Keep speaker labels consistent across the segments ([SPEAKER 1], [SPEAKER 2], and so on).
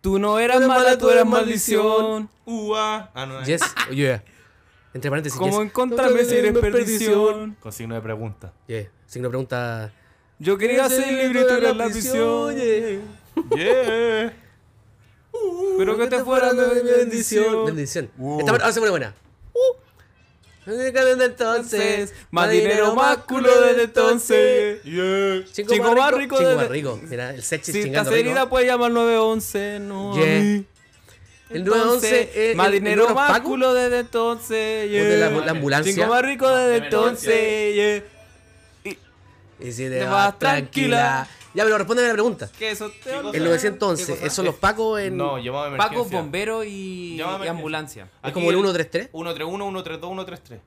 [SPEAKER 1] Tú no eras mala, tú eras maldición.
[SPEAKER 2] Ua. Ah, no, no.
[SPEAKER 3] Yes, oh, yeah. Entre paréntesis,
[SPEAKER 1] ¿Cómo
[SPEAKER 3] yes.
[SPEAKER 1] encontrarme si eres
[SPEAKER 3] Yes.
[SPEAKER 1] perdición?
[SPEAKER 2] Con signo de pregunta.
[SPEAKER 3] Yeah. Signo de pregunta.
[SPEAKER 1] Yo quería ser libre y tú eras la prisión.
[SPEAKER 2] Yeah.
[SPEAKER 1] Pero que te fueran de mi bendición.
[SPEAKER 3] Bendición.
[SPEAKER 2] Uh.
[SPEAKER 3] Esta, ahora se pone buena. Uh. Desde entonces,
[SPEAKER 1] Entonces, más dinero, más culo desde entonces.
[SPEAKER 2] Yeah.
[SPEAKER 3] Chico,
[SPEAKER 1] Chico
[SPEAKER 3] más
[SPEAKER 1] más
[SPEAKER 3] rico.
[SPEAKER 1] rico
[SPEAKER 3] Chico
[SPEAKER 1] desde-
[SPEAKER 3] más rico. Mira, el sexy
[SPEAKER 1] Si estás
[SPEAKER 3] chingando rico.
[SPEAKER 1] herida, puedes llamar 911. No. a
[SPEAKER 3] Yeah.
[SPEAKER 1] mí.
[SPEAKER 3] El 911
[SPEAKER 1] Entonces,
[SPEAKER 3] es
[SPEAKER 1] más
[SPEAKER 3] el- el
[SPEAKER 1] dinero,
[SPEAKER 3] número
[SPEAKER 1] más
[SPEAKER 3] Paco,
[SPEAKER 1] culo desde entonces.
[SPEAKER 3] o
[SPEAKER 1] Yeah.
[SPEAKER 3] de la, la ambulancia.
[SPEAKER 1] Cinco más rico desde
[SPEAKER 2] De emergencia.
[SPEAKER 1] entonces. Yeah.
[SPEAKER 3] Y si te
[SPEAKER 1] Te
[SPEAKER 3] vas
[SPEAKER 1] vas
[SPEAKER 3] tranquila.
[SPEAKER 1] tranquila.
[SPEAKER 3] Ya, pero respóndeme la pregunta.
[SPEAKER 1] Que eso te
[SPEAKER 2] Chicos,
[SPEAKER 3] El
[SPEAKER 2] ¿Qué
[SPEAKER 3] 911,
[SPEAKER 1] cosa?
[SPEAKER 3] ¿esos son los pacos en.
[SPEAKER 2] No, llamaba emergencia.
[SPEAKER 1] Paco, bombero y,
[SPEAKER 2] Llama
[SPEAKER 1] y
[SPEAKER 2] a emergencia.
[SPEAKER 1] ambulancia.
[SPEAKER 3] ¿Es
[SPEAKER 2] Aquí
[SPEAKER 3] como el 133?
[SPEAKER 2] 131, 132, 133.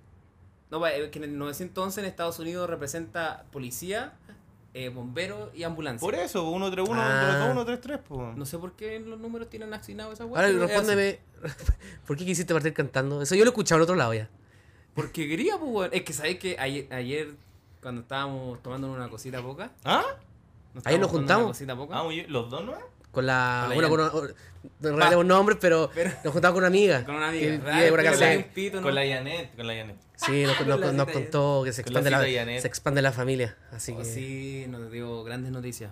[SPEAKER 1] No, pa- es que en el 911 en Estados Unidos representa policía, eh, bombero y ambulancia.
[SPEAKER 2] Por eso, 131,
[SPEAKER 3] Ah.
[SPEAKER 2] 132, 133, pues.
[SPEAKER 1] No sé por qué los números tienen asignado esa
[SPEAKER 3] Ahora
[SPEAKER 1] hueá. pero es
[SPEAKER 3] respóndeme. ¿Por qué quisiste partir cantando? Eso yo lo he escuchado en otro lado ya.
[SPEAKER 1] así. Porque quería, pues, weón. Es que sabéis que ayer, ayer, cuando estábamos tomando una cosita poca,
[SPEAKER 2] ¿Ah?
[SPEAKER 3] Ayer nos
[SPEAKER 1] estábamos tomando
[SPEAKER 3] juntamos.
[SPEAKER 1] Una cosita poca.
[SPEAKER 2] Ah, oye, ¿los dos no?
[SPEAKER 3] Con la.
[SPEAKER 1] Con la
[SPEAKER 3] bueno, con
[SPEAKER 1] Yana.
[SPEAKER 3] una- no revelemos nombres, pero, nos juntamos con una amiga.
[SPEAKER 1] con una
[SPEAKER 3] que
[SPEAKER 1] amiga.
[SPEAKER 3] vive
[SPEAKER 1] ¿verdad?
[SPEAKER 3] por acá
[SPEAKER 1] Pero
[SPEAKER 2] cerca.
[SPEAKER 1] le di un pito, ¿no?
[SPEAKER 2] Con la Janet, con la Janet.
[SPEAKER 3] Sí, nos,
[SPEAKER 1] Con
[SPEAKER 3] nos-
[SPEAKER 1] la
[SPEAKER 3] nos
[SPEAKER 1] cita
[SPEAKER 3] contó que se
[SPEAKER 2] Con la
[SPEAKER 3] expande la,
[SPEAKER 2] cita Janet.
[SPEAKER 3] se expande la familia. Así
[SPEAKER 1] Oh,
[SPEAKER 3] que.
[SPEAKER 1] sí, nos dio grandes noticias.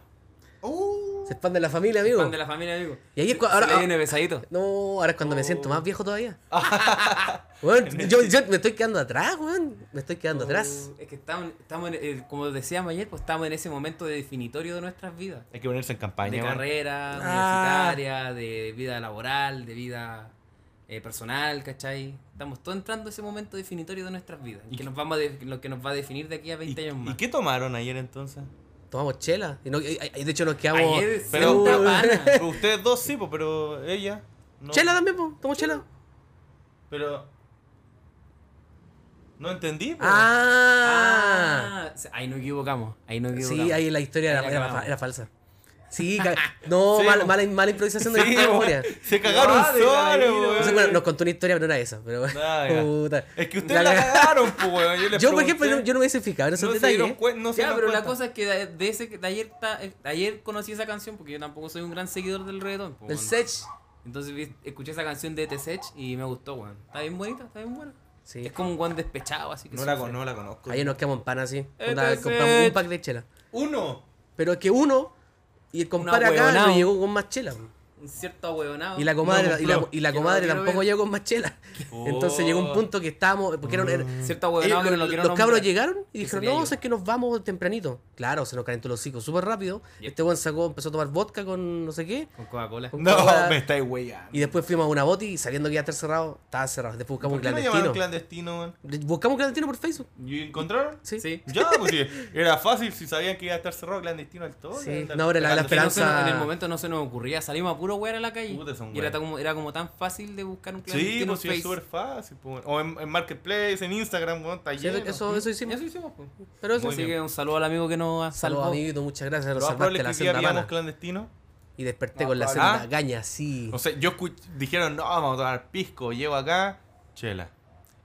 [SPEAKER 3] Se expande la familia, amigo.
[SPEAKER 1] Fan de la familia, amigo.
[SPEAKER 3] Y ahí es
[SPEAKER 1] Se-
[SPEAKER 3] cu-
[SPEAKER 1] se
[SPEAKER 3] ahora-
[SPEAKER 1] le viene besadito.
[SPEAKER 3] No, ahora es
[SPEAKER 1] Oh.
[SPEAKER 3] cuando me siento más viejo todavía. Weón, yo, yo me estoy quedando atrás, weón. Me estoy quedando atrás.
[SPEAKER 1] Es que estamos, estamos en el- como decíamos ayer, pues estamos en ese momento de definitorio de nuestras vidas.
[SPEAKER 2] Hay que ponerse en campaña.
[SPEAKER 1] de
[SPEAKER 2] weón.
[SPEAKER 1] carrera,
[SPEAKER 3] Ah.
[SPEAKER 1] universitaria, de vida laboral, de vida eh, personal, ¿cachai? Estamos todos entrando en ese momento definitorio de nuestras vidas,
[SPEAKER 2] ¿Y
[SPEAKER 1] que
[SPEAKER 2] qué-
[SPEAKER 1] nos vamos a de- lo que nos va a definir de aquí a
[SPEAKER 2] ¿Y,
[SPEAKER 1] 20 años más.
[SPEAKER 2] y qué tomaron ayer entonces?
[SPEAKER 3] Tomamos chela. Y no- y- y de hecho, nos quedamos.
[SPEAKER 1] Ayer,
[SPEAKER 2] Pero-
[SPEAKER 1] pero,
[SPEAKER 2] Pero Ustedes dos sí, pues, pero ella. No,
[SPEAKER 3] Chela también, po. Tomo chela.
[SPEAKER 2] Pero. No entendí, pues.
[SPEAKER 3] Ah.
[SPEAKER 1] Ah, ahí nos equivocamos, ahí nos equivocamos.
[SPEAKER 3] Sí, ahí la historia
[SPEAKER 1] Ahí
[SPEAKER 3] era,
[SPEAKER 1] la
[SPEAKER 3] era,
[SPEAKER 1] cagamos.
[SPEAKER 3] fa- era falsa. Sí, ca- no,
[SPEAKER 2] Sí,
[SPEAKER 3] mal-
[SPEAKER 2] po.
[SPEAKER 3] mala, mala improvisación de
[SPEAKER 2] Sí,
[SPEAKER 3] la historia.
[SPEAKER 2] weón. Se cagaron
[SPEAKER 1] Ah, de
[SPEAKER 2] solos,
[SPEAKER 1] Galaíno,
[SPEAKER 2] weón.
[SPEAKER 3] O sea, bueno, nos contó una historia, pero no era esa. Pero,
[SPEAKER 2] Ah, ya.
[SPEAKER 3] puta.
[SPEAKER 2] Es que
[SPEAKER 3] La
[SPEAKER 2] ustedes la,
[SPEAKER 3] caga-
[SPEAKER 2] cagaron, pues, weón. Yo, les
[SPEAKER 3] Yo, por
[SPEAKER 2] pregunté.
[SPEAKER 3] ejemplo, yo, yo no me hubiese fijado en esos
[SPEAKER 2] no se
[SPEAKER 3] detalles. ¿eh?
[SPEAKER 2] dieron cuen- no se
[SPEAKER 1] Ya,
[SPEAKER 2] dieron
[SPEAKER 1] pero la
[SPEAKER 2] cuenta.
[SPEAKER 1] cosa es que de, de ese, de ayer, ta- eh, ayer conocí esa canción porque yo tampoco soy un gran seguidor del reggaetón. po,
[SPEAKER 3] Del
[SPEAKER 1] weón.
[SPEAKER 3] Sech.
[SPEAKER 1] Entonces vi- escuché esa canción de T-Sech y me gustó, weón. Está bien bonita, está bien buena.
[SPEAKER 3] Sí.
[SPEAKER 1] Es como un guan despechado, así que
[SPEAKER 2] No la,
[SPEAKER 1] sufre.
[SPEAKER 2] con- no la conozco.
[SPEAKER 3] Ayer nos quedamos en pan así. Onda,
[SPEAKER 1] Entonces-
[SPEAKER 3] compramos un pack de chela.
[SPEAKER 2] Uno.
[SPEAKER 3] Pero es que uno, y el compadre acá
[SPEAKER 1] huevonao.
[SPEAKER 3] no llegó con más chela. po.
[SPEAKER 1] un cierto ahueonado.
[SPEAKER 3] Y la comadre,
[SPEAKER 2] No,
[SPEAKER 3] y la,
[SPEAKER 2] bro.
[SPEAKER 3] y la
[SPEAKER 1] Que Ah. no
[SPEAKER 3] comadre
[SPEAKER 1] quiero
[SPEAKER 3] tampoco
[SPEAKER 1] ver.
[SPEAKER 3] llegó con más chela. Entonces
[SPEAKER 2] Oh.
[SPEAKER 3] llegó un punto que estábamos. Porque eran- eran-
[SPEAKER 1] Cierto ahueonado
[SPEAKER 3] ellos-
[SPEAKER 1] que no lo
[SPEAKER 3] Eh, los
[SPEAKER 1] quiero
[SPEAKER 3] cabros
[SPEAKER 1] nombrar.
[SPEAKER 3] llegaron
[SPEAKER 1] Que
[SPEAKER 3] y dijeron,
[SPEAKER 1] sería
[SPEAKER 3] no,
[SPEAKER 1] yo.
[SPEAKER 3] es que nos vamos tempranito. Claro, se nos calentó los hocico súper rápido.
[SPEAKER 1] Yep.
[SPEAKER 3] Este buen sacó, empezó a tomar vodka con no sé qué.
[SPEAKER 1] Con Coca-Cola.
[SPEAKER 3] Con-
[SPEAKER 2] No,
[SPEAKER 3] Ahora-
[SPEAKER 2] me estáis weyando.
[SPEAKER 3] Y después fuimos a una boti y sabiendo que iba a estar cerrado, estaba cerrado. Después buscamos
[SPEAKER 2] ¿Por
[SPEAKER 3] un
[SPEAKER 2] qué no llamaron
[SPEAKER 3] clandestino.
[SPEAKER 2] clandestino, weón?
[SPEAKER 3] Buscamos un clandestino por Facebook.
[SPEAKER 2] ¿Y encontraron?
[SPEAKER 3] Sí.
[SPEAKER 1] Sí.
[SPEAKER 2] Ya, pues sí. Era fácil si sabían que iba a estar cerrado clandestino al todo.
[SPEAKER 3] Sí. No, pero la- la
[SPEAKER 1] Que no se nos-
[SPEAKER 3] Esperanza-
[SPEAKER 1] en el momento no se nos ocurría. Salimos a puro weón a la calle.
[SPEAKER 2] Puta, son
[SPEAKER 1] y era
[SPEAKER 2] weón.
[SPEAKER 1] como, era como tan fácil de buscar un
[SPEAKER 2] Sí,
[SPEAKER 1] clandestino
[SPEAKER 2] pues sí, es súper fácil. pues, O en, en Marketplace, en Instagram, weón, está
[SPEAKER 3] Sí,
[SPEAKER 2] lleno.
[SPEAKER 3] eso, eso
[SPEAKER 1] Sí,
[SPEAKER 3] hicimos.
[SPEAKER 1] eso hicimos, pues.
[SPEAKER 3] Pero eso
[SPEAKER 2] Muy
[SPEAKER 1] Así
[SPEAKER 2] bien.
[SPEAKER 1] que un saludo al amigo que nos ha
[SPEAKER 3] Saludos,
[SPEAKER 1] salvado.
[SPEAKER 3] amiguito, muchas gracias.
[SPEAKER 2] Lo
[SPEAKER 3] Nos
[SPEAKER 2] más probable
[SPEAKER 3] salvaste la
[SPEAKER 2] es que día
[SPEAKER 3] senda
[SPEAKER 2] pillamos
[SPEAKER 3] mala.
[SPEAKER 2] clandestino.
[SPEAKER 3] Y desperté
[SPEAKER 1] No,
[SPEAKER 3] con la
[SPEAKER 1] probable.
[SPEAKER 3] senda
[SPEAKER 2] Ah.
[SPEAKER 3] gaña, sí.
[SPEAKER 2] O sea, yo escuch- dijeron, no, vamos a tomar pisco. Llego acá, chela.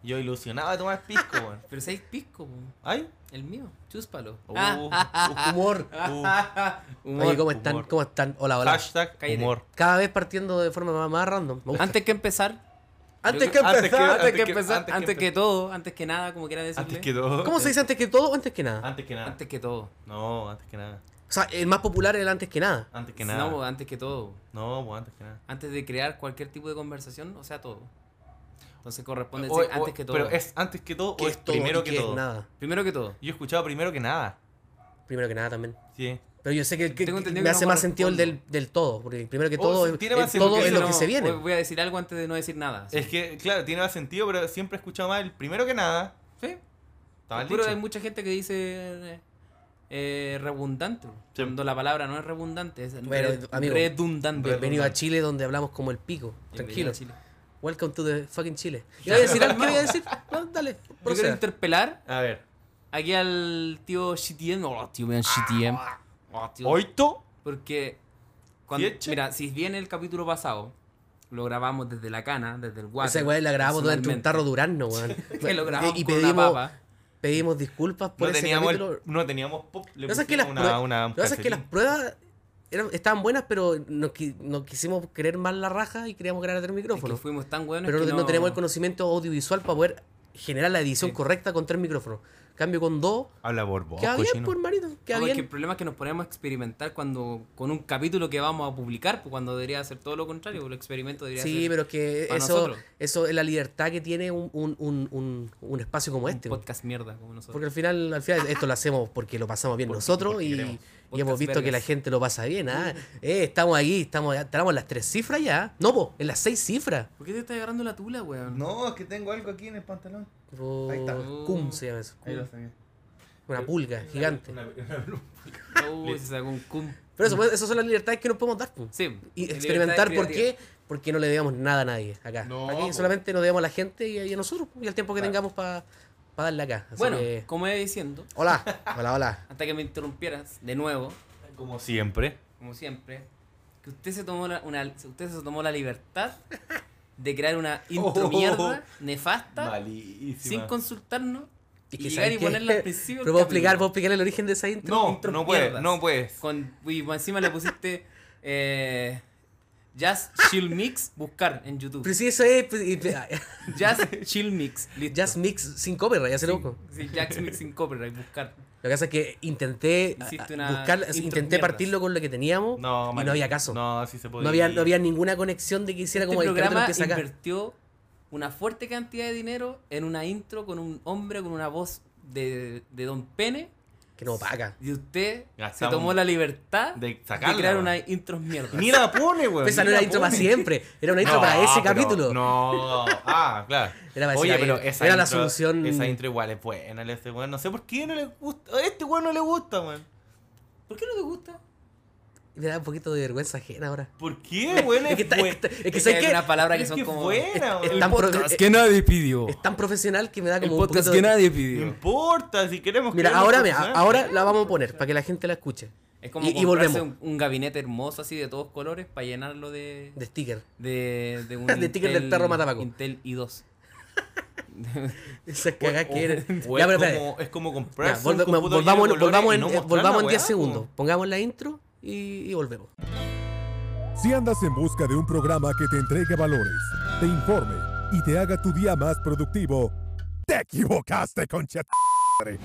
[SPEAKER 2] Yo ilusionaba de tomar pisco, weón.
[SPEAKER 1] Pero seis pisco, po.
[SPEAKER 2] ¿Ay?
[SPEAKER 1] el mío. Chúspalo. Ah.
[SPEAKER 2] Uh,
[SPEAKER 3] Ah, Humor.
[SPEAKER 2] uh, uh.
[SPEAKER 1] Humor.
[SPEAKER 3] Oye, ¿cómo están?
[SPEAKER 2] humor.
[SPEAKER 3] ¿Cómo están? Hola, hola.
[SPEAKER 2] Hashtag
[SPEAKER 1] Cállate.
[SPEAKER 2] humor.
[SPEAKER 3] Cada vez partiendo de forma más, más random. Me gusta.
[SPEAKER 1] Antes que empezar.
[SPEAKER 3] Antes
[SPEAKER 1] yo-
[SPEAKER 3] que
[SPEAKER 2] antes
[SPEAKER 3] empezar.
[SPEAKER 1] Antes que empezar, antes que, todo, antes que nada, como quiera decirle.
[SPEAKER 2] Antes que todo.
[SPEAKER 3] ¿Cómo se dice antes que todo o antes que nada?
[SPEAKER 2] Antes que nada.
[SPEAKER 1] Antes que todo.
[SPEAKER 2] No, antes que nada.
[SPEAKER 3] O sea, el más popular es el antes que nada.
[SPEAKER 2] Antes que nada.
[SPEAKER 1] No,
[SPEAKER 2] No,
[SPEAKER 1] antes que todo.
[SPEAKER 2] pues, antes que nada.
[SPEAKER 1] Antes de crear cualquier tipo de conversación, o sea, todo. Entonces corresponde
[SPEAKER 2] O-
[SPEAKER 1] decir
[SPEAKER 2] o-
[SPEAKER 1] antes que todo.
[SPEAKER 2] Pero es antes que todo
[SPEAKER 3] ¿Qué
[SPEAKER 2] o es
[SPEAKER 3] todo y
[SPEAKER 2] primero
[SPEAKER 3] qué
[SPEAKER 2] que
[SPEAKER 3] es
[SPEAKER 2] todo.
[SPEAKER 3] nada.
[SPEAKER 1] Primero que todo.
[SPEAKER 2] Yo he escuchado primero que nada.
[SPEAKER 3] Primero que nada también.
[SPEAKER 2] Sí.
[SPEAKER 3] Pero yo sé que, el que-
[SPEAKER 1] Tengo entendido
[SPEAKER 3] me
[SPEAKER 1] que
[SPEAKER 3] hace
[SPEAKER 1] no
[SPEAKER 3] más sentido el del,
[SPEAKER 1] corresponde.
[SPEAKER 3] del todo. Porque el primero que
[SPEAKER 2] Oh,
[SPEAKER 3] todo,
[SPEAKER 2] sí,
[SPEAKER 3] es-
[SPEAKER 2] tiene
[SPEAKER 3] el
[SPEAKER 2] más sentido
[SPEAKER 3] todo
[SPEAKER 2] que
[SPEAKER 3] es lo
[SPEAKER 2] no.
[SPEAKER 3] que se viene.
[SPEAKER 1] Voy voy a decir algo antes de no decir nada.
[SPEAKER 2] Es que, claro, tiene más sentido, pero siempre he escuchado más el primero que nada.
[SPEAKER 1] Sí.
[SPEAKER 2] Está mal
[SPEAKER 1] Te juro,
[SPEAKER 2] dicho.
[SPEAKER 1] hay mucha gente que dice eh, eh, redundante.
[SPEAKER 2] Sí.
[SPEAKER 1] Cuando la palabra no es redundante, es
[SPEAKER 3] Bueno,
[SPEAKER 1] red-
[SPEAKER 3] amigo,
[SPEAKER 1] redundante.
[SPEAKER 3] Bienvenido a Chile donde hablamos como el pico.
[SPEAKER 1] Bienvenido
[SPEAKER 3] Tranquilo.
[SPEAKER 1] a Chile.
[SPEAKER 3] Welcome to the fucking Chile. ¿Qué voy a decir? algo? ¿Qué voy a decir? No, dale.
[SPEAKER 1] Yo quiero
[SPEAKER 3] proceda.
[SPEAKER 1] interpelar
[SPEAKER 2] A ver.
[SPEAKER 1] aquí al tío Shitiem. Oh, tío, vean Shitiem.
[SPEAKER 2] Ah,
[SPEAKER 1] Oh, tío.
[SPEAKER 2] Oito.
[SPEAKER 1] Porque, cuando,
[SPEAKER 2] Fieche.
[SPEAKER 1] mira, si bien el capítulo pasado lo grabamos desde la cana, desde el guapo.
[SPEAKER 3] Esa weá la grabamos durante un tarro durazno, weón.
[SPEAKER 1] Que lo grabamos
[SPEAKER 3] y, y
[SPEAKER 1] con una
[SPEAKER 3] pedimos,
[SPEAKER 1] papa.
[SPEAKER 3] pedimos disculpas por
[SPEAKER 2] No
[SPEAKER 3] ese
[SPEAKER 2] teníamos, el-
[SPEAKER 3] capítulo.
[SPEAKER 2] no teníamos pop.
[SPEAKER 3] Lo que
[SPEAKER 2] Le
[SPEAKER 3] pasa es que
[SPEAKER 2] pusimos
[SPEAKER 3] las,
[SPEAKER 2] una,
[SPEAKER 3] prue-
[SPEAKER 2] una, un
[SPEAKER 3] lo que pasa es que las
[SPEAKER 2] calcetín.
[SPEAKER 3] pruebas eran- estaban buenas, pero nos, qui- nos quisimos creer más la raja y queríamos grabar el
[SPEAKER 1] Es que
[SPEAKER 3] micrófono.
[SPEAKER 1] fuimos tan buenos
[SPEAKER 3] pues, pero
[SPEAKER 1] que
[SPEAKER 3] no, no tenemos el conocimiento audiovisual para poder generar la edición
[SPEAKER 1] Sí.
[SPEAKER 3] correcta con tres micrófonos. Cambio con dos. pues,
[SPEAKER 2] Habla por vos,
[SPEAKER 3] queda bien,
[SPEAKER 2] Oh, cochino.
[SPEAKER 3] por marito. Queda
[SPEAKER 1] No, porque el
[SPEAKER 3] bien.
[SPEAKER 1] problema es que nos ponemos a experimentar cuando con un capítulo que vamos a publicar, pues cuando debería hacer todo lo contrario, pues, el experimento debería
[SPEAKER 3] Sí,
[SPEAKER 1] ser
[SPEAKER 3] pero es que
[SPEAKER 1] para
[SPEAKER 3] eso,
[SPEAKER 1] nosotros.
[SPEAKER 3] eso es la libertad que tiene un, un- un- un- un espacio como
[SPEAKER 1] un
[SPEAKER 3] este. güey.
[SPEAKER 1] podcast mierda como nosotros.
[SPEAKER 3] Porque al final, al final esto lo hacemos porque lo pasamos bien
[SPEAKER 1] Porque-
[SPEAKER 3] nosotros
[SPEAKER 1] porque
[SPEAKER 3] y,
[SPEAKER 1] queremos.
[SPEAKER 3] y hemos
[SPEAKER 1] Podcast
[SPEAKER 3] visto que la
[SPEAKER 1] vergas.
[SPEAKER 3] gente lo pasa bien. ah. Eh, estamos aquí, estamos, estamos en las tres cifras ya. No, po, en las seis cifras.
[SPEAKER 1] ¿Por qué te estás agarrando la tula, weón?
[SPEAKER 4] No, es que tengo algo aquí en el pantalón.
[SPEAKER 3] Oh,
[SPEAKER 4] Ahí está.
[SPEAKER 3] cum se llama eso.
[SPEAKER 4] Ahí lo saqué.
[SPEAKER 1] Eh,
[SPEAKER 3] Una pulga gigante.
[SPEAKER 2] Una- una- una-
[SPEAKER 1] Uy, Uh, se sacó un cum.
[SPEAKER 3] Pero eso, pues, esas son las libertades que nos podemos dar. po.
[SPEAKER 1] Sí.
[SPEAKER 3] Y
[SPEAKER 1] libertad
[SPEAKER 3] experimentar, ¿por
[SPEAKER 1] creativa.
[SPEAKER 3] qué? Porque no le debemos nada a nadie acá.
[SPEAKER 2] No,
[SPEAKER 3] aquí
[SPEAKER 2] po.
[SPEAKER 3] solamente nos debemos a la gente y, y a nosotros po, y al tiempo que
[SPEAKER 2] Claro.
[SPEAKER 3] tengamos para darle acá. Así
[SPEAKER 1] Bueno,
[SPEAKER 3] que-
[SPEAKER 1] como iba diciendo,
[SPEAKER 3] Hola, hola, hola.
[SPEAKER 1] hasta que me interrumpieras de nuevo,
[SPEAKER 2] Como siempre.
[SPEAKER 1] como siempre, que usted se tomó la, una, usted se tomó la libertad de crear una intro
[SPEAKER 2] Oh.
[SPEAKER 1] mierda, nefasta, sin
[SPEAKER 2] Malísima.
[SPEAKER 1] consultarnos
[SPEAKER 3] Es que,
[SPEAKER 1] y llegar
[SPEAKER 3] ¿sabes
[SPEAKER 1] y
[SPEAKER 3] qué?
[SPEAKER 1] ponerla al principio. del
[SPEAKER 3] Pero puedo explicar, puedo
[SPEAKER 1] capítulo.
[SPEAKER 3] explicar el origen de esa intro.
[SPEAKER 2] No,
[SPEAKER 1] intros
[SPEAKER 2] no puedes,
[SPEAKER 1] mierdas.
[SPEAKER 2] no puedes.
[SPEAKER 1] Con, y encima le pusiste eh, Jazz Chill Mix, buscar en YouTube.
[SPEAKER 3] Pero sí, eso es. pues, y-
[SPEAKER 1] Jazz Chill Mix, listo.
[SPEAKER 3] Jazz Mix sin copyright, ya se loco.
[SPEAKER 1] Sí, Jazz Mix sin copyright, buscar. Este
[SPEAKER 3] Lo que pasa es que intenté a-
[SPEAKER 1] Hiciste
[SPEAKER 3] a-
[SPEAKER 1] una
[SPEAKER 3] buscar,
[SPEAKER 1] intro
[SPEAKER 3] intenté
[SPEAKER 1] mierdas.
[SPEAKER 3] partirlo con lo que teníamos
[SPEAKER 2] No,
[SPEAKER 3] y
[SPEAKER 2] mal.
[SPEAKER 3] no había caso. No,
[SPEAKER 2] No, sí se podía.
[SPEAKER 3] había, no había ninguna conexión de que hiciera
[SPEAKER 1] Este
[SPEAKER 3] como el capítulo
[SPEAKER 1] programa
[SPEAKER 3] empieza acá.
[SPEAKER 1] invirtió una fuerte cantidad de dinero en una intro con un hombre con una voz de, de Don Pene
[SPEAKER 3] Que no paga.
[SPEAKER 1] y usted se
[SPEAKER 2] Gastamos
[SPEAKER 1] tomó la libertad
[SPEAKER 2] de sacarla,
[SPEAKER 1] crear
[SPEAKER 2] weón.
[SPEAKER 1] una intro mierda.
[SPEAKER 2] Ni la pone, weón.
[SPEAKER 3] Pero Esa
[SPEAKER 2] ni
[SPEAKER 3] no era
[SPEAKER 2] la
[SPEAKER 3] intro para
[SPEAKER 2] pone.
[SPEAKER 3] siempre, era una intro
[SPEAKER 2] No,
[SPEAKER 3] para ese
[SPEAKER 2] pero
[SPEAKER 3] capítulo.
[SPEAKER 2] No, ah, claro.
[SPEAKER 3] Era para
[SPEAKER 2] Oye,
[SPEAKER 3] decir,
[SPEAKER 2] pero
[SPEAKER 3] eh,
[SPEAKER 2] esa
[SPEAKER 3] era la
[SPEAKER 2] intro-
[SPEAKER 3] solución-
[SPEAKER 2] Esa intro igual es buena, le este weón. No sé por qué no le gusta. A este weón no le gusta, weón.
[SPEAKER 1] ¿Por qué no te gusta?
[SPEAKER 3] Me da un poquito de vergüenza ajena ahora.
[SPEAKER 2] ¿Por qué, weón?
[SPEAKER 3] Es que, está-
[SPEAKER 2] buena.
[SPEAKER 3] es que- es que
[SPEAKER 1] Es
[SPEAKER 3] ¿sabes
[SPEAKER 1] hay
[SPEAKER 3] qué?
[SPEAKER 1] unas palabras que
[SPEAKER 2] Es
[SPEAKER 1] son
[SPEAKER 2] que
[SPEAKER 1] como
[SPEAKER 2] buena,
[SPEAKER 3] es
[SPEAKER 2] weón.
[SPEAKER 3] tan pro- es-
[SPEAKER 1] nadie pidió.
[SPEAKER 3] es tan profesional que me da
[SPEAKER 1] El
[SPEAKER 3] como un
[SPEAKER 1] podcast
[SPEAKER 3] poquito
[SPEAKER 1] que
[SPEAKER 3] de-
[SPEAKER 1] nadie
[SPEAKER 2] No
[SPEAKER 1] pidió.
[SPEAKER 2] importa, si queremos
[SPEAKER 3] Mira,
[SPEAKER 2] queremos
[SPEAKER 3] ahora, mira,
[SPEAKER 2] personal.
[SPEAKER 3] ahora la vamos a poner para que la gente la escuche.
[SPEAKER 1] Es como
[SPEAKER 3] Y- y
[SPEAKER 1] comprarse
[SPEAKER 3] volvemos.
[SPEAKER 1] Un, un gabinete hermoso así de todos colores para llenarlo de
[SPEAKER 3] De sticker.
[SPEAKER 1] de, de un
[SPEAKER 3] De ticket del perro Matapaco.
[SPEAKER 1] Intel i2.
[SPEAKER 3] Esas
[SPEAKER 2] O-
[SPEAKER 3] cagadas
[SPEAKER 2] o-
[SPEAKER 3] que eres.
[SPEAKER 2] o
[SPEAKER 3] Ya,
[SPEAKER 2] es
[SPEAKER 3] pero espérate.
[SPEAKER 2] como- Es como
[SPEAKER 3] Ya,
[SPEAKER 2] comprar.
[SPEAKER 3] volve- volvamos, volvamos en, eh, volvamos en 10 segundos. Pongamos la intro y, y volvemos.
[SPEAKER 5] Si andas en busca de un programa que te entregue valores, te informe y te haga tu día más productivo, te equivocaste, concha. madre.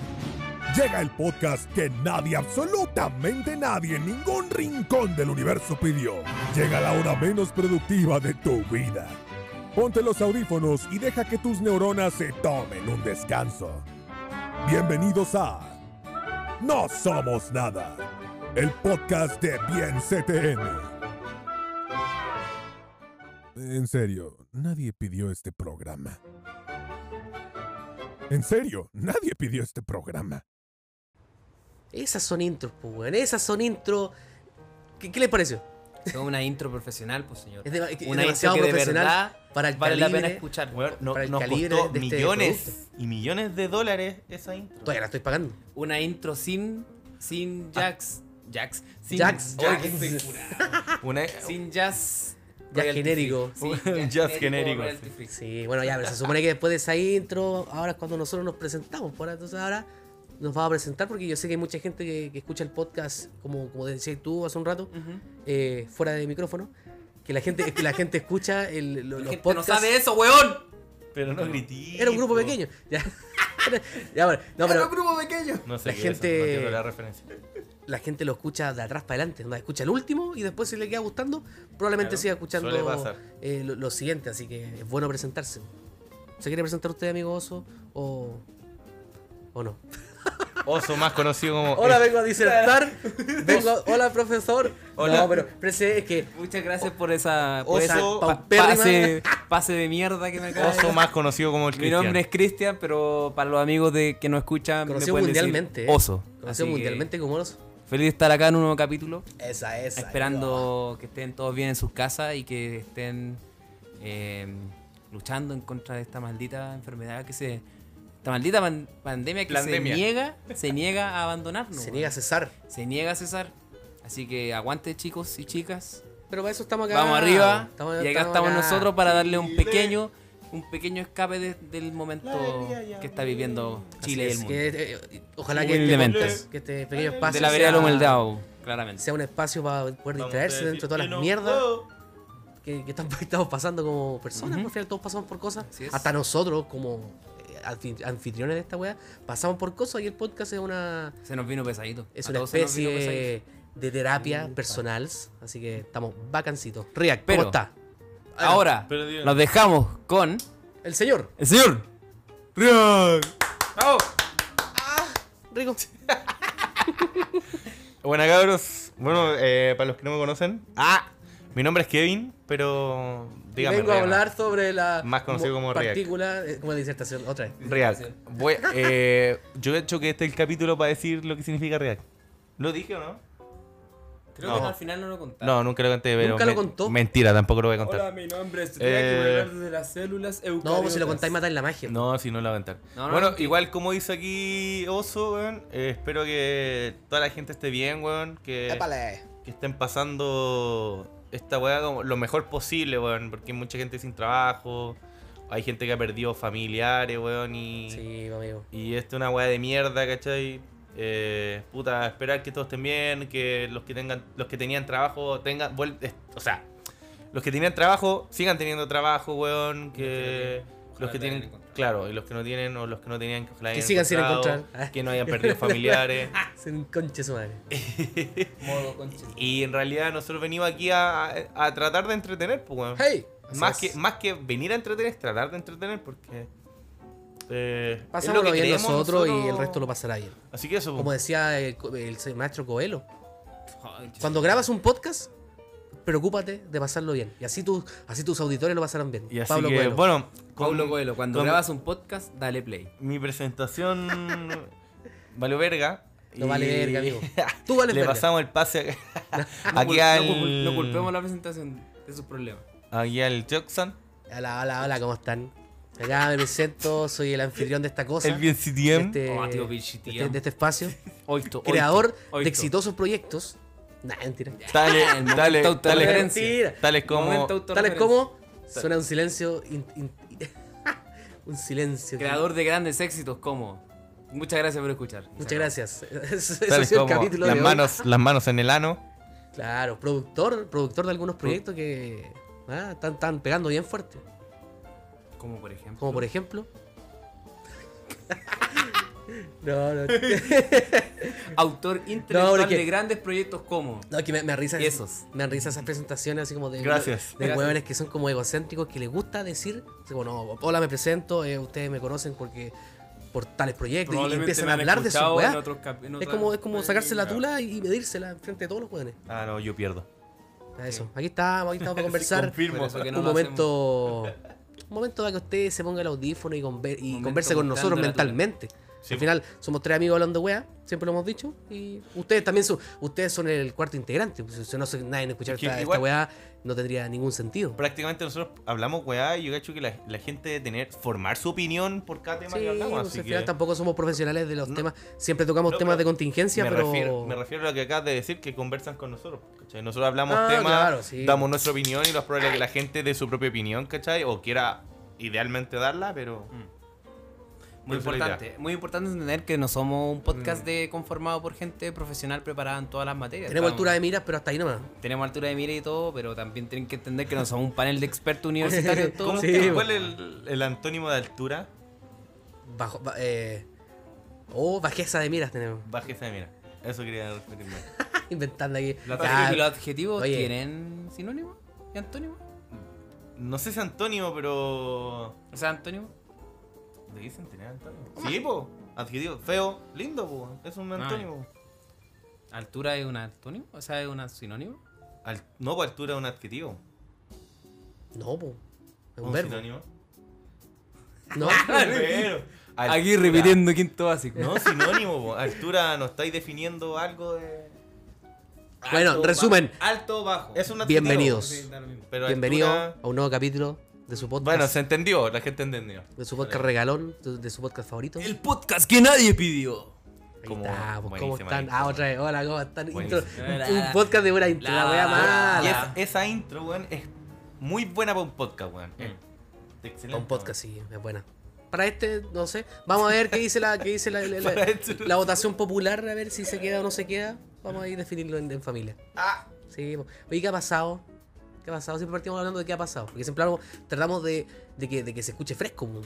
[SPEAKER 5] Llega el podcast que nadie, absolutamente nadie, en ningún rincón del universo pidió. Llega la hora menos productiva de tu vida. Ponte los audífonos y deja que tus neuronas se tomen un descanso. Bienvenidos a No Somos Nada, el podcast de Bien CTN. En serio, nadie pidió este programa. En serio, nadie pidió este programa.
[SPEAKER 3] Esas son intros, pues, weón. Esas son intros. ¿Qué, qué les pareció?
[SPEAKER 1] Es una intro profesional, pues señor.
[SPEAKER 3] Es, de- eh. es
[SPEAKER 1] Una
[SPEAKER 3] demasiado
[SPEAKER 1] intro que de
[SPEAKER 3] profesional
[SPEAKER 1] verdad
[SPEAKER 3] para el
[SPEAKER 1] Vale la pena
[SPEAKER 3] calibre.
[SPEAKER 1] escuchar.
[SPEAKER 2] Weón, no-
[SPEAKER 3] Para el
[SPEAKER 2] nos
[SPEAKER 3] calibre
[SPEAKER 2] costó
[SPEAKER 3] de este
[SPEAKER 2] millones y millones de dólares esa intro.
[SPEAKER 3] Todavía la estoy pagando.
[SPEAKER 1] Una intro sin sin
[SPEAKER 3] Ah.
[SPEAKER 1] jacks, jacks, sin
[SPEAKER 3] Jacks.
[SPEAKER 1] Oh,
[SPEAKER 3] Jacks.
[SPEAKER 1] que estoy curado.
[SPEAKER 2] Una-
[SPEAKER 1] sin jazz
[SPEAKER 3] Jazz genérico.
[SPEAKER 2] Un jazz genérico,
[SPEAKER 1] royalty
[SPEAKER 2] sí.
[SPEAKER 1] free.
[SPEAKER 3] Sí, bueno, ya, pero se supone que después de esa intro, ahora es cuando nosotros nos presentamos. Por ahora, entonces ahora nos va a presentar porque yo sé que hay mucha gente que, que escucha el podcast, como, como decías tú hace un rato,
[SPEAKER 1] Mm.
[SPEAKER 3] eh, fuera de micrófono. Que la gente, que la gente escucha el, lo-
[SPEAKER 1] La
[SPEAKER 3] los
[SPEAKER 1] gente no
[SPEAKER 3] podcasts.
[SPEAKER 1] sabe eso, weón.
[SPEAKER 2] Pero no grití.
[SPEAKER 3] Era un grupo
[SPEAKER 2] po.
[SPEAKER 3] pequeño. Ya, ya bueno, no, pero
[SPEAKER 1] grupo pequeño.
[SPEAKER 2] No sé
[SPEAKER 3] La
[SPEAKER 2] qué es eso,
[SPEAKER 3] gente-
[SPEAKER 2] no entiendo la referencia.
[SPEAKER 3] la gente lo escucha de atrás para adelante. ¿no? Escucha el último y después si le queda gustando, probablemente
[SPEAKER 2] Claro,
[SPEAKER 3] siga escuchando
[SPEAKER 2] suele pasar.
[SPEAKER 3] eh, lo, lo siguiente. Así que es bueno presentarse. ¿Se quiere presentar usted, amigo Oso? ¿O, o no?
[SPEAKER 2] Oso más conocido como.
[SPEAKER 3] Hola, vengo a disertar. Vengo, hola, profesor.
[SPEAKER 2] Hola.
[SPEAKER 3] No, pero, pero sí, es que
[SPEAKER 1] Muchas
[SPEAKER 3] Oh.
[SPEAKER 1] gracias por esa por
[SPEAKER 2] Oso-
[SPEAKER 1] esa pa-
[SPEAKER 3] paupérrima.
[SPEAKER 1] pase, pase de mierda que me acaba de
[SPEAKER 2] Oso más conocido como el
[SPEAKER 1] Mi
[SPEAKER 2] Cristian.
[SPEAKER 1] nombre es Cristian, pero para los amigos de que nos escuchan, me
[SPEAKER 3] conocido
[SPEAKER 1] pueden
[SPEAKER 3] mundialmente. eh.
[SPEAKER 1] decir Oso. Así
[SPEAKER 3] Conocido
[SPEAKER 1] que
[SPEAKER 3] mundialmente como Oso.
[SPEAKER 1] Feliz de estar acá en un nuevo capítulo.
[SPEAKER 3] Esa, esa.
[SPEAKER 1] esperando que estén todos bien en sus casas y que estén eh, luchando en contra de esta maldita enfermedad que se. Esta maldita pan- pandemia que
[SPEAKER 2] Plandemia.
[SPEAKER 1] se niega, se niega a abandonarnos.
[SPEAKER 3] Se
[SPEAKER 1] weón.
[SPEAKER 3] niega a cesar.
[SPEAKER 1] Se niega a cesar. Así que aguante, chicos y chicas.
[SPEAKER 3] Pero para eso estamos acá.
[SPEAKER 1] Vamos arriba.
[SPEAKER 3] Estamos-
[SPEAKER 1] y acá estamos
[SPEAKER 3] acá.
[SPEAKER 1] nosotros para darle un
[SPEAKER 2] Chile.
[SPEAKER 1] pequeño. Un pequeño escape de- del momento que está viviendo
[SPEAKER 3] Así
[SPEAKER 1] Chile y el
[SPEAKER 3] es,
[SPEAKER 1] mundo.
[SPEAKER 3] que, eh, ojalá que este,
[SPEAKER 1] Humildemente.
[SPEAKER 3] podcast, que este pequeño espacio
[SPEAKER 1] De la vereda
[SPEAKER 3] sea-
[SPEAKER 1] del humildad. claramente.
[SPEAKER 3] sea un espacio para poder
[SPEAKER 2] Vamos
[SPEAKER 3] distraerse
[SPEAKER 2] ustedes
[SPEAKER 3] dentro de todas las
[SPEAKER 2] decir, "Yo no Oh.
[SPEAKER 3] mierdas
[SPEAKER 2] puedo".
[SPEAKER 3] que, que están- estamos pasando como personas.
[SPEAKER 1] Ujú.
[SPEAKER 3] Al final todos pasamos por cosas.
[SPEAKER 1] Así es.
[SPEAKER 3] Hasta nosotros, como eh, anfi- anfitriones de esta wea, pasamos por cosas y el podcast es una,
[SPEAKER 1] Se nos vino pesadito.
[SPEAKER 3] es
[SPEAKER 1] A
[SPEAKER 3] una
[SPEAKER 1] todos se nos vino
[SPEAKER 3] especie de terapia personal. Así que estamos vacancitos. React,
[SPEAKER 1] Pero-
[SPEAKER 3] ¿cómo está?
[SPEAKER 1] pesadito. Ahora,
[SPEAKER 2] Pero diga-
[SPEAKER 1] los dejamos con
[SPEAKER 3] El señor.
[SPEAKER 1] el señor.
[SPEAKER 2] ¡Bravo!
[SPEAKER 3] Rico.
[SPEAKER 2] Bueno, cabros. Bueno, eh, para los que no me conocen. Ah, mi nombre es Kevin, pero. Dígame.
[SPEAKER 3] Vengo a
[SPEAKER 2] Reagan.
[SPEAKER 3] hablar sobre la
[SPEAKER 2] Más conocido como React.
[SPEAKER 3] partícula, eh, como la disertación, otra vez.
[SPEAKER 2] React. Voy- eh, yo he hecho que este es el capítulo para decir lo que significa React. ¿Lo dije o no?
[SPEAKER 1] Creo
[SPEAKER 2] No.
[SPEAKER 1] que no, al final no lo contaron.
[SPEAKER 2] No, nunca lo conté, pero.
[SPEAKER 3] Ah. Nunca lo contó.
[SPEAKER 2] Mentira, tampoco lo voy a contar.
[SPEAKER 1] mi nombre es
[SPEAKER 2] Eh, voy a hablar
[SPEAKER 1] desde las células
[SPEAKER 3] No, pues si lo contáis matáis la magia.
[SPEAKER 2] No, si no lo voy a contar.
[SPEAKER 1] No, no,
[SPEAKER 2] bueno,
[SPEAKER 1] no.
[SPEAKER 2] igual como dice aquí Oso, weón, eh, espero que toda la gente esté bien, weón. Que, que estén pasando esta weá como lo mejor posible, weón. Porque hay mucha gente sin trabajo. Hay gente que ha perdido familiares, weón. Y,
[SPEAKER 3] Sí, amigo.
[SPEAKER 2] y esto es una weá de mierda, ¿cachai? Eh, puta, esperar que todos estén bien, que los que tengan, los que tenían trabajo tengan. vuel- es- O sea, los que tenían trabajo sigan teniendo trabajo, weón. Que.
[SPEAKER 1] Ojalá
[SPEAKER 2] Los que
[SPEAKER 1] lo hayan
[SPEAKER 2] tienen,
[SPEAKER 1] encontrado.
[SPEAKER 2] claro, y los que no tienen, o los que no tenían, que ojalá
[SPEAKER 3] Que
[SPEAKER 2] hayan
[SPEAKER 3] sigan sin
[SPEAKER 2] encontrado,
[SPEAKER 3] encontrar.
[SPEAKER 2] Que no hayan perdido familiares.
[SPEAKER 3] Sin conche su madre.
[SPEAKER 1] Modo concha.
[SPEAKER 2] Y en realidad nosotros venimos aquí a, a- a tratar de entretener, pues, weón.
[SPEAKER 3] ¡Hey!
[SPEAKER 2] Más
[SPEAKER 3] Así
[SPEAKER 2] que,
[SPEAKER 3] es.
[SPEAKER 2] más que venir a entretener, es tratar de entretener porque. eh, es lo
[SPEAKER 3] Pasámoslo
[SPEAKER 2] que
[SPEAKER 3] bien
[SPEAKER 2] creemos
[SPEAKER 3] nosotros, y el resto lo pasará bien.
[SPEAKER 2] Así que eso,
[SPEAKER 3] Como
[SPEAKER 2] pues.
[SPEAKER 3] decía el, co- el se- maestro Coelho, cuando grabas un podcast, preocúpate de pasarlo bien. Y así tus, así tus auditores lo pasarán bien.
[SPEAKER 2] Y así
[SPEAKER 3] Pablo
[SPEAKER 2] que,
[SPEAKER 3] Coelho.
[SPEAKER 2] bueno, con-
[SPEAKER 1] Pablo Coelho, cuando
[SPEAKER 2] con
[SPEAKER 1] grabas un podcast, dale play.
[SPEAKER 2] Mi presentación vale verga.
[SPEAKER 3] no
[SPEAKER 2] y-
[SPEAKER 3] vale verga, amigo. Tú vales
[SPEAKER 2] Le
[SPEAKER 3] verga.
[SPEAKER 2] pasamos el pase a-
[SPEAKER 1] No
[SPEAKER 2] aquí
[SPEAKER 1] cul-
[SPEAKER 2] al.
[SPEAKER 1] no cul- No culpemos la presentación de sus problemas.
[SPEAKER 2] Aquí al Jackson.
[SPEAKER 3] Hola, hola, hola, ¿cómo están? Acá me presento, soy el anfitrión de esta cosa.
[SPEAKER 2] El bien
[SPEAKER 3] de
[SPEAKER 2] CTM.
[SPEAKER 3] este,
[SPEAKER 1] Oh, tío,
[SPEAKER 3] de
[SPEAKER 1] bichitiem.
[SPEAKER 3] este- de este espacio.
[SPEAKER 1] Oito,
[SPEAKER 3] Creador
[SPEAKER 1] oito, oito.
[SPEAKER 3] de exitosos proyectos. Nah, mentira.
[SPEAKER 2] Tales,
[SPEAKER 1] El momento
[SPEAKER 2] tales- tales,
[SPEAKER 1] autorreferencia.
[SPEAKER 3] Mentira.
[SPEAKER 2] tales como.
[SPEAKER 1] Momento autorreferencia.
[SPEAKER 3] Tales como suena un silencio. in- in- un silencio.
[SPEAKER 1] Creador de grandes éxitos como. Muchas gracias por escuchar.
[SPEAKER 3] Muchas gracias. Eso, eso ha
[SPEAKER 2] tales
[SPEAKER 3] sido el
[SPEAKER 2] como
[SPEAKER 3] capítulo
[SPEAKER 2] las
[SPEAKER 3] de hoy.
[SPEAKER 2] manos, las manos en el ano.
[SPEAKER 3] Claro, productor, productor de algunos proyectos que ah, están, están pegando bien fuerte.
[SPEAKER 1] Como por ejemplo.
[SPEAKER 3] Como por ejemplo. no, no.
[SPEAKER 1] Autor intelectual
[SPEAKER 3] porque-
[SPEAKER 1] de grandes proyectos como.
[SPEAKER 3] No, que me, me risa
[SPEAKER 1] Esos.
[SPEAKER 3] Me dan risa esas presentaciones así como de.
[SPEAKER 2] Gracias.
[SPEAKER 3] De
[SPEAKER 1] Gracias.
[SPEAKER 3] hueones que son como egocéntricos que les gusta decir. así como, no, hola, me presento, eh, ustedes me conocen porque. por tales proyectos. Y empiezan a hablar de sus weas. Es como, es como sacarse la tula y medírsela frente de todos los hueones.
[SPEAKER 2] Ah, no, yo pierdo.
[SPEAKER 3] Ah, Eso. Aquí estamos, aquí estamos para conversar.
[SPEAKER 2] Confirmo.
[SPEAKER 1] que no
[SPEAKER 3] un
[SPEAKER 1] lo
[SPEAKER 3] momento. Un momento para que usted se ponga el audífono y, conver- y
[SPEAKER 1] Momento
[SPEAKER 3] converse con nosotros
[SPEAKER 1] mostrando la tula.
[SPEAKER 3] mentalmente.
[SPEAKER 2] Sí.
[SPEAKER 3] Al final somos tres amigos hablando wea, siempre lo hemos dicho. Y ustedes también son, ustedes son el cuarto integrante. pues, Si no soy nadie en escuchar
[SPEAKER 2] Es que
[SPEAKER 3] esta,
[SPEAKER 2] igual-
[SPEAKER 3] esta wea, no tendría ningún sentido.
[SPEAKER 2] Prácticamente nosotros hablamos, weá, y yo cacho que la, la gente debe tener, formar su opinión por cada tema
[SPEAKER 3] Sí,
[SPEAKER 2] que hablamos.
[SPEAKER 3] pues,
[SPEAKER 2] así
[SPEAKER 3] al
[SPEAKER 2] que
[SPEAKER 3] final tampoco somos profesionales de los
[SPEAKER 2] No.
[SPEAKER 3] temas. Siempre tocamos
[SPEAKER 2] No,
[SPEAKER 3] temas
[SPEAKER 2] pero
[SPEAKER 3] de contingencia,
[SPEAKER 2] me,
[SPEAKER 3] pero.
[SPEAKER 2] refiero, me refiero a lo que acabas de decir, que conversan con nosotros. ¿cachai? Nosotros hablamos
[SPEAKER 3] Ah,
[SPEAKER 2] temas,
[SPEAKER 3] claro, sí.
[SPEAKER 2] damos nuestra opinión y lo probable es que la gente dé su propia opinión, ¿cachai? O quiera idealmente darla, pero...
[SPEAKER 1] Muy
[SPEAKER 2] Esa es la
[SPEAKER 1] importante,
[SPEAKER 2] idea.
[SPEAKER 1] muy importante entender que no somos un
[SPEAKER 3] Mm.
[SPEAKER 1] podcast de conformado por gente profesional preparada en todas las materias.
[SPEAKER 3] Tenemos
[SPEAKER 1] Estamos-
[SPEAKER 3] altura de miras, pero hasta ahí nomás.
[SPEAKER 1] tenemos altura de mira y todo, pero también tienen que entender que no somos un panel de expertos universitarios en todo.
[SPEAKER 2] ¿Cómo-
[SPEAKER 3] Sí,
[SPEAKER 2] ¿Cuál es el, el antónimo de altura?
[SPEAKER 3] Bajo, ba- eh, oh, bajeza de miras tenemos.
[SPEAKER 2] Bájese de mira. Eso quería referirme.
[SPEAKER 3] Inventando aquí. Ah,
[SPEAKER 1] ¿Los
[SPEAKER 3] Ya,
[SPEAKER 1] adjetivos- los adjetivos
[SPEAKER 3] Oye.
[SPEAKER 1] tienen sinónimo y antónimo?
[SPEAKER 2] No sé si antónimo, pero...
[SPEAKER 1] O sea, antónimo.
[SPEAKER 2] ¿Le dicen tener antónimo? Sí, po. Adjetivo. Feo. Lindo, po. Es un
[SPEAKER 1] Ah,
[SPEAKER 2] antónimo.
[SPEAKER 1] ¿Altura es un antónimo? O sea, es un sinónimo.
[SPEAKER 2] Al- no, po, altura es un adjetivo.
[SPEAKER 3] No, po. Es un,
[SPEAKER 2] Un
[SPEAKER 3] verbo.
[SPEAKER 2] sinónimo.
[SPEAKER 3] No,
[SPEAKER 2] Pero,
[SPEAKER 1] Aquí
[SPEAKER 2] altura.
[SPEAKER 1] repitiendo quinto básico.
[SPEAKER 2] No, sinónimo, po. Altura, no estáis definiendo algo de...
[SPEAKER 3] Bueno,
[SPEAKER 2] Alto,
[SPEAKER 3] resumen.
[SPEAKER 2] bajo. Alto, bajo. Es un adjetivo.
[SPEAKER 3] Bienvenidos.
[SPEAKER 2] Pero
[SPEAKER 3] Bienvenido
[SPEAKER 2] altura-
[SPEAKER 3] a un nuevo capítulo de su podcast.
[SPEAKER 2] Bueno, se entendió. La gente entendió.
[SPEAKER 3] de su podcast regalón, de, de su podcast favorito.
[SPEAKER 1] El podcast que nadie pidió.
[SPEAKER 3] Ahí
[SPEAKER 2] Como-
[SPEAKER 3] está, pues, ¿cómo
[SPEAKER 2] buenísima
[SPEAKER 3] están?
[SPEAKER 2] intro.
[SPEAKER 3] Ah, otra vez. Hola, ¿cómo están? Intro.
[SPEAKER 2] Buenísima.
[SPEAKER 3] Un, un podcast de una intro, la,
[SPEAKER 1] La-
[SPEAKER 3] wea
[SPEAKER 2] Y es-
[SPEAKER 3] mala.
[SPEAKER 2] esa intro, weón, es muy buena para un podcast, weón. Es Excelente.
[SPEAKER 3] Un podcast, sí, es buena. Para este, no sé. Vamos a ver qué dice la, qué dice la, la- la-
[SPEAKER 2] Para este, no
[SPEAKER 3] la votación popular, a ver si se queda o no se queda. Vamos a ir a definirlo en, en familia.
[SPEAKER 4] Ah,
[SPEAKER 3] Sí, po. oye, ¿qué ha pasado? ¿Qué ha pasado? Siempre partimos hablando de qué ha pasado. Porque siempre hablamos- tratamos de, de que, de que se escuche fresco, po.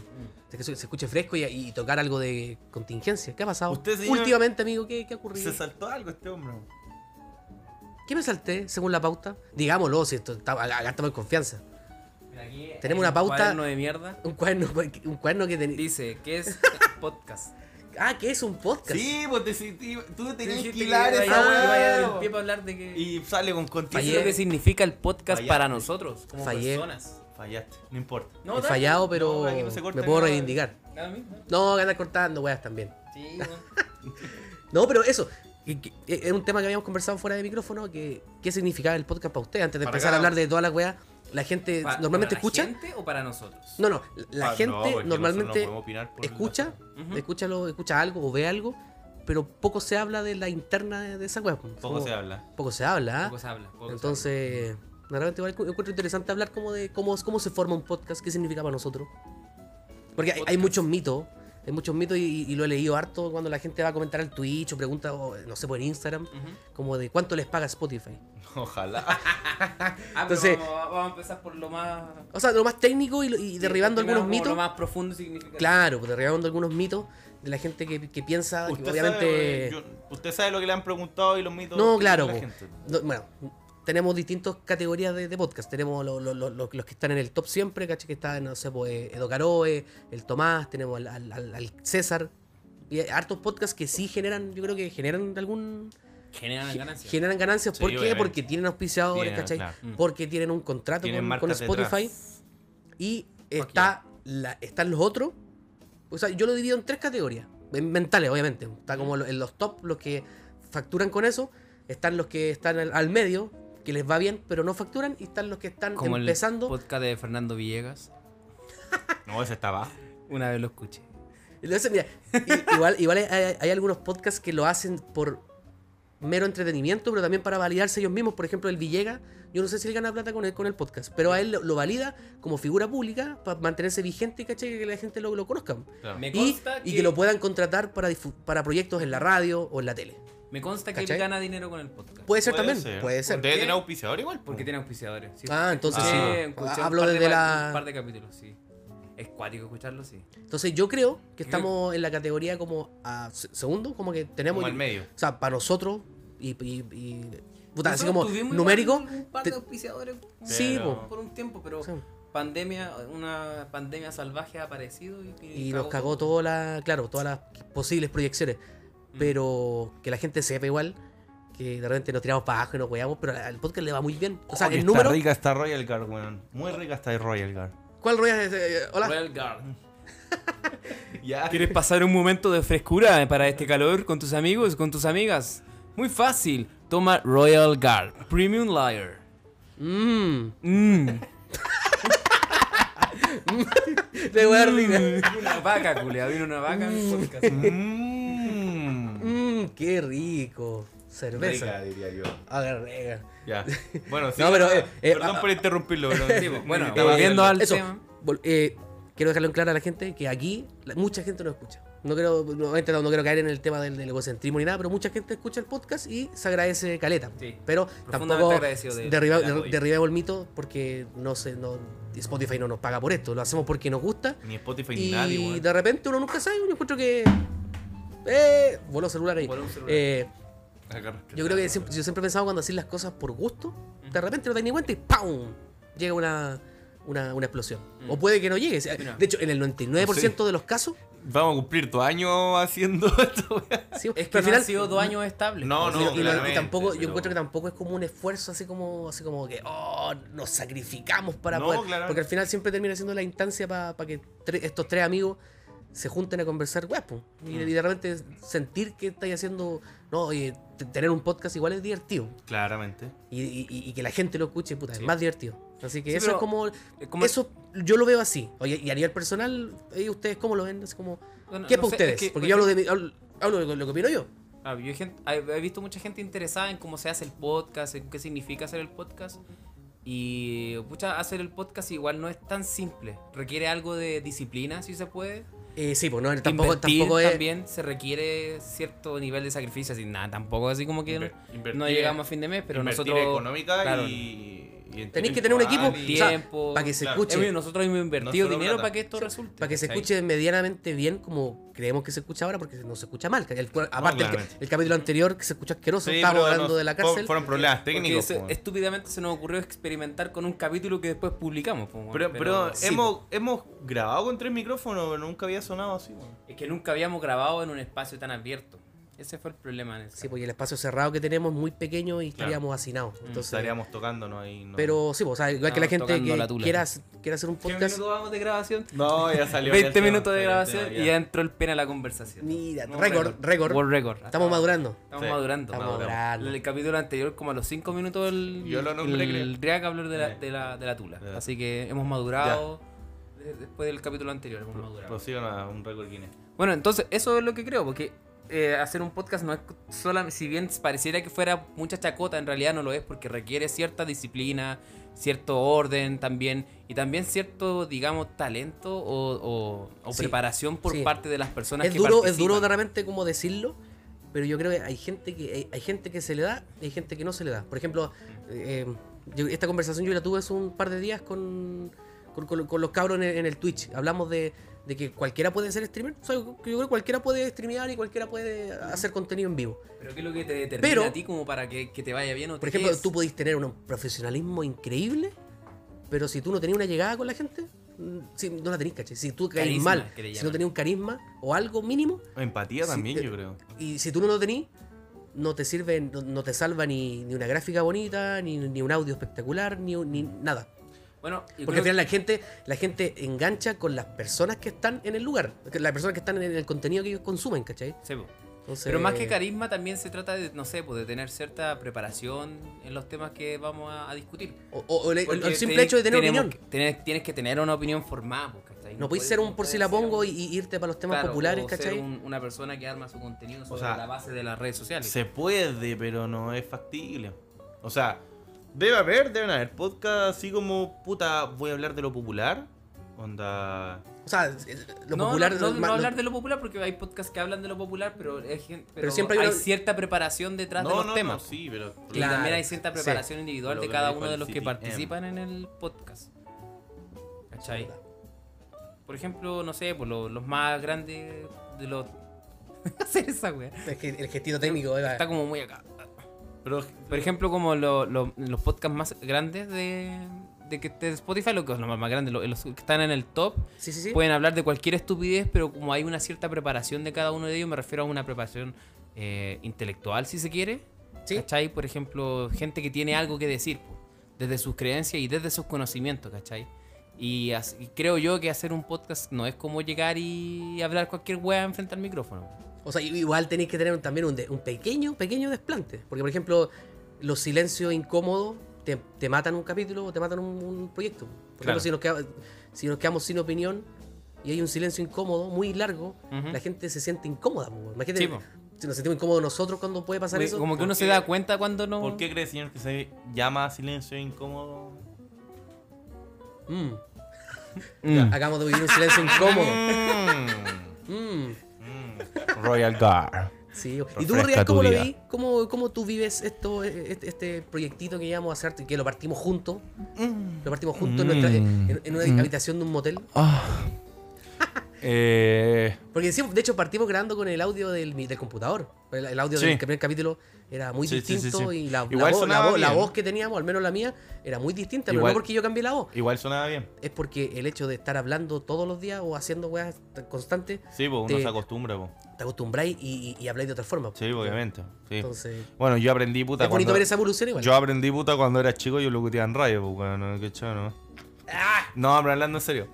[SPEAKER 3] de que se, se escuche fresco y, y tocar algo de contingencia. ¿Qué ha pasado?
[SPEAKER 2] Usted, señor-
[SPEAKER 3] Últimamente, amigo, ¿qué, qué ha ocurrido?
[SPEAKER 2] Se saltó algo este hombre.
[SPEAKER 3] ¿Qué me salté según la pauta? Digámoslo, si esto, está- acá estamos en confianza. Tenemos una pauta.
[SPEAKER 1] Cuaderno de mierda.
[SPEAKER 3] Un cuerno, un cuerno que tenía.
[SPEAKER 1] Dice, ¿qué es podcast?
[SPEAKER 3] Ah, que es un podcast.
[SPEAKER 2] Sí, pues te sentí- tú tenías que
[SPEAKER 1] Dijiste que
[SPEAKER 2] hilar
[SPEAKER 1] vaya-
[SPEAKER 2] esa
[SPEAKER 1] que vaya del
[SPEAKER 2] weá.
[SPEAKER 1] pie para hablar de que...
[SPEAKER 2] Y sale con
[SPEAKER 1] ¿Qué es
[SPEAKER 2] contenido.
[SPEAKER 1] lo que significa el podcast
[SPEAKER 2] Fallaste.
[SPEAKER 1] para nosotros, como
[SPEAKER 3] Fallé.
[SPEAKER 1] personas?
[SPEAKER 2] Fallaste, no importa.
[SPEAKER 1] No,
[SPEAKER 3] He
[SPEAKER 1] dale.
[SPEAKER 3] fallado,
[SPEAKER 2] No,
[SPEAKER 3] pero
[SPEAKER 2] para que no se corte
[SPEAKER 3] me puedo
[SPEAKER 2] nada.
[SPEAKER 3] reivindicar.
[SPEAKER 1] Nada, mí, ¿no?
[SPEAKER 3] No, ganas cortando, weas también.
[SPEAKER 1] Sí, bueno.
[SPEAKER 3] No, pero eso. que- que- eh, Era un tema que habíamos conversado fuera de micrófono. Que, ¿Qué significaba el podcast para usted? Antes de
[SPEAKER 2] Para
[SPEAKER 3] empezar a
[SPEAKER 2] cada-
[SPEAKER 3] hablar de todas las weas, la gente
[SPEAKER 1] Pa-
[SPEAKER 3] normalmente
[SPEAKER 1] ¿para
[SPEAKER 3] escucha.
[SPEAKER 1] la gente o para nosotros?
[SPEAKER 3] No, no. La
[SPEAKER 2] Ah, no,
[SPEAKER 3] gente
[SPEAKER 2] porque nosotros no
[SPEAKER 3] normalmente
[SPEAKER 2] podemos opinar por
[SPEAKER 3] escucha,
[SPEAKER 1] Ujú.
[SPEAKER 3] escucha, lo- escucha algo o ve algo, pero poco se habla de la interna de de esa wea.
[SPEAKER 2] la- Poco se habla.
[SPEAKER 3] Poco se habla, ¿ah?
[SPEAKER 1] Poco se habla. poco se
[SPEAKER 3] Entonces, realmente igual encu- encuentro interesante hablar como de cómo, cómo se forma un podcast, qué significa para nosotros. Porque hay, hay muchos mitos, hay muchos mitos y, y lo he leído harto cuando la gente va a comentar al Twitch o pregunta, o, no sé, por Instagram, como de cuánto les paga Spotify.
[SPEAKER 2] Ojalá.
[SPEAKER 1] habla. Ah, pero
[SPEAKER 3] entonces-
[SPEAKER 1] vamos, vamos a empezar por lo más...
[SPEAKER 3] O sea, lo más técnico y, lo- y derribando
[SPEAKER 1] primero
[SPEAKER 3] algunos
[SPEAKER 1] como
[SPEAKER 3] mitos.
[SPEAKER 1] Lo más profundo significa...
[SPEAKER 3] Claro, pues, derribando algunos mitos de la gente que, que piensa, que
[SPEAKER 2] Usted
[SPEAKER 3] obviamente...
[SPEAKER 2] sabe, eh, yo- usted sabe lo que le han preguntado y los mitos.
[SPEAKER 3] No,
[SPEAKER 2] de
[SPEAKER 3] claro.
[SPEAKER 2] la
[SPEAKER 3] po.
[SPEAKER 2] gente.
[SPEAKER 3] No, bueno, tenemos distintas categorías de, de podcast. Tenemos lo- lo- lo- lo- los que están en el top siempre, ¿cachai? Que están, no sé, po, eh, Edo Caroe, el Tomás, tenemos al, al- al- al César. Y hay hartos podcasts que sí generan, yo creo que generan algún.
[SPEAKER 1] Generan ganancias.
[SPEAKER 3] Generan ganancias.
[SPEAKER 2] Sí,
[SPEAKER 3] ¿Por qué?
[SPEAKER 2] obviamente.
[SPEAKER 3] Porque tienen auspiciadores,
[SPEAKER 2] Tienen,
[SPEAKER 3] ¿cachai?
[SPEAKER 2] claro.
[SPEAKER 1] Mm.
[SPEAKER 3] Porque tienen un contrato
[SPEAKER 2] Tienen
[SPEAKER 3] con, con
[SPEAKER 2] marcas
[SPEAKER 3] Spotify.
[SPEAKER 2] detrás.
[SPEAKER 3] Y está la, están los otros. O sea, yo lo divido en tres categorías. en- Mentales, obviamente. Está
[SPEAKER 1] Mm.
[SPEAKER 3] como lo- en los top, los que facturan con eso. Están los que están al, al medio, que les va bien, pero no facturan. Y están los que están
[SPEAKER 1] Como
[SPEAKER 3] empezando.
[SPEAKER 1] el podcast de Fernando Villegas.
[SPEAKER 2] No, ese está abajo.
[SPEAKER 1] Una vez lo escuché.
[SPEAKER 3] Entonces, mira, i- igual, igual hay- hay, hay algunos podcasts que lo hacen por mero entretenimiento, pero también para validarse ellos mismos. Por ejemplo, el Villega, yo no sé si él gana plata con el, con el podcast, pero a él lo, lo valida como figura pública para mantenerse vigente y caché que la gente lo, lo conozca.
[SPEAKER 2] Claro.
[SPEAKER 1] Me
[SPEAKER 3] y,
[SPEAKER 1] consta
[SPEAKER 3] y que lo puedan contratar para, difu- para proyectos en la radio o en la tele.
[SPEAKER 1] Me consta que
[SPEAKER 3] ¿Cachai?
[SPEAKER 1] él gana dinero con el podcast.
[SPEAKER 3] Puede ser
[SPEAKER 2] Puede
[SPEAKER 3] también, puede ser.
[SPEAKER 2] Debe
[SPEAKER 1] ¿Qué?
[SPEAKER 2] tener auspiciador igual. po.
[SPEAKER 1] Porque tiene auspiciadores. sí.
[SPEAKER 3] Ah, entonces
[SPEAKER 1] Sí,
[SPEAKER 2] Ah.
[SPEAKER 1] escuché
[SPEAKER 3] Hablo
[SPEAKER 1] un par de
[SPEAKER 3] desde
[SPEAKER 1] pa-
[SPEAKER 3] la-
[SPEAKER 1] Un par de capítulos, sí. Es cuático escucharlo, sí.
[SPEAKER 3] Entonces yo creo que
[SPEAKER 1] Yo-
[SPEAKER 3] estamos en la categoría como a se- segundo, como que tenemos...
[SPEAKER 2] Como al medio.
[SPEAKER 3] O sea, para nosotros y... y- y- puta, así
[SPEAKER 1] Nosotros
[SPEAKER 3] como
[SPEAKER 1] tuvimos
[SPEAKER 3] numérico...
[SPEAKER 1] igual Un par
[SPEAKER 3] te-
[SPEAKER 1] de auspiciadores
[SPEAKER 3] sí,
[SPEAKER 2] Pero-
[SPEAKER 3] po.
[SPEAKER 1] por un tiempo, pero
[SPEAKER 3] Sí.
[SPEAKER 1] pandemia, una pandemia salvaje ha aparecido y, y
[SPEAKER 3] y nos cagó
[SPEAKER 1] todo.
[SPEAKER 3] todas las, claro, todas las posibles proyecciones.
[SPEAKER 2] Mm.
[SPEAKER 3] Pero que la gente sepa igual que de repente nos tiramos para abajo y nos weamos, pero al podcast le va muy bien. O sea,
[SPEAKER 2] Oh, que
[SPEAKER 3] el
[SPEAKER 2] está
[SPEAKER 3] número...
[SPEAKER 2] rica está Royal Guard, weón. Muy rica está Royal Guard.
[SPEAKER 3] ¿Cuál rollo es? ese? Eh, Hola.
[SPEAKER 1] Royal Guard.
[SPEAKER 2] Ya.
[SPEAKER 1] ¿Quieres pasar un momento de frescura para este calor con tus amigos, con tus amigas? Muy fácil. Toma Royal Guard Premium Liar.
[SPEAKER 3] Mmm.
[SPEAKER 1] Mmm.
[SPEAKER 3] De guardia.
[SPEAKER 1] una vaca, culia. Vino una vaca en
[SPEAKER 3] Mm.
[SPEAKER 1] el podcast.
[SPEAKER 2] Mmm.
[SPEAKER 3] Mmm, qué rico. Cerveza.
[SPEAKER 2] diría yo.
[SPEAKER 3] A ver, rega.
[SPEAKER 2] Ya. Bueno, sí.
[SPEAKER 3] No, pero,
[SPEAKER 2] ya.
[SPEAKER 3] eh, eh,
[SPEAKER 2] perdón
[SPEAKER 3] ah,
[SPEAKER 2] por interrumpirlo, pero
[SPEAKER 1] Sí, pues, bueno,
[SPEAKER 2] necesitaba
[SPEAKER 1] volviendo
[SPEAKER 2] hacerlo.
[SPEAKER 1] al
[SPEAKER 3] Eso,
[SPEAKER 1] tema.
[SPEAKER 3] vol- eh, quiero dejarlo en claro a la gente que aquí la- mucha gente no escucha. No quiero, no, obviamente no- no quiero caer en el tema del, del egocentrismo ni nada, pero mucha gente escucha el podcast y se agradece caleta.
[SPEAKER 1] Sí.
[SPEAKER 3] Pero
[SPEAKER 1] Profundamente
[SPEAKER 3] tampoco
[SPEAKER 1] agradecido de-
[SPEAKER 3] derriba-
[SPEAKER 1] del apoyo.
[SPEAKER 3] derribemos el mito porque no sé, no, Spotify no nos paga por esto. Lo hacemos porque nos gusta.
[SPEAKER 2] Ni
[SPEAKER 1] Pues
[SPEAKER 2] Spotify ni
[SPEAKER 3] Y
[SPEAKER 2] nadie, weón.
[SPEAKER 3] de repente uno nunca sabe, uno encuentro que. ¡Eh! Voló celular ahí.
[SPEAKER 1] Voló un celular.
[SPEAKER 3] Eh,
[SPEAKER 2] Agarra.
[SPEAKER 3] yo creo que siempre- yo siempre he pensado cuando haces las cosas por gusto, de repente no te das ni cuenta y ¡pum! Llega una, una, una explosión.
[SPEAKER 1] Mm.
[SPEAKER 3] O puede que no llegue. De hecho, en el 99% de los casos,
[SPEAKER 2] Vamos a cumplir tu año haciendo esto, weón.
[SPEAKER 3] sí,
[SPEAKER 1] Es que
[SPEAKER 3] pero
[SPEAKER 1] no han sido dos años estables.
[SPEAKER 2] No,
[SPEAKER 3] y- y- y
[SPEAKER 2] claramente,
[SPEAKER 3] tampoco,
[SPEAKER 2] pero-
[SPEAKER 3] Yo encuentro que tampoco es como un esfuerzo así como, así como que oh, nos sacrificamos para
[SPEAKER 2] No,
[SPEAKER 3] poder.
[SPEAKER 2] claramente.
[SPEAKER 3] Porque al final siempre termina siendo la instancia para que tre- estos tres amigos se junten a conversar, weas, po. y,
[SPEAKER 1] Mm.
[SPEAKER 3] y de repente sentir que estáis haciendo. No, oye, t- tener un podcast igual es divertido.
[SPEAKER 2] Claramente.
[SPEAKER 3] y, y- y que la gente lo escuche, puta, es más divertido. Así que
[SPEAKER 1] Sí,
[SPEAKER 3] eso
[SPEAKER 1] pero-
[SPEAKER 3] es como,
[SPEAKER 1] es como-
[SPEAKER 3] Eso yo lo veo así. Oye, y a nivel personal, ahí ¿ustedes cómo lo ven? Es como,
[SPEAKER 1] Bueno,
[SPEAKER 3] ¿Qué
[SPEAKER 1] no
[SPEAKER 3] para
[SPEAKER 1] sé,
[SPEAKER 3] ustedes?
[SPEAKER 1] es que,
[SPEAKER 3] Porque
[SPEAKER 1] por
[SPEAKER 3] yo hablo de, mi- hablo, hablo de lo que opino yo.
[SPEAKER 1] Claro, yo he, gen- he- he visto mucha gente interesada en cómo se hace el podcast, en qué significa hacer el podcast. Y pucha, hacer el podcast igual no es tan simple. Requiere algo de disciplina, si se puede.
[SPEAKER 3] Eh, sí, pues no, tampoco,
[SPEAKER 1] Invertir
[SPEAKER 3] tampoco es.
[SPEAKER 1] también se requiere cierto nivel de sacrificio, así nada, tampoco así como que no-
[SPEAKER 2] Invertir-
[SPEAKER 1] no llegamos a fin de mes, pero
[SPEAKER 2] invertir
[SPEAKER 1] nosotros
[SPEAKER 2] económica
[SPEAKER 1] claro,
[SPEAKER 2] y, y en
[SPEAKER 3] Tenéis que tener
[SPEAKER 2] tiempo
[SPEAKER 3] un equipo
[SPEAKER 2] y-
[SPEAKER 1] y- tiempo,
[SPEAKER 3] para que se
[SPEAKER 2] claro.
[SPEAKER 3] escuche.
[SPEAKER 1] hemos- nosotros hemos invertido
[SPEAKER 2] No solo
[SPEAKER 1] dinero
[SPEAKER 2] plata.
[SPEAKER 1] para que esto resulte.
[SPEAKER 3] Para que se
[SPEAKER 1] ¿cachai?
[SPEAKER 3] escuche medianamente bien, como creemos que se escucha ahora, porque no se escucha mal. El- aparte, el,
[SPEAKER 2] claramente.
[SPEAKER 3] el capítulo anterior, que se escuchó asqueroso,
[SPEAKER 2] Sí,
[SPEAKER 3] estábamos
[SPEAKER 2] pero
[SPEAKER 3] hablando
[SPEAKER 2] no-
[SPEAKER 3] de la
[SPEAKER 2] fue-
[SPEAKER 3] cárcel.
[SPEAKER 2] Fueron problemas
[SPEAKER 1] Porque
[SPEAKER 2] técnicos.
[SPEAKER 1] se-
[SPEAKER 2] po.
[SPEAKER 1] estúpidamente se nos ocurrió experimentar con un capítulo que después publicamos. po,
[SPEAKER 2] Pero, pero,
[SPEAKER 1] sí,
[SPEAKER 2] hemos, hemos grabado con tres micrófonos, pero nunca había sonado así. po.
[SPEAKER 1] po. es que nunca habíamos grabado en un espacio tan abierto. Ese fue el problema. En el
[SPEAKER 3] Sí, porque el espacio cerrado que tenemos es muy pequeño y estaríamos
[SPEAKER 1] Mm,
[SPEAKER 3] hacinados. Entonces,
[SPEAKER 2] Estaríamos tocándonos ahí. No.
[SPEAKER 3] Pero sí, pues, o sea, igual que la
[SPEAKER 1] Estábamos
[SPEAKER 3] gente
[SPEAKER 1] tocando
[SPEAKER 3] que
[SPEAKER 1] la tula.
[SPEAKER 3] quiera, hacer- quiera hacer un
[SPEAKER 1] ¿Qué
[SPEAKER 3] podcast.
[SPEAKER 1] minutos vamos de grabación?
[SPEAKER 2] No, ya salió.
[SPEAKER 1] 20 minutos de grabación y ya entró el pena a la conversación.
[SPEAKER 3] Mira,
[SPEAKER 1] No,
[SPEAKER 3] récord, récord.
[SPEAKER 1] World record.
[SPEAKER 3] Estamos madurando.
[SPEAKER 1] Estamos
[SPEAKER 2] Sí,
[SPEAKER 1] madurando.
[SPEAKER 3] Estamos
[SPEAKER 2] maduramos.
[SPEAKER 3] madurando.
[SPEAKER 1] El capítulo anterior, como a los 5 minutos, el,
[SPEAKER 2] Yo lo nombré,
[SPEAKER 1] el
[SPEAKER 2] creo.
[SPEAKER 1] Reac habló de la,
[SPEAKER 2] Sí.
[SPEAKER 1] de, la, de la tula.
[SPEAKER 2] Ya.
[SPEAKER 1] Así que hemos madurado de- después del capítulo anterior. Hemos
[SPEAKER 2] Pues,
[SPEAKER 1] madurado.
[SPEAKER 2] Prosigan a un récord Guinness.
[SPEAKER 1] Bueno, entonces eso es lo que creo, porque eh, hacer un podcast no es solamente, si bien pareciera que fuera mucha chacota, en realidad no lo es, porque requiere cierta disciplina, cierto orden también, y también cierto, digamos, talento o, o- o
[SPEAKER 3] Sí,
[SPEAKER 1] preparación por
[SPEAKER 3] sí.
[SPEAKER 1] parte de las personas
[SPEAKER 3] Es
[SPEAKER 1] que
[SPEAKER 3] duro, es duro de
[SPEAKER 1] participan.
[SPEAKER 3] repente como decirlo, pero yo creo que hay gente que hay, hay gente que se le da y hay gente que no se le da. Por ejemplo, eh, yo- esta conversación yo la tuve hace un par de días con, con, con- con los cabros en el, en el Twitch. Hablamos de, de que cualquiera puede ser streamer. O sea, yo creo que cualquiera puede streamear y cualquiera puede hacer contenido en vivo.
[SPEAKER 1] Pero ¿qué es lo que te determina
[SPEAKER 3] Pero-
[SPEAKER 1] a ti como para que, que te vaya bien o
[SPEAKER 3] Por
[SPEAKER 1] te
[SPEAKER 3] ejemplo,
[SPEAKER 1] quedes?
[SPEAKER 3] tú podés tener un profesionalismo increíble, pero si tú no tenés una llegada con la gente, mm, si, no la tenés, ¿cachai? Si tú caes
[SPEAKER 1] Carisma,
[SPEAKER 3] mal,
[SPEAKER 1] que le
[SPEAKER 3] si no
[SPEAKER 1] llaman.
[SPEAKER 3] tenés un carisma o algo mínimo,
[SPEAKER 2] Empatía
[SPEAKER 3] Sí,
[SPEAKER 2] también,
[SPEAKER 3] eh,
[SPEAKER 2] yo creo.
[SPEAKER 3] y si tú no lo tenés, no te sirve, no, no te salva ni, ni una gráfica bonita, ni, ni un audio espectacular, ni, un- ni nada.
[SPEAKER 1] Bueno, yo
[SPEAKER 3] Porque al
[SPEAKER 1] creo
[SPEAKER 3] final la gente, la gente engancha con las personas que están en el lugar, que- las personas que están en el contenido que ellos consumen, ¿cachai?
[SPEAKER 1] que- sí, po.
[SPEAKER 3] Entonces,
[SPEAKER 1] Pero más que carisma también se trata de, no sé, pues, de tener cierta preparación en los temas que vamos a- a discutir.
[SPEAKER 3] O, o- o el-
[SPEAKER 1] Porque
[SPEAKER 3] el simple
[SPEAKER 1] tenés-
[SPEAKER 3] hecho de tener
[SPEAKER 1] tenemos
[SPEAKER 3] opinión.
[SPEAKER 1] que- tenés- tienes que tener una opinión formada, pues, ¿cachai?
[SPEAKER 3] No podéis
[SPEAKER 1] puedes-
[SPEAKER 3] ser un
[SPEAKER 1] no
[SPEAKER 3] por
[SPEAKER 1] puedes
[SPEAKER 3] si la
[SPEAKER 1] ser
[SPEAKER 3] pongo
[SPEAKER 1] un-
[SPEAKER 3] y, y irte para los temas
[SPEAKER 1] claro,
[SPEAKER 3] populares,
[SPEAKER 1] o ser
[SPEAKER 3] ¿cachai?
[SPEAKER 1] un- una persona que arma su contenido sobre
[SPEAKER 2] sea,
[SPEAKER 1] la base de las redes sociales.
[SPEAKER 2] Se puede, pero no es factible. O sea, debe haber, deben haber podcasts así como, puta, voy a hablar de lo popular. Onda.
[SPEAKER 3] O sea, eh, lo
[SPEAKER 1] no,
[SPEAKER 3] popular.
[SPEAKER 1] no, no,
[SPEAKER 3] lo-
[SPEAKER 1] no
[SPEAKER 3] ma-
[SPEAKER 1] hablar
[SPEAKER 3] lo-
[SPEAKER 1] de lo popular porque hay podcasts que hablan de lo popular, pero, hay gen- pero,
[SPEAKER 3] siempre
[SPEAKER 1] siempre
[SPEAKER 3] hay
[SPEAKER 1] hay,
[SPEAKER 3] una-
[SPEAKER 1] cierta preparación detrás
[SPEAKER 2] no,
[SPEAKER 1] de los
[SPEAKER 2] no,
[SPEAKER 1] temas.
[SPEAKER 2] no, sí, pero.
[SPEAKER 1] Y
[SPEAKER 3] Claro.
[SPEAKER 1] también hay cierta
[SPEAKER 3] sí.
[SPEAKER 1] preparación individual
[SPEAKER 2] Lo
[SPEAKER 1] de
[SPEAKER 2] que
[SPEAKER 1] cada
[SPEAKER 2] me
[SPEAKER 1] uno de los que
[SPEAKER 2] dijo el CTM.
[SPEAKER 1] participan en el podcast. ¿Cachai? Por ejemplo, no sé, pues, lo- los más grandes de los... hacer esa wea.
[SPEAKER 3] Es que el gestito técnico. eh,
[SPEAKER 1] Está como muy acá.
[SPEAKER 2] Pero,
[SPEAKER 1] Por ejemplo, como lo- lo- los podcasts más grandes de, de que de Spotify, lo que los más más grandes, lo- los, que están en el top,
[SPEAKER 3] Sí, sí, sí.
[SPEAKER 1] pueden hablar de cualquier estupidez, pero como hay una cierta preparación de cada uno de ellos, me refiero a una preparación eh, intelectual, si se quiere.
[SPEAKER 3] Sí.
[SPEAKER 1] ¿Cachai? Por ejemplo, gente que tiene algo que decir, po, desde sus creencias y desde sus conocimientos, ¿cachai? Y, as- y creo yo que hacer un podcast no es como llegar y hablar cualquier wea enfrente al micrófono.
[SPEAKER 3] O sea, igual tenéis que tener un- también un, de- un pequeño, pequeño desplante. Porque, por ejemplo, los silencios incómodos te, te matan un capítulo o te matan un, un proyecto. Por ejemplo,
[SPEAKER 2] Claro.
[SPEAKER 3] si nos, queda- si nos quedamos sin opinión y hay un silencio incómodo, muy largo,
[SPEAKER 1] Ujú.
[SPEAKER 3] la gente se siente incómoda. po. Imagínate
[SPEAKER 1] Sí, po.
[SPEAKER 3] si nos sentimos incómodos nosotros cuando puede pasar
[SPEAKER 1] Como-
[SPEAKER 3] eso.
[SPEAKER 1] Como que
[SPEAKER 2] ¿Por
[SPEAKER 1] uno se
[SPEAKER 2] qué?
[SPEAKER 1] da cuenta cuando no...
[SPEAKER 2] ¿por qué cree, señor, que se llama silencio incómodo?
[SPEAKER 3] Mm.
[SPEAKER 1] Mm.
[SPEAKER 3] Acabamos de vivir un silencio incómodo.
[SPEAKER 2] Mm,
[SPEAKER 3] Mm.
[SPEAKER 2] mm. Royal Guard.
[SPEAKER 3] Sí. ¿Y tú,
[SPEAKER 2] Refresca
[SPEAKER 3] Rial,
[SPEAKER 2] tu
[SPEAKER 3] cómo lo
[SPEAKER 2] día.
[SPEAKER 3] vi? ¿Cómo, cómo tú vives esto, eh, este, este proyectito que llevamos a hacer, que lo partimos juntos? Lo partimos juntos en, nuestra- en- en
[SPEAKER 2] Mm.
[SPEAKER 3] una habitación de un motel.
[SPEAKER 2] Eh.
[SPEAKER 3] Porque sí, de hecho partimos grabando con el audio del, mi- del computador. El, el audio
[SPEAKER 2] Sí.
[SPEAKER 3] del primer capítulo era muy
[SPEAKER 2] Sí, sí, sí,
[SPEAKER 3] distinto
[SPEAKER 2] sí.
[SPEAKER 3] y la, la
[SPEAKER 2] Igual
[SPEAKER 3] voz, la,
[SPEAKER 2] sonaba
[SPEAKER 3] voz- la
[SPEAKER 2] bien.
[SPEAKER 3] voz que teníamos, al menos la mía, era muy distinta. Pero no
[SPEAKER 2] Igual-
[SPEAKER 3] porque yo cambié la voz.
[SPEAKER 2] Igual sonaba bien.
[SPEAKER 3] Es porque el hecho de estar hablando todos los días o haciendo weas tan constantes,
[SPEAKER 2] Sí, pues uno
[SPEAKER 3] Te-
[SPEAKER 2] se acostumbra, pues.
[SPEAKER 3] te acostumbráis y, y, y habláis de otra forma.
[SPEAKER 2] Sí, pues, obviamente. Sí.
[SPEAKER 3] Entonces,
[SPEAKER 2] bueno, yo aprendí puta
[SPEAKER 3] es bonito
[SPEAKER 2] cuando.
[SPEAKER 3] ver esa evolución igual.
[SPEAKER 2] Yo aprendí puta cuando era chico, yo lo cuteaba en radio, pues bueno, qué chano. ¿no?
[SPEAKER 3] Ah.
[SPEAKER 2] No, pero hablando en serio.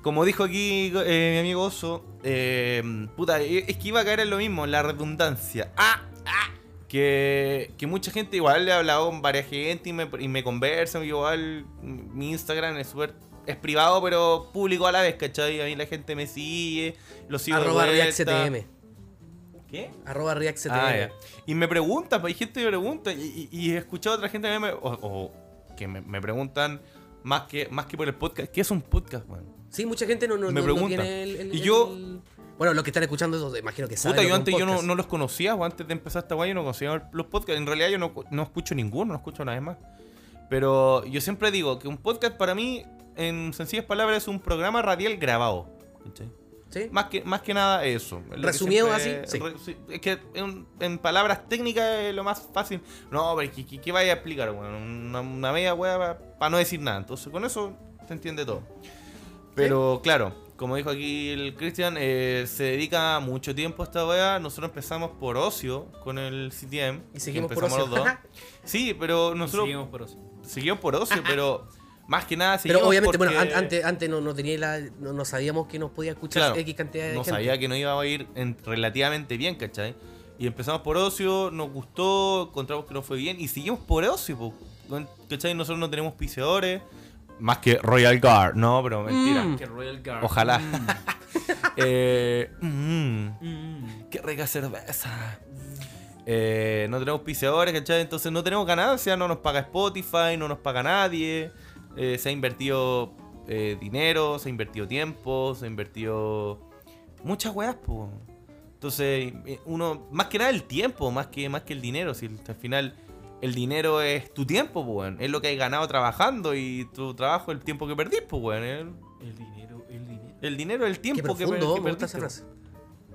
[SPEAKER 2] Como dijo aquí eh, mi amigo Oso, eh, puta, eh, es que iba a caer en lo mismo, en la redundancia. Ah, ah, que, que mucha gente igual le he hablado con varias gente y me, y me conversan, igual mi Instagram es súper- Es privado, pero público a la vez, ¿cachai? A mí la gente me sigue, lo sigo de
[SPEAKER 3] Arroba
[SPEAKER 2] vuelta.
[SPEAKER 3] ReactCTM.
[SPEAKER 2] ¿Qué?
[SPEAKER 3] Arroba ReactCTM.
[SPEAKER 2] Ah, ya. Y me preguntan, pues, hay gente que me pregunta, y, y- y he escuchado a otra gente que me, o, o que me, me preguntan más que, más que por el podcast, ¿qué es un podcast, weón?
[SPEAKER 3] Sí, mucha gente no, no,
[SPEAKER 2] Me
[SPEAKER 3] no- no
[SPEAKER 2] pregunta.
[SPEAKER 3] tiene el, el-
[SPEAKER 2] Y yo-
[SPEAKER 3] el- Bueno, los que están escuchando eso, imagino que saben. lo
[SPEAKER 2] Puta,
[SPEAKER 3] que es
[SPEAKER 2] yo
[SPEAKER 3] un
[SPEAKER 2] antes yo no,
[SPEAKER 3] podcast.
[SPEAKER 2] no los conocía, o antes de empezar esta guay yo no conocía los podcasts. En realidad yo no, no escucho ninguno, no escucho nada más. Pero yo siempre digo que un podcast para mí, en sencillas palabras, es un programa radial grabado. ¿cachai?
[SPEAKER 3] ¿Sí?
[SPEAKER 2] Más que, más que nada eso. Lo que
[SPEAKER 3] Resumido
[SPEAKER 2] siempre-
[SPEAKER 3] así, sí.
[SPEAKER 2] re- sí, es que en, en palabras técnicas es lo más fácil. No, pero ¿qué, qué- qué vaya a explicar? Bueno, una, una media hueá para no decir nada. Entonces con eso se entiende todo. Pero claro, como dijo aquí el Cristian, eh, se dedica mucho tiempo a esta hueá. Nosotros empezamos por ocio con el CTM.
[SPEAKER 3] Y seguimos
[SPEAKER 2] que
[SPEAKER 3] por
[SPEAKER 2] empezamos
[SPEAKER 3] ocio.
[SPEAKER 2] los dos. Sí, pero nosotros seguimos,
[SPEAKER 1] Seguimos por ocio.
[SPEAKER 2] por ocio, pero más que nada
[SPEAKER 3] Pero
[SPEAKER 2] seguimos
[SPEAKER 3] obviamente, bueno,
[SPEAKER 2] porque-
[SPEAKER 3] an- antes, antes no, no tenía la, no, no sabíamos que nos podía escuchar
[SPEAKER 2] Claro,
[SPEAKER 3] X cantidad de
[SPEAKER 2] no
[SPEAKER 3] gente.
[SPEAKER 2] sabía que no iba a ir en- relativamente bien, ¿cachai? Y empezamos por ocio, nos gustó, encontramos que no fue bien y seguimos por ocio, po. ¿cachai? Nosotros no tenemos piseadores. Más que Royal Guard, no, pero mentira.
[SPEAKER 3] Mm.
[SPEAKER 1] Que Royal Mm. Guard.
[SPEAKER 2] Ojalá. Eh,
[SPEAKER 1] Mm, mm.
[SPEAKER 2] ¡Qué rica cerveza! Eh, no tenemos piseadores, ¿cachai? Entonces no tenemos ganancia, no nos paga Spotify, no nos paga nadie. Eh, se ha invertido eh, dinero, se ha invertido tiempo, se ha invertido muchas weas, po. Entonces, eh, uno, más que nada el tiempo, más que, más que el dinero. Si el- al final el dinero es tu tiempo, po, weón. Es lo que has ganado trabajando y tu trabajo, el tiempo que perdís, po, weón. El,
[SPEAKER 1] El dinero, el dinero.
[SPEAKER 2] el dinero es el
[SPEAKER 3] Qué
[SPEAKER 2] tiempo que, per-
[SPEAKER 3] profundo,
[SPEAKER 2] que
[SPEAKER 3] me gusta esa
[SPEAKER 2] perdiste,
[SPEAKER 3] frase.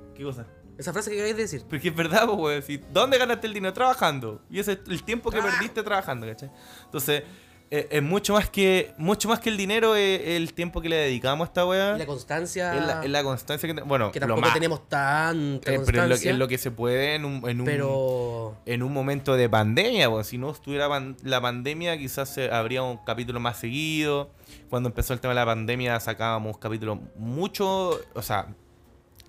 [SPEAKER 2] po. ¿Qué cosa?
[SPEAKER 3] Esa frase que queréis decir.
[SPEAKER 2] Porque es verdad, pues, weón. Si, ¿Dónde ganaste el dinero? Trabajando. Y ese es el tiempo que perdiste trabajando, ¿cachai? Entonces, eh, es mucho más que mucho más que el dinero, es el tiempo que le dedicamos a esta weá.
[SPEAKER 3] Y la
[SPEAKER 2] Es
[SPEAKER 3] constancia.
[SPEAKER 2] la, Ah. es la constancia que tenemos. Bueno,
[SPEAKER 3] que
[SPEAKER 2] lo
[SPEAKER 3] tampoco
[SPEAKER 2] más,
[SPEAKER 3] tenemos
[SPEAKER 2] eh,
[SPEAKER 3] tanta
[SPEAKER 2] pero es lo,
[SPEAKER 3] constancia.
[SPEAKER 2] es lo que se puede en un, en un,
[SPEAKER 3] pero
[SPEAKER 2] en un momento de pandemia, pues. Si no estuviera pan- la pandemia, quizás se- habría un capítulo más seguido. Cuando empezó el tema de la pandemia, sacábamos capítulos mucho. O sea,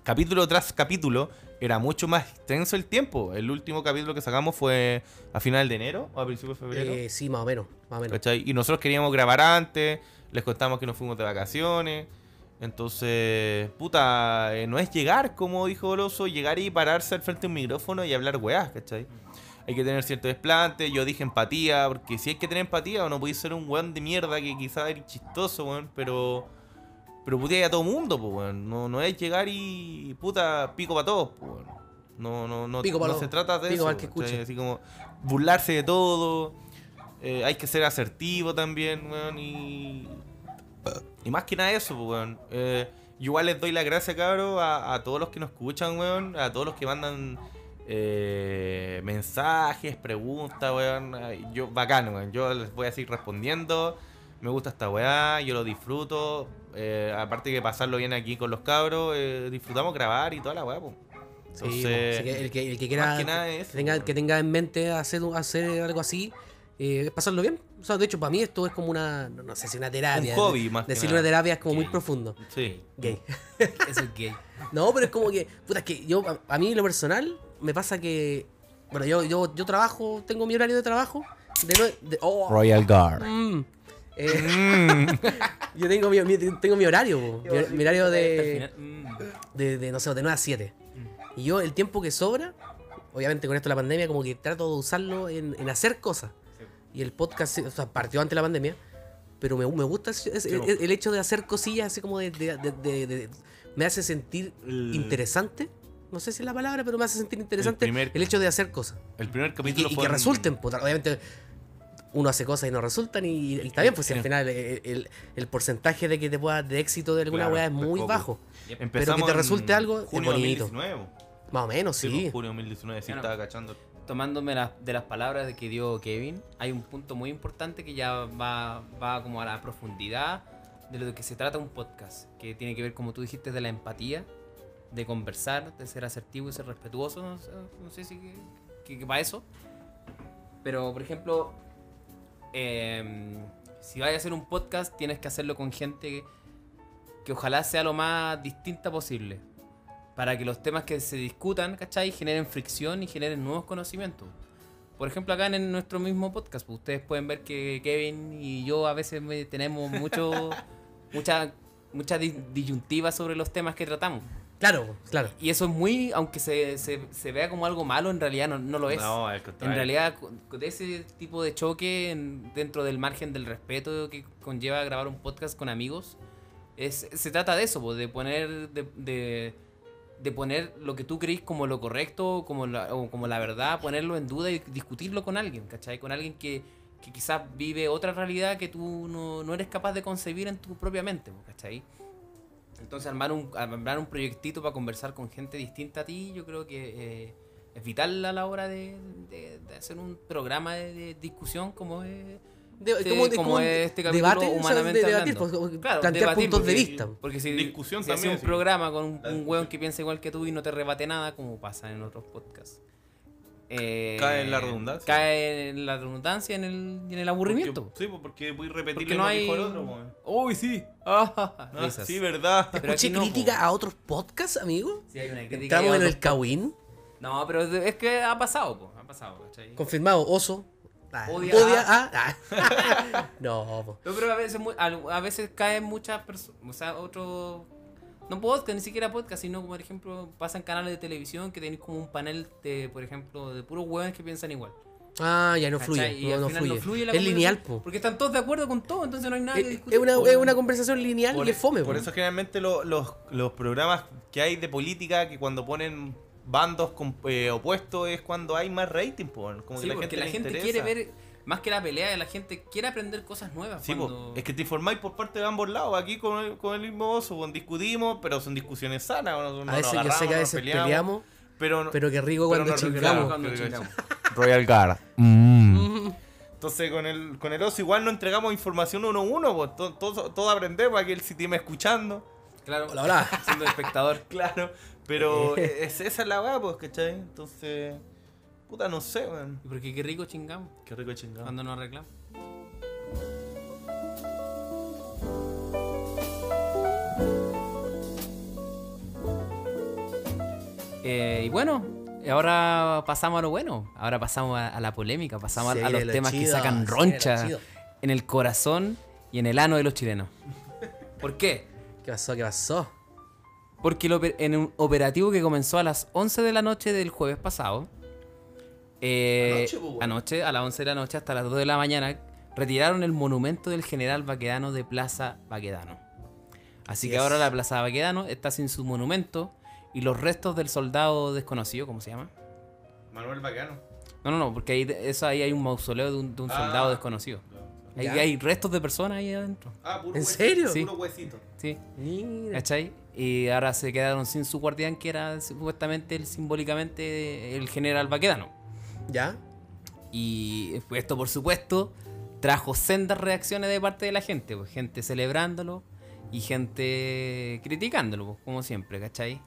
[SPEAKER 2] capítulo tras capítulo, era mucho más extenso el tiempo. El último capítulo que sacamos fue a final de enero o a principios de febrero.
[SPEAKER 3] eh, sí, más o menos. Más o menos.
[SPEAKER 2] ¿cachai? Y nosotros queríamos grabar antes, les contamos que nos fuimos de vacaciones. Entonces, puta, eh, no es llegar, como dijo Oloso, llegar y pararse al frente de un micrófono y hablar weás, ¿cachai? Hay que tener cierto desplante, yo dije empatía, porque si hay que tener empatía o no podéis ser un weón de mierda que quizás eres chistoso, weón, pero. Pero puteáis a todo mundo, pues, weón. No, no es llegar y. puta, pico para todos, pues, weón. No, no, no,
[SPEAKER 3] Pico pa'
[SPEAKER 2] no
[SPEAKER 3] todos.
[SPEAKER 2] se trata de
[SPEAKER 3] Pico
[SPEAKER 2] eso.
[SPEAKER 3] pa'l que
[SPEAKER 2] ¿cachai?
[SPEAKER 3] escuche.
[SPEAKER 2] Así como burlarse de todo. Eh, hay que ser asertivo también, weón. Y. Y más que nada eso, pues, weón. Eh, yo igual les doy la gracia, cabrón, a, a todos los que nos escuchan, weón. A todos los que mandan eh, mensajes, preguntas, weón. Ay, Yo, bacán, weón. Yo les voy a seguir respondiendo. Me gusta esta weá, yo lo disfruto. Eh, aparte que pasarlo bien aquí con los cabros, eh, disfrutamos grabar y toda la weá, pues.
[SPEAKER 3] Sí,
[SPEAKER 2] Entonces,
[SPEAKER 3] bueno, así que el que, el que quiera
[SPEAKER 2] más que nada es
[SPEAKER 3] que,
[SPEAKER 2] eso,
[SPEAKER 3] tenga,
[SPEAKER 2] bueno.
[SPEAKER 3] que tenga en mente hacer, un- hacer algo así, eh, es pasarlo bien. O sea, de hecho, para mí esto es como una, no, no sé si una terapia.
[SPEAKER 2] Un hobby, más que
[SPEAKER 3] Decirle
[SPEAKER 2] nada. Mm.
[SPEAKER 3] una terapia es como muy profundo.
[SPEAKER 2] sí.
[SPEAKER 3] Gay.
[SPEAKER 1] Eso es gay.
[SPEAKER 3] No, pero es como que, puta, es que yo, a, a mí en lo personal, me pasa que, bueno, yo, yo, yo trabajo, tengo mi horario de trabajo, de, nue- de- oh,
[SPEAKER 2] Royal Guard.
[SPEAKER 3] mm. Eh,
[SPEAKER 1] Mm.
[SPEAKER 3] yo tengo mi, mi- tengo mi horario, po. mi, mi horario de,
[SPEAKER 1] mm.
[SPEAKER 3] de, de, no sé, de 9 a 7.
[SPEAKER 2] Mm.
[SPEAKER 3] Y yo, el tiempo que sobra, obviamente con esto de la pandemia, como que trato de usarlo en, en hacer cosas. Y el podcast, o sea, partió antes de la pandemia, pero me, me gusta ese- ese- el, el hecho de hacer cosillas así como de... de- de- de- de- me hace sentir
[SPEAKER 2] El-
[SPEAKER 3] interesante. No sé si es la palabra, pero me hace sentir interesante el,
[SPEAKER 2] primer-
[SPEAKER 3] hecho de hacer cosas.
[SPEAKER 2] El
[SPEAKER 3] Y
[SPEAKER 2] primer
[SPEAKER 3] que,
[SPEAKER 2] capítulo
[SPEAKER 3] y
[SPEAKER 2] fue
[SPEAKER 3] que
[SPEAKER 2] en-
[SPEAKER 3] resulten, pues, obviamente uno hace cosas y no resultan y, y está bien, pues si al
[SPEAKER 2] Sí.
[SPEAKER 3] final el, el- el porcentaje de que te pueda de éxito de alguna
[SPEAKER 2] Claro,
[SPEAKER 3] weá es
[SPEAKER 2] pues,
[SPEAKER 3] muy
[SPEAKER 2] poco.
[SPEAKER 3] bajo.
[SPEAKER 2] Empezamos
[SPEAKER 3] te
[SPEAKER 2] en
[SPEAKER 3] resulte algo, es
[SPEAKER 2] junio de
[SPEAKER 3] bonito.
[SPEAKER 2] 2019.
[SPEAKER 3] Más o menos,
[SPEAKER 2] Sí,
[SPEAKER 3] sí.
[SPEAKER 2] pues, junio de 2019, sí
[SPEAKER 1] Claro.
[SPEAKER 2] estaba cachando.
[SPEAKER 1] Tomándome las- de las palabras de que dio Kevin, hay un punto muy importante que ya va, va como a la profundidad de lo que se trata un podcast, que tiene que ver, como tú dijiste, de la empatía, de conversar, de ser asertivo y ser respetuoso, no, sé- no sé si que, que- que va eso. Pero, por ejemplo, em, si vas a hacer un podcast, tienes que hacerlo con gente que, que ojalá sea lo más distinta posible. Para que los temas que se discutan, ¿cachai? Generen fricción y generen nuevos conocimientos. Por ejemplo, acá en el- nuestro mismo podcast, pues, ustedes pueden ver que Kevin y yo a veces me- tenemos mucho, mucha, mucha dis- disyuntiva sobre los temas que tratamos.
[SPEAKER 3] Claro, claro.
[SPEAKER 1] Y eso es muy, aunque se, se- se vea como algo malo, en realidad no, no lo es.
[SPEAKER 2] No, al
[SPEAKER 1] En
[SPEAKER 2] contrario.
[SPEAKER 1] realidad, con con ese tipo de choque en- dentro del margen del respeto que conlleva grabar un podcast con amigos, es, se trata de eso, po, de poner de, de- de poner lo que tú crees como lo correcto como la, o como la verdad, ponerlo en duda y discutirlo con alguien, ¿cachai? Con alguien que, que quizás vive otra realidad que tú no, no eres capaz de concebir en tu propia mente, po, ¿cachai? Entonces armar un, armar un proyectito para conversar con gente distinta a ti, yo creo que eh, es vital a la hora de, de- de hacer un programa de, de discusión como es
[SPEAKER 3] De-
[SPEAKER 1] este-
[SPEAKER 3] como- es
[SPEAKER 1] como
[SPEAKER 3] como un
[SPEAKER 1] este capítulo
[SPEAKER 3] debate, o sea,
[SPEAKER 1] humanamente
[SPEAKER 3] de- debatir,
[SPEAKER 1] hablando.
[SPEAKER 3] pues,
[SPEAKER 1] Claro,
[SPEAKER 3] plantear
[SPEAKER 1] debatir,
[SPEAKER 3] puntos de
[SPEAKER 1] porque-
[SPEAKER 3] vista.
[SPEAKER 1] Porque si,
[SPEAKER 2] Discusión
[SPEAKER 1] si hace
[SPEAKER 2] también,
[SPEAKER 1] un
[SPEAKER 2] sí.
[SPEAKER 1] programa con un,
[SPEAKER 2] La
[SPEAKER 1] un weón
[SPEAKER 2] discusión.
[SPEAKER 1] que piensa igual que tú y no te rebate nada, como pasa en otros podcasts. Eh,
[SPEAKER 2] Cae en la redundancia.
[SPEAKER 1] Cae en la redundancia y en el, y en el aburrimiento.
[SPEAKER 2] Porque- sí, pues, porque voy a
[SPEAKER 1] Porque
[SPEAKER 2] repetirle
[SPEAKER 1] no
[SPEAKER 2] lo que
[SPEAKER 1] hay.
[SPEAKER 2] dijo el otro, weón.
[SPEAKER 1] Uy, sí. Ah, ah, ah,
[SPEAKER 2] Ah,
[SPEAKER 1] risas.
[SPEAKER 2] sí, verdad.
[SPEAKER 1] Pero aquí
[SPEAKER 3] Escuché
[SPEAKER 1] no, po.
[SPEAKER 3] crítica a otros podcasts, amigo.
[SPEAKER 1] Sí, hay una crítica.
[SPEAKER 3] Estamos
[SPEAKER 1] y
[SPEAKER 3] en
[SPEAKER 1] otro-
[SPEAKER 3] el Kawin.
[SPEAKER 1] No, pero es que ha pasado, po. Ha pasado, ¿cachai?
[SPEAKER 3] Confirmado, oso. Ah,
[SPEAKER 1] Odia
[SPEAKER 3] odia. a- ah. no, po.
[SPEAKER 1] No, pero a veces, mu- al- a veces caen muchas personas, o sea, otro... No podcast, ni siquiera podcast, sino como, por ejemplo, pasan canales de televisión que tienen como un panel de, por ejemplo, de puros hueones que piensan igual.
[SPEAKER 3] Ah, ya no
[SPEAKER 1] ¿cachai?
[SPEAKER 3] fluye.
[SPEAKER 1] Y
[SPEAKER 3] no,
[SPEAKER 1] al
[SPEAKER 3] no
[SPEAKER 1] final
[SPEAKER 3] fluye.
[SPEAKER 1] la
[SPEAKER 3] es lineal,
[SPEAKER 1] conversación,
[SPEAKER 3] po.
[SPEAKER 1] Porque están todos de acuerdo con todo, entonces no hay nada que
[SPEAKER 3] Es,
[SPEAKER 1] discutir.
[SPEAKER 3] es una,
[SPEAKER 1] po.
[SPEAKER 3] es una conversación lineal
[SPEAKER 2] Por
[SPEAKER 3] y
[SPEAKER 2] e-
[SPEAKER 3] es fome, pues.
[SPEAKER 2] Por
[SPEAKER 3] po.
[SPEAKER 2] eso generalmente lo- los, los programas que hay de política, que cuando ponen bandos com- eh, opuestos es cuando hay más rating, po, weón. como
[SPEAKER 1] Sí,
[SPEAKER 2] que la
[SPEAKER 1] porque
[SPEAKER 2] gente,
[SPEAKER 1] la
[SPEAKER 2] le
[SPEAKER 1] gente quiere
[SPEAKER 2] interesa.
[SPEAKER 1] ver, más que la pelea, la gente quiere aprender cosas nuevas.
[SPEAKER 2] Sí, po,
[SPEAKER 1] cuando-
[SPEAKER 2] es que te informáis por parte de ambos lados, aquí con el, con el mismo oso, weón, discutimos, pero son discusiones sanas, no, no
[SPEAKER 3] a
[SPEAKER 2] nos
[SPEAKER 3] veces yo sé
[SPEAKER 2] agarramos,
[SPEAKER 3] que a
[SPEAKER 2] nos
[SPEAKER 3] veces peleamos,
[SPEAKER 2] pero, no-
[SPEAKER 3] pero qué rico
[SPEAKER 2] pero
[SPEAKER 3] cuando
[SPEAKER 2] nos
[SPEAKER 3] chingamos.
[SPEAKER 2] arreglamos,
[SPEAKER 1] Cuando
[SPEAKER 2] creo que-
[SPEAKER 1] chingamos.
[SPEAKER 2] Royal Guard. Entonces con el, con el oso igual no entregamos información uno a uno, po, to- todo, todo aprendemos, aquí el sistema escuchando.
[SPEAKER 1] Claro,
[SPEAKER 3] Hola, hola.
[SPEAKER 1] siendo espectador.
[SPEAKER 2] Claro, pero
[SPEAKER 3] Eh.
[SPEAKER 2] e, es, esa es la weá, pues, ¿cachai? Entonces, puta, no sé, weón.
[SPEAKER 1] Y Porque qué rico chingamos
[SPEAKER 2] Qué rico chingado.
[SPEAKER 1] cuando nos reclaman. Eh, y bueno, ahora pasamos a lo bueno. Ahora pasamos a, a la polémica, pasamos
[SPEAKER 3] Se
[SPEAKER 1] a, a
[SPEAKER 3] viene
[SPEAKER 1] los
[SPEAKER 3] lo
[SPEAKER 1] temas que
[SPEAKER 3] chido, se
[SPEAKER 1] sacan
[SPEAKER 3] viene lo
[SPEAKER 1] roncha
[SPEAKER 3] chido.
[SPEAKER 1] en el corazón y en el ano de los chilenos. ¿Por qué?
[SPEAKER 3] ¿Qué pasó? ¿Qué pasó?
[SPEAKER 1] Porque el oper- en un operativo que comenzó a las 11 de la noche del jueves pasado, eh,
[SPEAKER 2] Anoche, pues, bueno.
[SPEAKER 1] anoche, a las 11 de la noche hasta las 2 de la mañana, retiraron el monumento del general Baquedano de Plaza Baquedano. Así que
[SPEAKER 3] Yes.
[SPEAKER 1] ahora la Plaza Baquedano está sin su monumento y los restos del soldado desconocido, ¿cómo se llama?
[SPEAKER 2] Manuel Bacano.
[SPEAKER 1] No, no, no, porque ahí, eso, ahí hay un mausoleo de un, de un
[SPEAKER 2] Ah.
[SPEAKER 1] soldado desconocido. Ahí
[SPEAKER 3] Ya.
[SPEAKER 1] hay restos de personas ahí adentro.
[SPEAKER 2] Ah, puro
[SPEAKER 3] ¿En serio?
[SPEAKER 1] Sí.
[SPEAKER 2] Puro huesito.
[SPEAKER 1] Sí.
[SPEAKER 3] Mira.
[SPEAKER 1] ¿Cachai? Y ahora se quedaron sin su guardián, que era supuestamente el- simbólicamente el general Baquedano.
[SPEAKER 3] ¿Ya?
[SPEAKER 1] Y esto, por supuesto, trajo sendas reacciones de parte de la gente, pues, gente celebrándolo y gente criticándolo, pues, como siempre, ¿cachai?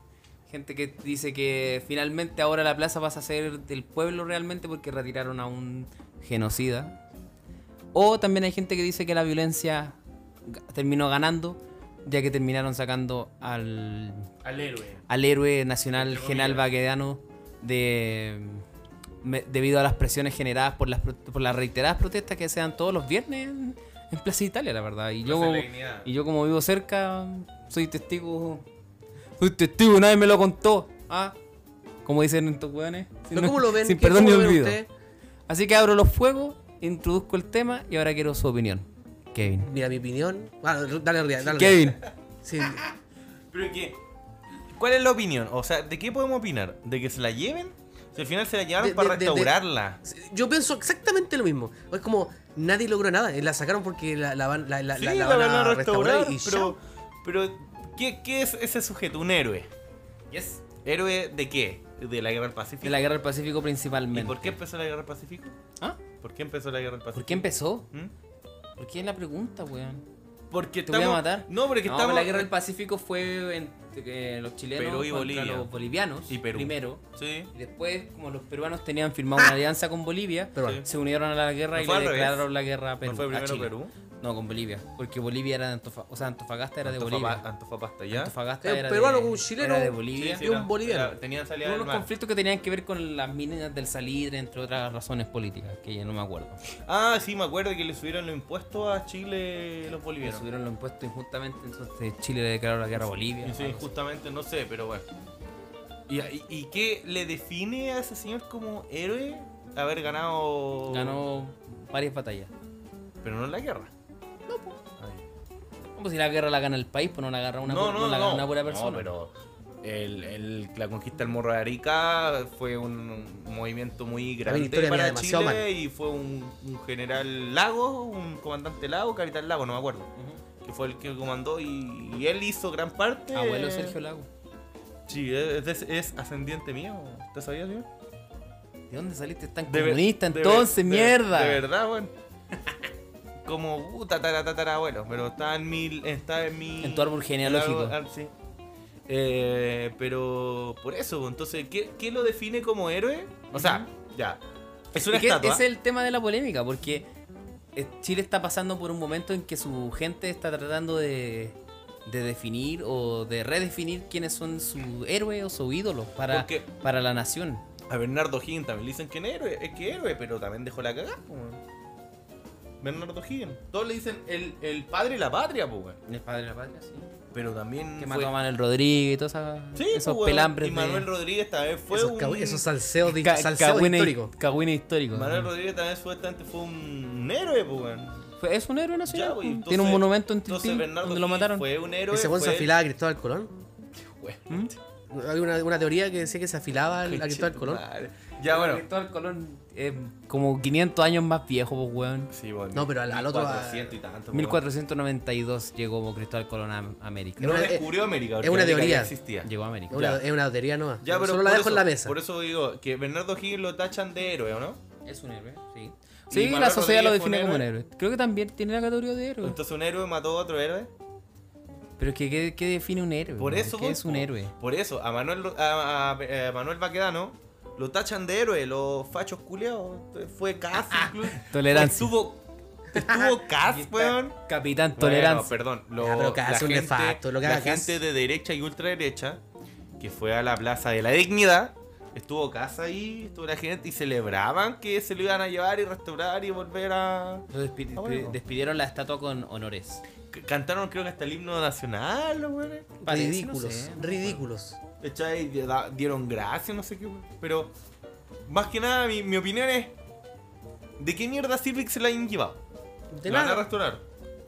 [SPEAKER 1] Gente que dice que finalmente ahora la plaza pasa a ser del pueblo realmente porque retiraron a un genocida. O también hay gente que dice que la violencia ga- terminó ganando, ya que terminaron sacando al
[SPEAKER 2] Al héroe.
[SPEAKER 1] al héroe nacional
[SPEAKER 2] Entre
[SPEAKER 1] Genal
[SPEAKER 2] comillas.
[SPEAKER 1] Baquedano de, me- debido a las presiones generadas por las, pro- por las reiteradas protestas que se dan todos los viernes en, en Plaza Italia, la verdad. Y yo, como, y yo como vivo cerca, soy testigo, soy testigo, nadie me lo contó. ¿ah? Como dicen estos hueones. sin-
[SPEAKER 3] ¿Pero cómo lo ven?
[SPEAKER 1] Sin
[SPEAKER 3] ¿Qué-
[SPEAKER 1] perdón ni
[SPEAKER 3] cómo lo ven
[SPEAKER 1] olvido.
[SPEAKER 3] ustedes?
[SPEAKER 1] Así que abro los fuegos, introduzco el tema y ahora quiero su opinión. Kevin.
[SPEAKER 3] Mira, mi opinión. Bueno, dale ría, dale.
[SPEAKER 1] Kevin,
[SPEAKER 3] Sí.
[SPEAKER 2] Pero que. ¿Cuál es la opinión? O sea, ¿de qué podemos opinar? ¿De que se la lleven? Si al final se la llevaron
[SPEAKER 3] De-
[SPEAKER 2] para
[SPEAKER 3] de- de- de-
[SPEAKER 2] restaurarla.
[SPEAKER 3] Yo pienso exactamente lo mismo. Es como nadie logró nada. La sacaron porque la, la van, la, la-
[SPEAKER 2] sí,
[SPEAKER 3] la-
[SPEAKER 2] la,
[SPEAKER 3] la
[SPEAKER 2] van a restaurar,
[SPEAKER 3] y
[SPEAKER 2] pero. Pero, ¿qué, ¿qué es ese sujeto? Un héroe.
[SPEAKER 1] Yes.
[SPEAKER 2] ¿Héroe de qué? De la guerra del Pacífico.
[SPEAKER 1] de la Guerra del Pacífico
[SPEAKER 2] ¿Y
[SPEAKER 1] principalmente.
[SPEAKER 2] por qué empezó la guerra del Pacífico?
[SPEAKER 1] ¿Ah?
[SPEAKER 2] ¿Por qué empezó la guerra del Pacífico?
[SPEAKER 1] ¿Por qué empezó?
[SPEAKER 2] ¿Mm?
[SPEAKER 1] ¿Por qué es la pregunta, weón?
[SPEAKER 2] Porque
[SPEAKER 1] ¿Te voy a
[SPEAKER 2] estamos...
[SPEAKER 1] matar?
[SPEAKER 2] No, porque
[SPEAKER 1] No,
[SPEAKER 2] estamos...
[SPEAKER 1] la guerra del Pacífico fue entre eh, los chilenos
[SPEAKER 2] Perú y
[SPEAKER 1] contra
[SPEAKER 2] Bolivia.
[SPEAKER 1] los bolivianos
[SPEAKER 2] Y Perú.
[SPEAKER 1] primero.
[SPEAKER 2] Sí.
[SPEAKER 1] Y después, como los peruanos tenían firmado
[SPEAKER 3] Ah.
[SPEAKER 1] una alianza con Bolivia,
[SPEAKER 3] Pero
[SPEAKER 2] Sí.
[SPEAKER 3] bueno,
[SPEAKER 1] se unieron a la guerra
[SPEAKER 2] ¿No
[SPEAKER 1] y
[SPEAKER 2] fue
[SPEAKER 1] le
[SPEAKER 2] al revés?
[SPEAKER 1] declararon la guerra a Perú.
[SPEAKER 2] ¿No fue
[SPEAKER 1] a
[SPEAKER 2] primero
[SPEAKER 1] Chile.
[SPEAKER 2] Perú?
[SPEAKER 1] No, con Bolivia. Porque Bolivia era de Antofagasta. O sea, Antofagasta era de
[SPEAKER 2] Antofafa-
[SPEAKER 1] Bolivia.
[SPEAKER 2] Antofagasta, ¿ya?
[SPEAKER 1] Antofagasta
[SPEAKER 3] Era un
[SPEAKER 1] era
[SPEAKER 3] Eh, peruano
[SPEAKER 1] de,
[SPEAKER 3] con un chileno.
[SPEAKER 1] era de
[SPEAKER 2] Sí,
[SPEAKER 1] Bolivia.
[SPEAKER 2] ah. sí,
[SPEAKER 3] Y un
[SPEAKER 2] era-
[SPEAKER 3] boliviano.
[SPEAKER 2] era- Tenían salida
[SPEAKER 1] Todos
[SPEAKER 2] del
[SPEAKER 1] los
[SPEAKER 2] mar.
[SPEAKER 1] conflictos que tenían que ver con las minas del salitre, entre otras razones políticas, que ya no me acuerdo.
[SPEAKER 2] Ah, sí, me acuerdo que le subieron los impuestos a Chile los
[SPEAKER 1] Le
[SPEAKER 2] bolivianos.
[SPEAKER 1] subieron los impuestos injustamente, entonces Chile le declaró la guerra a Bolivia.
[SPEAKER 2] Y sí,
[SPEAKER 1] algo así.
[SPEAKER 2] injustamente, no sé, pero bueno. ¿Y, y, y qué le define a ese señor como héroe? Haber ganado...
[SPEAKER 1] Ganó varias batallas.
[SPEAKER 2] Pero no en la guerra. No,
[SPEAKER 1] Pues si la guerra la gana el país, pues no la agarra una,
[SPEAKER 2] no,
[SPEAKER 1] pu-
[SPEAKER 2] no,
[SPEAKER 1] la gana
[SPEAKER 2] no, no.
[SPEAKER 1] una pura
[SPEAKER 2] No,
[SPEAKER 1] persona.
[SPEAKER 2] pero el- el- la conquista del Morro de Arica fue un movimiento muy grande
[SPEAKER 3] victoria mía
[SPEAKER 2] para
[SPEAKER 3] demasiado
[SPEAKER 2] Chile
[SPEAKER 3] mal.
[SPEAKER 2] y fue un, un general Lago, un comandante Lago, capitán Lago, no me acuerdo. Que fue el que comandó y, y él hizo gran parte.
[SPEAKER 1] Abuelo Sergio Lago.
[SPEAKER 2] Sí, es, es- es ascendiente mío. ¿Te sabías, señor?
[SPEAKER 1] ¿De dónde saliste tan
[SPEAKER 2] De ver-
[SPEAKER 1] comunista
[SPEAKER 2] de ver-
[SPEAKER 1] entonces,
[SPEAKER 2] de-
[SPEAKER 1] mierda?
[SPEAKER 2] De, verdad, weón. Como puta tataratatarabuelo, pero está en mi. Está en mi.
[SPEAKER 1] En tu árbol genealógico.
[SPEAKER 2] árbol- ah, sí. Eh, pero por eso, weón. entonces, ¿qué, qué lo define como héroe? O sea, ya. Es una
[SPEAKER 1] Y que
[SPEAKER 2] estatua.
[SPEAKER 1] es el tema de la polémica, porque eh, Chile está pasando por un momento en que su gente está tratando de, de definir o de redefinir quiénes son su héroe o su ídolo para,
[SPEAKER 2] Porque-
[SPEAKER 1] para la nación.
[SPEAKER 2] A Bernardo Higgins también le dicen que es héroe, es que héroe, pero también dejó la cagada, po, weón. Bernardo Higgins. Todos le dicen el, el padre de la patria, po, weón.
[SPEAKER 1] El padre de la patria, sí.
[SPEAKER 2] Pero también.
[SPEAKER 1] Que
[SPEAKER 2] Mm, fue-
[SPEAKER 1] mató a Manuel Rodríguez y todos esa-
[SPEAKER 2] Sí,
[SPEAKER 1] esos
[SPEAKER 2] po, weón.
[SPEAKER 1] pelambres.
[SPEAKER 2] Y Manuel
[SPEAKER 1] de-
[SPEAKER 2] Rodríguez también fue
[SPEAKER 3] esos,
[SPEAKER 2] un.
[SPEAKER 3] cagü- esos salseos, de,
[SPEAKER 1] ca-
[SPEAKER 3] salseos
[SPEAKER 1] cagüines-
[SPEAKER 3] históricos.
[SPEAKER 1] cagüines históricos.
[SPEAKER 2] Manuel Rodríguez también supuestamente fue un héroe, pues, weón.
[SPEAKER 1] Fue- Es un héroe nacional.
[SPEAKER 2] Ya,
[SPEAKER 1] pues.
[SPEAKER 2] güey, entonces-
[SPEAKER 1] Tiene un monumento en
[SPEAKER 2] Entonces
[SPEAKER 1] Tiltín
[SPEAKER 2] Bernardo
[SPEAKER 1] donde lo
[SPEAKER 2] Higgins
[SPEAKER 1] mataron.
[SPEAKER 2] fue un héroe.
[SPEAKER 3] Ese weón se
[SPEAKER 2] fue-
[SPEAKER 3] afilaba a Cristóbal Colón.
[SPEAKER 1] ¿Mm?
[SPEAKER 2] Weón,
[SPEAKER 3] Hay una, una teoría que decía que se afilaba a Cristóbal Colón.
[SPEAKER 2] madre. Ya, bueno.
[SPEAKER 1] Cristóbal Colón eh, como 500 años más viejo, pues, weón.
[SPEAKER 2] Sí, bueno.
[SPEAKER 3] No, pero al- al otro-
[SPEAKER 2] 1400 y tanto.
[SPEAKER 1] 1492 llegó Cristóbal Colón a América.
[SPEAKER 2] weón. No
[SPEAKER 3] Es una-
[SPEAKER 2] descubrió América. porque
[SPEAKER 3] es una
[SPEAKER 2] América ya
[SPEAKER 3] teoría.
[SPEAKER 2] existía.
[SPEAKER 1] Llegó a América.
[SPEAKER 3] Es una-
[SPEAKER 2] Ya.
[SPEAKER 3] Es una teoría nueva.
[SPEAKER 2] Ya, pero
[SPEAKER 3] Solo la
[SPEAKER 2] por
[SPEAKER 3] dejo en
[SPEAKER 2] eso-
[SPEAKER 3] la mesa.
[SPEAKER 2] Por eso digo que Bernardo Higgins lo tachan de héroe, ¿o no?
[SPEAKER 1] Es un héroe, sí.
[SPEAKER 2] Y
[SPEAKER 1] Sí, la
[SPEAKER 2] Manuel
[SPEAKER 1] sociedad lo
[SPEAKER 2] Rodríguez fue
[SPEAKER 1] define
[SPEAKER 2] un
[SPEAKER 1] como un héroe. Creo que también tiene la categoría de héroe.
[SPEAKER 2] Entonces un héroe mató a otro héroe.
[SPEAKER 1] Pero es que ¿qué, qué define un héroe?
[SPEAKER 2] Por
[SPEAKER 1] weón?
[SPEAKER 2] eso,
[SPEAKER 1] ¿Qué
[SPEAKER 2] po,
[SPEAKER 1] es un
[SPEAKER 2] po.
[SPEAKER 1] héroe?
[SPEAKER 2] Por eso, a Manuel, Ro- a, a- a Manuel Baquedano lo tachan de héroe, los fachos culeados. Fue casi.
[SPEAKER 1] Tolerancia.
[SPEAKER 2] Estuvo, estuvo
[SPEAKER 1] Aquí
[SPEAKER 2] Cas,
[SPEAKER 1] está
[SPEAKER 2] weón.
[SPEAKER 1] Capitán
[SPEAKER 2] Bueno,
[SPEAKER 1] Tolerancia.
[SPEAKER 2] perdón. Lo,
[SPEAKER 3] Ya, pero Cas es un nefasto, lo que
[SPEAKER 2] la
[SPEAKER 3] haga Cas.
[SPEAKER 2] gente de derecha y ultraderecha que fue a la Plaza de la Dignidad, estuvo Cas ahí, estuvo la gente y celebraban que se lo iban a llevar y restaurar y volver a...
[SPEAKER 1] Lo despi-
[SPEAKER 2] Ah, bueno.
[SPEAKER 1] Despidieron la estatua con honores.
[SPEAKER 2] C- Cantaron creo que hasta el himno nacional, los weones.
[SPEAKER 1] Parece, no
[SPEAKER 3] ridículos.
[SPEAKER 1] sé, no
[SPEAKER 3] ridículos.
[SPEAKER 2] ¿Cachai? Y da- Dieron gracias, no sé qué, weón. Pero más que nada mi, mi opinión es... ¿De qué mierda sirve que se la hayan llevado?
[SPEAKER 3] De
[SPEAKER 2] la van a
[SPEAKER 3] nada.
[SPEAKER 2] restaurar.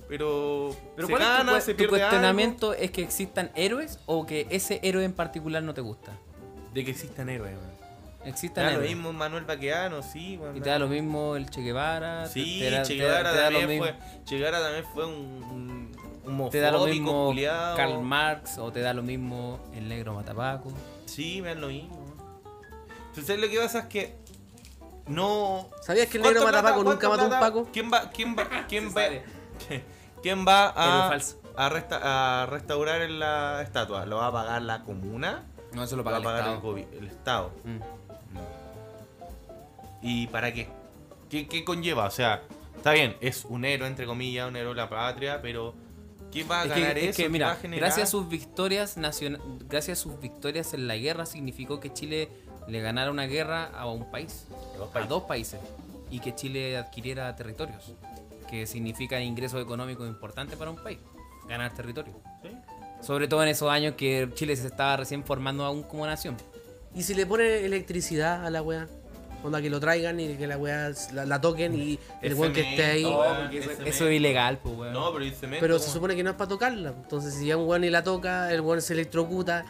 [SPEAKER 2] Pero...
[SPEAKER 1] Pero
[SPEAKER 2] se
[SPEAKER 1] ¿cuál
[SPEAKER 2] gana,
[SPEAKER 1] es tu,
[SPEAKER 2] se
[SPEAKER 1] cue- tu
[SPEAKER 2] pierde algo.
[SPEAKER 1] cuestionamiento? ¿Es que existan héroes o que ese héroe en particular no te gusta?
[SPEAKER 2] De que existan héroes, weón. Te
[SPEAKER 1] Existan
[SPEAKER 2] da lo
[SPEAKER 1] héroes.
[SPEAKER 2] mismo Manuel Baqueano, sí, weón.
[SPEAKER 1] Y te da lo mismo el Che Guevara. te-
[SPEAKER 2] Sí,
[SPEAKER 1] te da-
[SPEAKER 2] Che
[SPEAKER 1] te da-
[SPEAKER 2] Guevara
[SPEAKER 1] te da lo
[SPEAKER 2] también
[SPEAKER 1] mismo-
[SPEAKER 2] fue. Che Guevara también fue un. un homofóbico,
[SPEAKER 1] Te da lo mismo
[SPEAKER 2] culiao.
[SPEAKER 1] Karl Marx o te da lo mismo el negro Matapaco.
[SPEAKER 2] Sí, me dan lo mismo. Entonces lo que pasa es que. No.
[SPEAKER 3] ¿Sabías que el negro
[SPEAKER 2] ¿Cuánto
[SPEAKER 3] Matapaco
[SPEAKER 2] plata-
[SPEAKER 3] nunca mató
[SPEAKER 2] cuánto
[SPEAKER 3] a un
[SPEAKER 2] plata-
[SPEAKER 3] Paco?
[SPEAKER 2] ¿Quién va, quién va, quién
[SPEAKER 1] Se
[SPEAKER 2] va,
[SPEAKER 1] sabe.
[SPEAKER 2] quién va
[SPEAKER 1] Héroe
[SPEAKER 2] a,
[SPEAKER 1] falso.
[SPEAKER 2] a, resta- a restaurar la estatua? ¿Lo va a pagar la comuna?
[SPEAKER 1] No, eso lo
[SPEAKER 2] va a pagar el, gobi- el Estado?
[SPEAKER 1] Mm.
[SPEAKER 2] ¿Y para qué? qué? qué conlleva? O sea, está bien, es un héroe, entre comillas, un héroe de la patria, pero ¿qué va a
[SPEAKER 1] Es
[SPEAKER 2] ganar
[SPEAKER 1] que, es
[SPEAKER 2] eso?
[SPEAKER 1] que,
[SPEAKER 2] ¿Qué va
[SPEAKER 1] mira,
[SPEAKER 2] a generar?
[SPEAKER 1] gracias a sus victorias naciona- gracias a sus victorias en la guerra significó que Chile le ganara una guerra a un país, a dos países, y que Chile adquiriera territorios, que significa ingreso económico importante para un país, ganar territorio.
[SPEAKER 2] Sí.
[SPEAKER 1] Sobre todo en esos años que Chile se estaba recién formando aún como nación.
[SPEAKER 3] ¿Y si le ponen electricidad a la weá? Onda que lo traigan y que la weá s- la, la toquen y el
[SPEAKER 2] Ese
[SPEAKER 3] weón que esté ahí.
[SPEAKER 2] mento,
[SPEAKER 1] No,
[SPEAKER 2] weón,
[SPEAKER 1] porque eso,
[SPEAKER 2] ese
[SPEAKER 1] eso es
[SPEAKER 2] mento.
[SPEAKER 1] ilegal, pues, weón.
[SPEAKER 2] No, pero dice
[SPEAKER 3] Pero se supone que no es para tocarla. Entonces, si ya un weón y la toca, el weón se electrocuta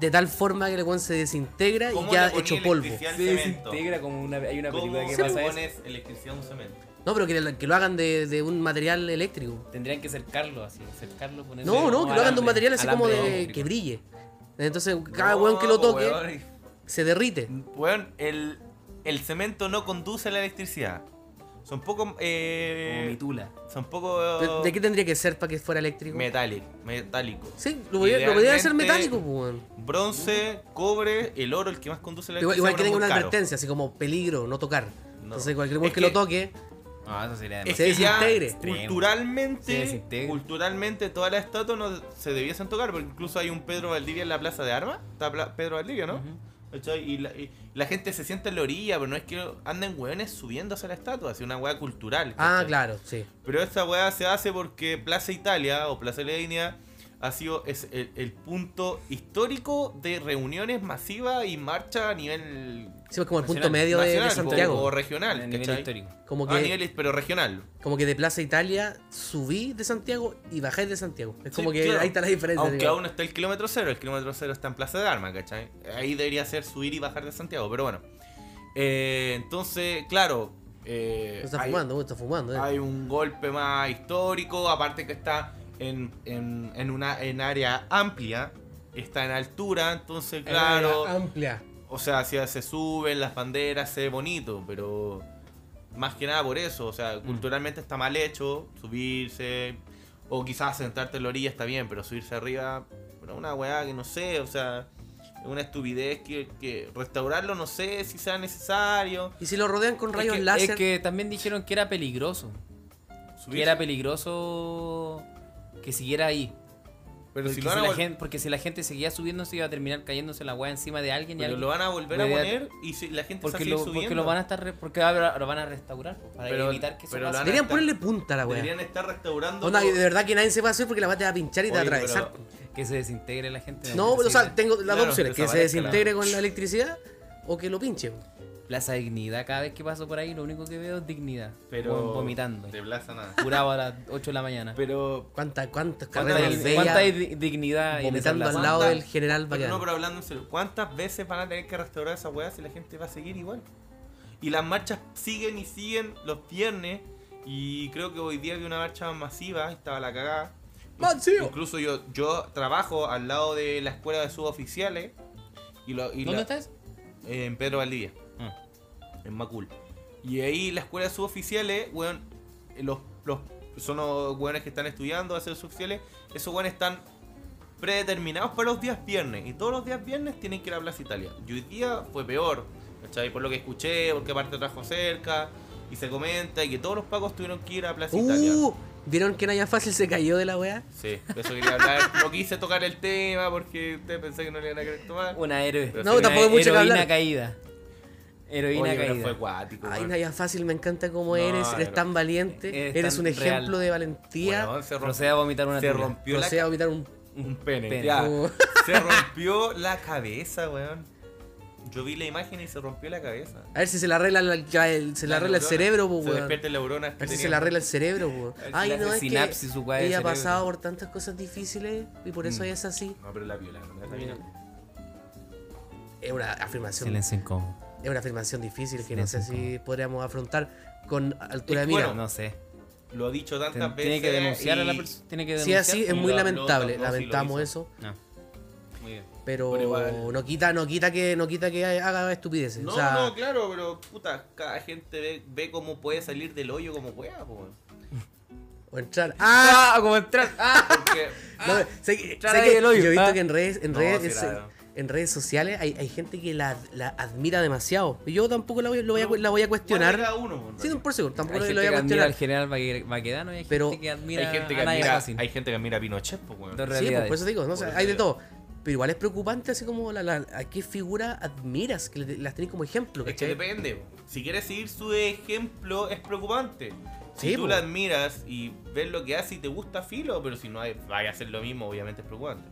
[SPEAKER 3] de tal forma que el weón se desintegra y ya hecho polvo.
[SPEAKER 1] se desintegra como una. Hay una
[SPEAKER 2] ¿Cómo
[SPEAKER 1] película que
[SPEAKER 2] le
[SPEAKER 1] pasa eso.
[SPEAKER 2] pones electricidad a un cemento?
[SPEAKER 3] No, pero que, la- que lo hagan de, de un material eléctrico.
[SPEAKER 1] Tendrían que cercarlo así, cercarlo, ponerle
[SPEAKER 3] No, no,
[SPEAKER 1] como
[SPEAKER 3] que lo hagan de un
[SPEAKER 1] alambre,
[SPEAKER 3] material así como
[SPEAKER 1] alambre
[SPEAKER 3] de
[SPEAKER 1] eléctrico.
[SPEAKER 3] que brille. Entonces, cada
[SPEAKER 2] No,
[SPEAKER 3] weón que lo
[SPEAKER 2] pues,
[SPEAKER 3] toque
[SPEAKER 2] weón,
[SPEAKER 3] se derrite.
[SPEAKER 2] Weón, el, el cemento no conduce a la electricidad. Son poco.
[SPEAKER 1] Como
[SPEAKER 2] Eh,
[SPEAKER 1] mitula.
[SPEAKER 2] son poco.
[SPEAKER 3] ¿De, de qué tendría que ser para que fuera eléctrico?
[SPEAKER 2] metálico, metálico.
[SPEAKER 3] Sí, lo podía, lo podía hacer
[SPEAKER 2] Idealmente-
[SPEAKER 3] metálico, pues, weón.
[SPEAKER 2] Bronce, cobre, el oro, el que más conduce a la
[SPEAKER 3] Igual,
[SPEAKER 2] electricidad.
[SPEAKER 3] igual que
[SPEAKER 2] pero
[SPEAKER 3] tenga
[SPEAKER 2] muy
[SPEAKER 3] una
[SPEAKER 2] caro.
[SPEAKER 3] advertencia, así como peligro, no tocar. Entonces, cualquier weón
[SPEAKER 2] Es
[SPEAKER 3] que,
[SPEAKER 2] que-
[SPEAKER 3] lo toque,
[SPEAKER 1] No, eso sería
[SPEAKER 2] Es
[SPEAKER 3] Se
[SPEAKER 1] demasiado.
[SPEAKER 2] que ya
[SPEAKER 3] desintegre.
[SPEAKER 1] Se
[SPEAKER 2] Culturalmente,
[SPEAKER 1] desintegra.
[SPEAKER 2] culturalmente todas las estatuas no se debiesen tocar, porque incluso hay un Pedro Valdivia en la Plaza de Armas. Está Pla- Pedro Valdivia, ¿no? ¿Cachai? Y la, y la gente se sienta en la orilla, pero no es que anden hueones subiéndose a la estatua, es una hueá cultural.
[SPEAKER 3] Ah,
[SPEAKER 2] ¿cachai?
[SPEAKER 3] claro, sí.
[SPEAKER 2] Pero esta hueá se hace porque Plaza Italia o Plaza de la Dignidad ha sido es el, el punto histórico de reuniones masivas y marcha a nivel
[SPEAKER 3] Sí, pues como el punto
[SPEAKER 1] Nacional,
[SPEAKER 3] medio de- de,
[SPEAKER 2] nacional o-
[SPEAKER 3] Santiago.
[SPEAKER 2] o regional,
[SPEAKER 1] a nivel
[SPEAKER 2] ¿cachai?
[SPEAKER 1] histórico.
[SPEAKER 3] Como
[SPEAKER 2] A
[SPEAKER 3] que,
[SPEAKER 2] nivel, pero regional.
[SPEAKER 3] como que de Plaza Italia subí de Santiago y bajé de Santiago. Es como
[SPEAKER 2] Sí,
[SPEAKER 3] que
[SPEAKER 2] claro.
[SPEAKER 3] ahí está la diferencia.
[SPEAKER 2] Aunque
[SPEAKER 3] digo.
[SPEAKER 2] aún está el kilómetro cero, el kilómetro cero está en Plaza de Armas, ¿cachai? Ahí debería ser subir y bajar de Santiago, pero bueno. Eh, entonces, claro. eh,
[SPEAKER 3] Está
[SPEAKER 2] hay-
[SPEAKER 3] fumando, está fumando. eh.
[SPEAKER 2] Hay un golpe más histórico, aparte que está en, en, en una en área amplia, está en altura, entonces claro,
[SPEAKER 3] Área Amplia.
[SPEAKER 2] o sea, si se suben las banderas, se ve bonito, pero más que nada por eso, o sea, culturalmente está mal hecho subirse o quizás sentarte en la orilla está bien, pero subirse arriba, pero una weá que no sé, o sea, es una estupidez que, que restaurarlo no sé si sea necesario.
[SPEAKER 3] Y si lo rodean con rayos
[SPEAKER 1] es que,
[SPEAKER 3] láser.
[SPEAKER 1] es que también dijeron que era peligroso. Que
[SPEAKER 2] subirse.
[SPEAKER 1] era peligroso que siguiera ahí.
[SPEAKER 2] pero
[SPEAKER 1] porque,
[SPEAKER 2] si
[SPEAKER 1] si
[SPEAKER 2] lo van a
[SPEAKER 1] la
[SPEAKER 2] vol-
[SPEAKER 1] gente, porque si la gente seguía subiendo, se iba a terminar cayéndose la weá encima de alguien. y
[SPEAKER 2] Pero
[SPEAKER 1] alguien
[SPEAKER 2] lo van a volver a
[SPEAKER 1] Voy a-
[SPEAKER 2] poner y si la gente
[SPEAKER 1] porque,
[SPEAKER 2] se
[SPEAKER 1] lo,
[SPEAKER 2] va a
[SPEAKER 1] porque
[SPEAKER 2] seguir
[SPEAKER 1] lo
[SPEAKER 2] subiendo.
[SPEAKER 1] van a estar. re- porque ahora lo van a restaurar. pues, Para
[SPEAKER 2] Pero-
[SPEAKER 1] evitar que eso
[SPEAKER 2] pero lo
[SPEAKER 1] pase.
[SPEAKER 2] van a
[SPEAKER 3] Deberían
[SPEAKER 2] estar-
[SPEAKER 3] ponerle punta a la weá.
[SPEAKER 2] Deberían estar restaurando.
[SPEAKER 3] Onda,
[SPEAKER 2] todo.
[SPEAKER 3] de verdad que nadie se va a subir porque la weá te va a pinchar y te va a
[SPEAKER 2] Oye, pero-
[SPEAKER 3] atravesar.
[SPEAKER 1] Que se desintegre la gente.
[SPEAKER 3] No, pero, o sea,
[SPEAKER 1] Sí.
[SPEAKER 3] tengo las dos
[SPEAKER 2] Claro,
[SPEAKER 3] opciones: que se
[SPEAKER 2] desaparezca la-
[SPEAKER 3] desintegre con la electricidad o que lo pinchen.
[SPEAKER 1] Plaza Dignidad, cada vez que paso por ahí, lo único que veo es dignidad.
[SPEAKER 2] Pero.
[SPEAKER 1] Vom- Vomitando.
[SPEAKER 2] De plaza nada.
[SPEAKER 1] Curaba a las 8 de la mañana.
[SPEAKER 2] Pero.
[SPEAKER 3] ¿Cuántas cuántas
[SPEAKER 1] ¿Cuánta,
[SPEAKER 3] carreras
[SPEAKER 1] dig- cuánta
[SPEAKER 3] bellas
[SPEAKER 1] di- dignidad en esa
[SPEAKER 3] vomitando
[SPEAKER 1] plaza?
[SPEAKER 3] al lado
[SPEAKER 2] ¿Cuántas?
[SPEAKER 3] del general
[SPEAKER 2] pero no,
[SPEAKER 3] Bacán?
[SPEAKER 2] pero hablando en serio. ¿Cuántas veces van a tener que restaurar esa weá si la gente va a seguir igual? Y las marchas siguen y siguen los viernes. Y creo que hoy día había una marcha masiva. y Estaba la cagada.
[SPEAKER 3] Masivo.
[SPEAKER 2] Incluso yo, yo trabajo al lado de la escuela de suboficiales. Y lo, y
[SPEAKER 1] ¿Dónde
[SPEAKER 2] la-
[SPEAKER 1] estás?
[SPEAKER 2] En Pedro Valdivia. En Macul. Y ahí la escuela de suboficiales, weón, eh, los, los, son los weones que están estudiando a ser suboficiales, esos weones están predeterminados para los días viernes. Y todos los días viernes tienen que ir a Plaza Italia. Y hoy día fue peor, ¿cachai? Por lo que escuché, porque aparte trajo cerca, y se comenta, y que todos los pacos tuvieron que ir a Plaza Italia.
[SPEAKER 3] Uh, ¿vieron que Naya Fácil se cayó de la weá?
[SPEAKER 2] Sí, de eso quería hablar. No quise tocar el tema porque ustedes pensé que no le iban a querer tomar.
[SPEAKER 1] Una héroe.
[SPEAKER 2] Pero
[SPEAKER 3] No,
[SPEAKER 1] una
[SPEAKER 3] tampoco hay mucho que
[SPEAKER 1] heroína
[SPEAKER 3] hablar.
[SPEAKER 1] caída. Heroína
[SPEAKER 2] Oye, pero
[SPEAKER 1] caída.
[SPEAKER 2] fue acuático.
[SPEAKER 3] Ay,
[SPEAKER 2] weón.
[SPEAKER 3] Naya Fácil, me encanta cómo
[SPEAKER 2] No,
[SPEAKER 3] eres, eres
[SPEAKER 2] pero-
[SPEAKER 3] tan valiente,
[SPEAKER 1] eres
[SPEAKER 3] eres,
[SPEAKER 1] tan
[SPEAKER 3] un
[SPEAKER 1] real.
[SPEAKER 3] ejemplo de valentía.
[SPEAKER 2] Weón, se rompió,
[SPEAKER 1] Procede a vomitar una
[SPEAKER 2] se
[SPEAKER 1] tula.
[SPEAKER 2] rompió
[SPEAKER 3] No
[SPEAKER 2] la
[SPEAKER 3] sé, a vomitar un.
[SPEAKER 2] Un pene.
[SPEAKER 1] Pene.
[SPEAKER 2] ya.
[SPEAKER 3] Uh.
[SPEAKER 2] Se rompió la cabeza, weón. Yo vi la imagen y se rompió la cabeza.
[SPEAKER 3] A ver si se le arregla, la- la- el- se le arregla el
[SPEAKER 2] neurona.
[SPEAKER 3] cerebro, po,
[SPEAKER 2] Se
[SPEAKER 3] weón.
[SPEAKER 2] despierta el neurona.
[SPEAKER 3] A ver si se le arregla el cerebro, po.
[SPEAKER 1] ver si le
[SPEAKER 3] Ay,
[SPEAKER 1] hace
[SPEAKER 3] no, es
[SPEAKER 1] sinapsis su weá
[SPEAKER 3] que
[SPEAKER 1] de
[SPEAKER 3] ella ha
[SPEAKER 1] cerebro.
[SPEAKER 3] pasado por tantas cosas difíciles y por eso
[SPEAKER 2] Mm.
[SPEAKER 3] ella es así.
[SPEAKER 2] No, pero la violaron. la violaron.
[SPEAKER 3] Es una afirmación,
[SPEAKER 1] Silencio incómodo.
[SPEAKER 3] es una afirmación difícil que no
[SPEAKER 1] Silencio
[SPEAKER 3] sé si podríamos afrontar con altura de
[SPEAKER 2] Es que,
[SPEAKER 3] mira.
[SPEAKER 2] bueno,
[SPEAKER 1] No sé.
[SPEAKER 2] Lo ha dicho
[SPEAKER 1] Ten-
[SPEAKER 2] tantas veces.
[SPEAKER 1] Tiene que denunciar a la
[SPEAKER 2] y-
[SPEAKER 1] persona. Tiene que
[SPEAKER 3] si
[SPEAKER 1] denunciar.
[SPEAKER 3] es así, es
[SPEAKER 2] y
[SPEAKER 3] muy
[SPEAKER 2] lo- lo-
[SPEAKER 3] lamentable,
[SPEAKER 2] no, sí lo
[SPEAKER 3] lamentamos
[SPEAKER 2] hizo.
[SPEAKER 3] eso.
[SPEAKER 1] No.
[SPEAKER 2] Muy bien.
[SPEAKER 3] Pero
[SPEAKER 2] Pero igual.
[SPEAKER 3] no quita, no quita que, no quita que haga estupideces.
[SPEAKER 2] No,
[SPEAKER 3] o sea,
[SPEAKER 2] no, claro, pero puta, cada gente ve, ve cómo puede salir del hoyo como pueda, po, weón.
[SPEAKER 3] o entrar. ¡Ah! Como entrar. ¡Ah!
[SPEAKER 2] Porque
[SPEAKER 3] No, sé que,
[SPEAKER 1] entrar
[SPEAKER 3] sé
[SPEAKER 1] ahí
[SPEAKER 3] que
[SPEAKER 1] el hoyo,
[SPEAKER 3] yo he visto
[SPEAKER 1] ah.
[SPEAKER 3] que en redes, en
[SPEAKER 2] No,
[SPEAKER 3] redes,
[SPEAKER 2] sí,
[SPEAKER 3] es- eh,
[SPEAKER 2] claro.
[SPEAKER 3] en redes sociales hay, hay gente que la, la admira demasiado. Y Yo tampoco la voy, lo voy a, la voy a cuestionar.
[SPEAKER 2] Bueno, cada uno, po, en
[SPEAKER 3] Sí, no,
[SPEAKER 2] realidad.
[SPEAKER 3] por seguro,
[SPEAKER 1] Hay
[SPEAKER 3] tampoco lo
[SPEAKER 1] gente
[SPEAKER 3] lo voy
[SPEAKER 1] que
[SPEAKER 3] a
[SPEAKER 1] admira al
[SPEAKER 3] cuestionar.
[SPEAKER 1] general Baque- Baquedano y hay
[SPEAKER 3] Pero-
[SPEAKER 1] gente que admira
[SPEAKER 2] hay gente que
[SPEAKER 1] a Naya
[SPEAKER 2] admira,
[SPEAKER 1] Fácil.
[SPEAKER 2] hay gente que admira a Pinochet, po,
[SPEAKER 1] Dos
[SPEAKER 3] Sí,
[SPEAKER 2] weón.
[SPEAKER 3] pues, por
[SPEAKER 1] realidades.
[SPEAKER 3] eso te digo, no, o sea,
[SPEAKER 2] Por
[SPEAKER 3] hay de
[SPEAKER 2] realidad.
[SPEAKER 3] todo. Pero igual es preocupante, así como la, la- a qué figura admiras, que le- las tenés como ejemplo.
[SPEAKER 2] Es que
[SPEAKER 3] ¿cachai?
[SPEAKER 2] depende. po. Si quieres seguir su ejemplo, es preocupante. Si
[SPEAKER 3] Sí,
[SPEAKER 2] tú
[SPEAKER 3] po.
[SPEAKER 2] la admiras y ves lo que hace y te gusta, filo, pero si no hay- vaya a hacer lo mismo, obviamente es preocupante.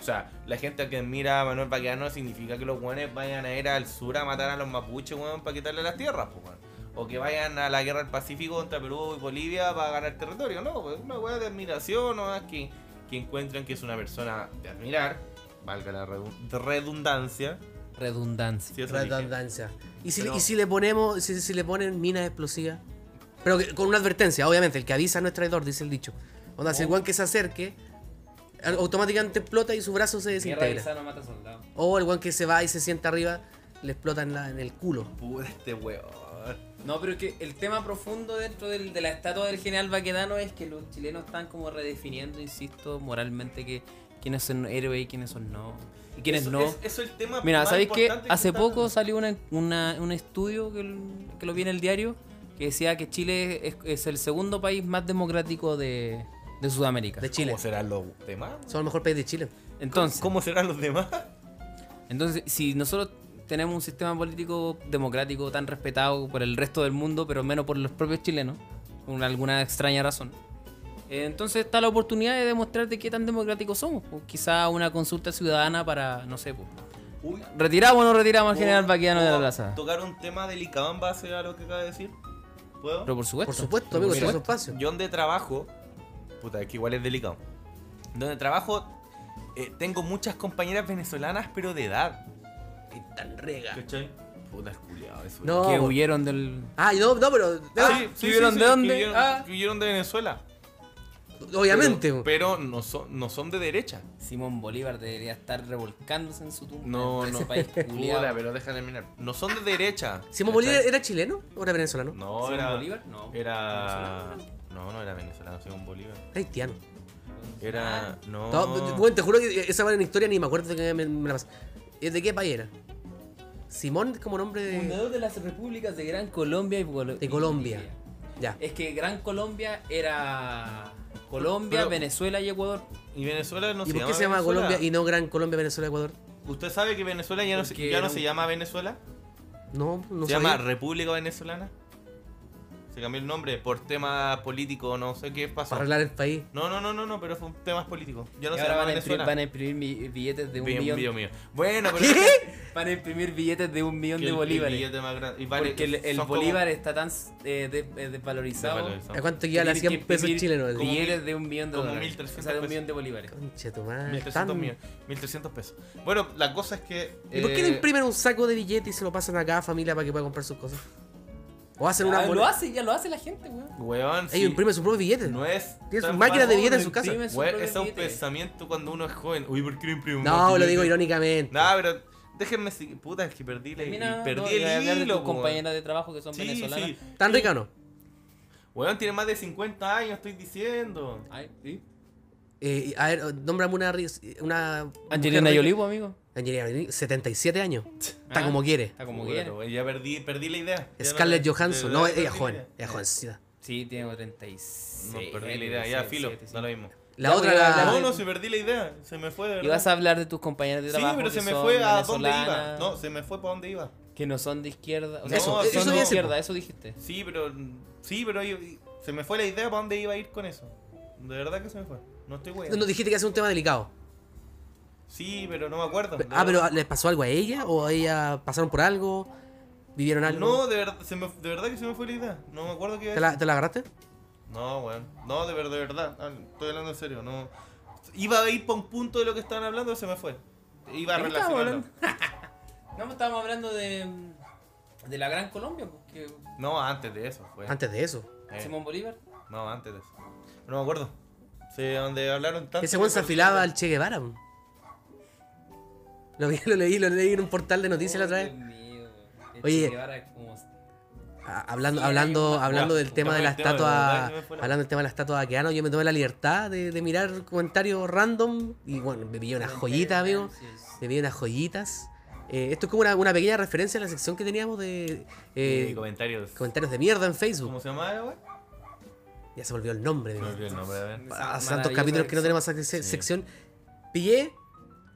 [SPEAKER 2] O sea, la gente que admira a Manuel Baqueano significa que los guanes vayan a ir al sur a matar a los mapuches, weón, para quitarle las tierras, po, weón. O que vayan a la guerra del Pacífico contra Perú y Bolivia para ganar territorio. No, pues una weá de admiración, o que, que encuentran que es una persona de admirar, valga la redun- redundancia.
[SPEAKER 1] Redundancia.
[SPEAKER 2] Si eso dije.
[SPEAKER 3] Redundancia. ¿Y si,
[SPEAKER 2] Pero-
[SPEAKER 3] y si le ponemos, si, si le ponen minas explosivas? Pero que- con una advertencia, obviamente, el que avisa no es traidor, dice el dicho. Onda,
[SPEAKER 2] Oh.
[SPEAKER 3] si el guan que se acerque, al- automáticamente explota y su brazo se desintegra.
[SPEAKER 1] no mata soldado.
[SPEAKER 3] O el guan que se va y se sienta arriba, le explota en, la- en el culo.
[SPEAKER 2] Puta este weón.
[SPEAKER 1] No, pero es que el tema profundo dentro del- de la estatua del general Baquedano es que los chilenos están como redefiniendo, insisto, moralmente que quiénes son héroes y quiénes son no. Y quiénes
[SPEAKER 2] Eso-
[SPEAKER 1] no.
[SPEAKER 2] es- eso es el tema
[SPEAKER 1] Mira,
[SPEAKER 2] más
[SPEAKER 1] ¿sabéis que
[SPEAKER 2] importante
[SPEAKER 1] hace
[SPEAKER 2] está-
[SPEAKER 1] poco salió una- una- un estudio que, que lo vi en el diario que decía que Chile es, es el segundo país más democrático de, de Sudamérica.
[SPEAKER 3] De Chile.
[SPEAKER 2] ¿Cómo serán los demás?
[SPEAKER 3] Son el mejor país de Chile.
[SPEAKER 1] Entonces,
[SPEAKER 2] ¿Cómo serán los demás?
[SPEAKER 1] entonces, si nosotros tenemos un sistema político democrático tan respetado por el resto del mundo, pero menos por los propios chilenos, por alguna extraña razón, Eh, Entonces está la oportunidad de demostrar de qué tan democráticos somos. pues. quizá una consulta ciudadana para, no sé, pues,
[SPEAKER 2] Uy,
[SPEAKER 1] ¿retiramos o no retiramos al
[SPEAKER 2] ¿puedo-
[SPEAKER 1] general Baquiano de la
[SPEAKER 2] puedo
[SPEAKER 1] plaza?
[SPEAKER 2] Tocar un tema delicado en base a lo que acaba de decir. ¿Puedo?
[SPEAKER 1] Pero por supuesto.
[SPEAKER 3] Por supuesto, amigo,
[SPEAKER 1] Mira,
[SPEAKER 3] es su espacio.
[SPEAKER 2] Yo donde trabajo, puta, es que igual es delicado. Donde trabajo, eh, tengo muchas compañeras venezolanas, pero de edad.
[SPEAKER 3] Y tan rega.
[SPEAKER 2] ¿Cachai? Puta, es culiado eso.
[SPEAKER 3] No.
[SPEAKER 1] Que
[SPEAKER 3] por-
[SPEAKER 1] huyeron del.
[SPEAKER 3] Ah, no, no, pero.
[SPEAKER 2] Ah,
[SPEAKER 1] sí, ¿que huyeron de
[SPEAKER 2] que
[SPEAKER 1] dónde?
[SPEAKER 2] huyeron-
[SPEAKER 1] Ah.
[SPEAKER 2] que huyeron de Venezuela.
[SPEAKER 3] obviamente.
[SPEAKER 2] Pero, pero no, son, no son de derecha.
[SPEAKER 1] Simón Bolívar debería estar revolcándose en su tumba.
[SPEAKER 2] No,
[SPEAKER 1] por Ese
[SPEAKER 2] no.
[SPEAKER 1] país
[SPEAKER 2] Puta,
[SPEAKER 1] culiado.
[SPEAKER 2] pero deja terminar. No son de derecha.
[SPEAKER 3] ¿Simón
[SPEAKER 2] ¿cachai?
[SPEAKER 3] Bolívar era chileno o era venezolano?
[SPEAKER 2] No,
[SPEAKER 1] ¿Simón
[SPEAKER 2] era.
[SPEAKER 1] Bolívar? No.
[SPEAKER 2] Era. No, no era venezolano, Simón Bolívar.
[SPEAKER 3] Era haitiano.
[SPEAKER 2] Era. No.
[SPEAKER 3] No, bueno, te juro que esa buena historia ni me acuerdo de que me, me la pasé. Eh, ¿De qué país era? Simón como nombre de,
[SPEAKER 1] Fundador de las repúblicas de Gran Colombia y Bolo-
[SPEAKER 3] de
[SPEAKER 1] y
[SPEAKER 3] Colombia.
[SPEAKER 1] Bolivia.
[SPEAKER 3] Ya.
[SPEAKER 1] Es que Gran Colombia era Colombia,
[SPEAKER 2] Pero-
[SPEAKER 1] Venezuela y Ecuador.
[SPEAKER 2] ¿Y Venezuela no
[SPEAKER 3] ¿Y por qué se llama
[SPEAKER 2] Venezuela?
[SPEAKER 3] Colombia y no Gran Colombia, Venezuela, Ecuador?
[SPEAKER 2] ¿Usted sabe que Venezuela ya no, se,
[SPEAKER 1] Porque
[SPEAKER 2] ya no
[SPEAKER 1] era
[SPEAKER 2] se
[SPEAKER 1] un-
[SPEAKER 2] llama Venezuela?
[SPEAKER 3] No, no
[SPEAKER 2] se
[SPEAKER 3] sabía.
[SPEAKER 2] llama República Venezolana. Se cambió el nombre por tema político, no sé qué pasó.
[SPEAKER 3] Para arreglar el país.
[SPEAKER 2] No, no, no, no, no, pero fue un tema político. Ya no
[SPEAKER 1] Y
[SPEAKER 2] se
[SPEAKER 1] ahora
[SPEAKER 2] llama
[SPEAKER 1] van a, imprimir,
[SPEAKER 2] Venezuela.
[SPEAKER 1] van a imprimir mi- billetes de un
[SPEAKER 2] Bien,
[SPEAKER 1] millón.
[SPEAKER 2] video mío. Bueno, pero
[SPEAKER 1] Van a imprimir billetes de un millón
[SPEAKER 2] que
[SPEAKER 1] de
[SPEAKER 2] el- el
[SPEAKER 1] bolívares.
[SPEAKER 2] billete más grande- y vale-
[SPEAKER 1] porque el, el
[SPEAKER 2] son como-
[SPEAKER 1] bolívar está tan eh, de- eh, desvalorizado.
[SPEAKER 2] Desvalorizado.
[SPEAKER 3] ¿A cuánto
[SPEAKER 1] que
[SPEAKER 3] ya le
[SPEAKER 1] tienen que
[SPEAKER 3] hacían pesos
[SPEAKER 1] imprimir
[SPEAKER 3] chilenos?
[SPEAKER 2] como-
[SPEAKER 1] Billetes de un millón de
[SPEAKER 2] como
[SPEAKER 1] dólares.
[SPEAKER 2] 1.300
[SPEAKER 1] o sea, de un
[SPEAKER 2] pesos.
[SPEAKER 1] millón de bolívares.
[SPEAKER 3] Concha tu madre.
[SPEAKER 2] 1300
[SPEAKER 3] Ah, tan-
[SPEAKER 2] mil- 1300 pesos. Bueno, la cosa es que.
[SPEAKER 3] ¿Y por qué no
[SPEAKER 2] eh,
[SPEAKER 3] imprimen un saco de billetes y se lo pasan a cada familia para que pueda comprar sus cosas? O hacen una
[SPEAKER 1] Ah, lo
[SPEAKER 3] moneda-
[SPEAKER 1] hace, ya lo hace la gente, weón.
[SPEAKER 2] Weón,
[SPEAKER 3] Ellos imprimen sus propios billetes.
[SPEAKER 2] No es.
[SPEAKER 3] Tienen
[SPEAKER 2] tan
[SPEAKER 3] sus máquinas de
[SPEAKER 2] barato.
[SPEAKER 3] billetes en su casa.
[SPEAKER 1] Imprimen su
[SPEAKER 2] Weón,
[SPEAKER 1] propio
[SPEAKER 2] ese es un
[SPEAKER 1] billete.
[SPEAKER 2] pensamiento cuando uno es joven. Uy, ¿por qué no imprimo
[SPEAKER 3] No,
[SPEAKER 2] más
[SPEAKER 3] lo digo
[SPEAKER 2] billetes?
[SPEAKER 3] irónicamente.
[SPEAKER 2] No, pero déjenme seguir. Puta, es que perdí, la,
[SPEAKER 1] Termina,
[SPEAKER 2] perdí
[SPEAKER 1] no, y
[SPEAKER 2] el
[SPEAKER 1] hablar de
[SPEAKER 2] hilo.
[SPEAKER 1] tus
[SPEAKER 2] po,
[SPEAKER 1] compañeras de trabajo que son
[SPEAKER 2] weón. Sí,
[SPEAKER 1] venezolanas.
[SPEAKER 2] sí.
[SPEAKER 3] ¿Tan rica o no?
[SPEAKER 2] Weón, tiene más de 50 años, estoy diciendo.
[SPEAKER 1] Ay, sí.
[SPEAKER 3] Eh, y- a ver, nómbrame una. ris- una
[SPEAKER 1] Ah, Angelina
[SPEAKER 3] mujer rica.
[SPEAKER 1] Jolie, pues, amigo.
[SPEAKER 3] Angelina Jolie, 77 años. Está
[SPEAKER 1] Ah.
[SPEAKER 3] como quiere.
[SPEAKER 1] Está como
[SPEAKER 2] Puta,
[SPEAKER 1] quiere.
[SPEAKER 2] weón, Ya perdí, perdí la idea. Ya no-
[SPEAKER 3] Scarlett
[SPEAKER 2] de
[SPEAKER 3] Johansson.
[SPEAKER 2] verdad
[SPEAKER 3] No,
[SPEAKER 2] perdí
[SPEAKER 3] ella
[SPEAKER 2] la
[SPEAKER 3] es joven.
[SPEAKER 2] idea.
[SPEAKER 3] Ella es jovencita.
[SPEAKER 1] Sí, tiene
[SPEAKER 2] No,
[SPEAKER 1] 36.
[SPEAKER 2] perdí la idea. Ya,
[SPEAKER 1] 37,
[SPEAKER 2] filo.
[SPEAKER 1] sí.
[SPEAKER 2] Da lo mismo.
[SPEAKER 3] La
[SPEAKER 1] Ya,
[SPEAKER 3] otra,
[SPEAKER 1] voy a
[SPEAKER 3] la-
[SPEAKER 1] hablar
[SPEAKER 2] No,
[SPEAKER 1] de-
[SPEAKER 2] no, se perdí la idea. Se me fue, de
[SPEAKER 1] Y
[SPEAKER 2] verdad.
[SPEAKER 1] vas a hablar de tus compañeros de
[SPEAKER 2] Sí,
[SPEAKER 1] trabajo.
[SPEAKER 2] pero se
[SPEAKER 1] que
[SPEAKER 2] me
[SPEAKER 1] son
[SPEAKER 2] fue a dónde iba.
[SPEAKER 1] venezolanas,
[SPEAKER 2] No, se me fue para dónde iba.
[SPEAKER 1] Que no son de izquierda. O
[SPEAKER 2] No,
[SPEAKER 1] sea,
[SPEAKER 2] eso-
[SPEAKER 1] son
[SPEAKER 2] eso
[SPEAKER 1] de
[SPEAKER 2] dice,
[SPEAKER 1] izquierda,
[SPEAKER 3] po.
[SPEAKER 1] eso dijiste.
[SPEAKER 2] Sí, pero. Sí, pero yo- se me fue la idea para dónde iba a ir con eso. De verdad que se me fue. No estoy
[SPEAKER 3] No,
[SPEAKER 2] weón.
[SPEAKER 3] no, dijiste que hace un tema delicado.
[SPEAKER 2] Sí, pero no me acuerdo.
[SPEAKER 3] Pe-
[SPEAKER 2] de
[SPEAKER 3] Ah, pero
[SPEAKER 2] verdad.
[SPEAKER 3] ¿les pasó algo a ella? ¿O a ella pasaron por algo? ¿Vivieron algo?
[SPEAKER 2] No, de verdad, se me- de verdad que se me fue la idea. No me acuerdo qué iba a
[SPEAKER 3] ¿Te la,
[SPEAKER 2] decir.
[SPEAKER 3] te la agarraste?
[SPEAKER 2] No, weón. No, de, ver- de verdad. Ah, Estoy hablando en serio. No. Iba a ir para un punto de lo que estaban hablando, se me fue. Iba a
[SPEAKER 1] ¿De qué estábamos
[SPEAKER 2] relacionarlo.
[SPEAKER 1] hablando? no, estábamos hablando de. De la Gran Colombia, porque
[SPEAKER 2] No, antes de eso, fue.
[SPEAKER 3] Antes de eso.
[SPEAKER 2] Eh,
[SPEAKER 1] Simón Bolívar.
[SPEAKER 2] No, antes de eso. No me acuerdo. Sí, donde hablaron tanto.
[SPEAKER 3] Ese weón se afilaba al Che Guevara. weón. Lo, vi- lo leí, lo leí en un portal de noticias la otra vez. Oye.
[SPEAKER 1] Oye. Como...
[SPEAKER 3] Ah, Hablando,
[SPEAKER 1] Sí,
[SPEAKER 3] hablando,
[SPEAKER 1] era
[SPEAKER 3] hablando
[SPEAKER 1] un-
[SPEAKER 3] del
[SPEAKER 2] un
[SPEAKER 3] tema de la
[SPEAKER 2] tema del tema, de
[SPEAKER 3] estatua.
[SPEAKER 2] verdad que me fue la-
[SPEAKER 3] Hablando del tema de la estatua de Akeano, yo me tomé la libertad de, de mirar comentarios random. Y bueno, me pillé unas joyitas, amigo. Me pillé unas joyitas. Eh, esto es como una, una pequeña referencia a la sección que teníamos de eh,
[SPEAKER 2] Eh, comentarios.
[SPEAKER 3] comentarios de mierda en Facebook.
[SPEAKER 2] ¿Cómo se llamaba, weón?
[SPEAKER 3] Ya se volvió el nombre.
[SPEAKER 2] Se
[SPEAKER 3] de
[SPEAKER 2] me olvidó el nombre, a ver.
[SPEAKER 3] Hace tantos capítulos que no tenemos esa sec-
[SPEAKER 2] Sí.
[SPEAKER 3] sección. Pillé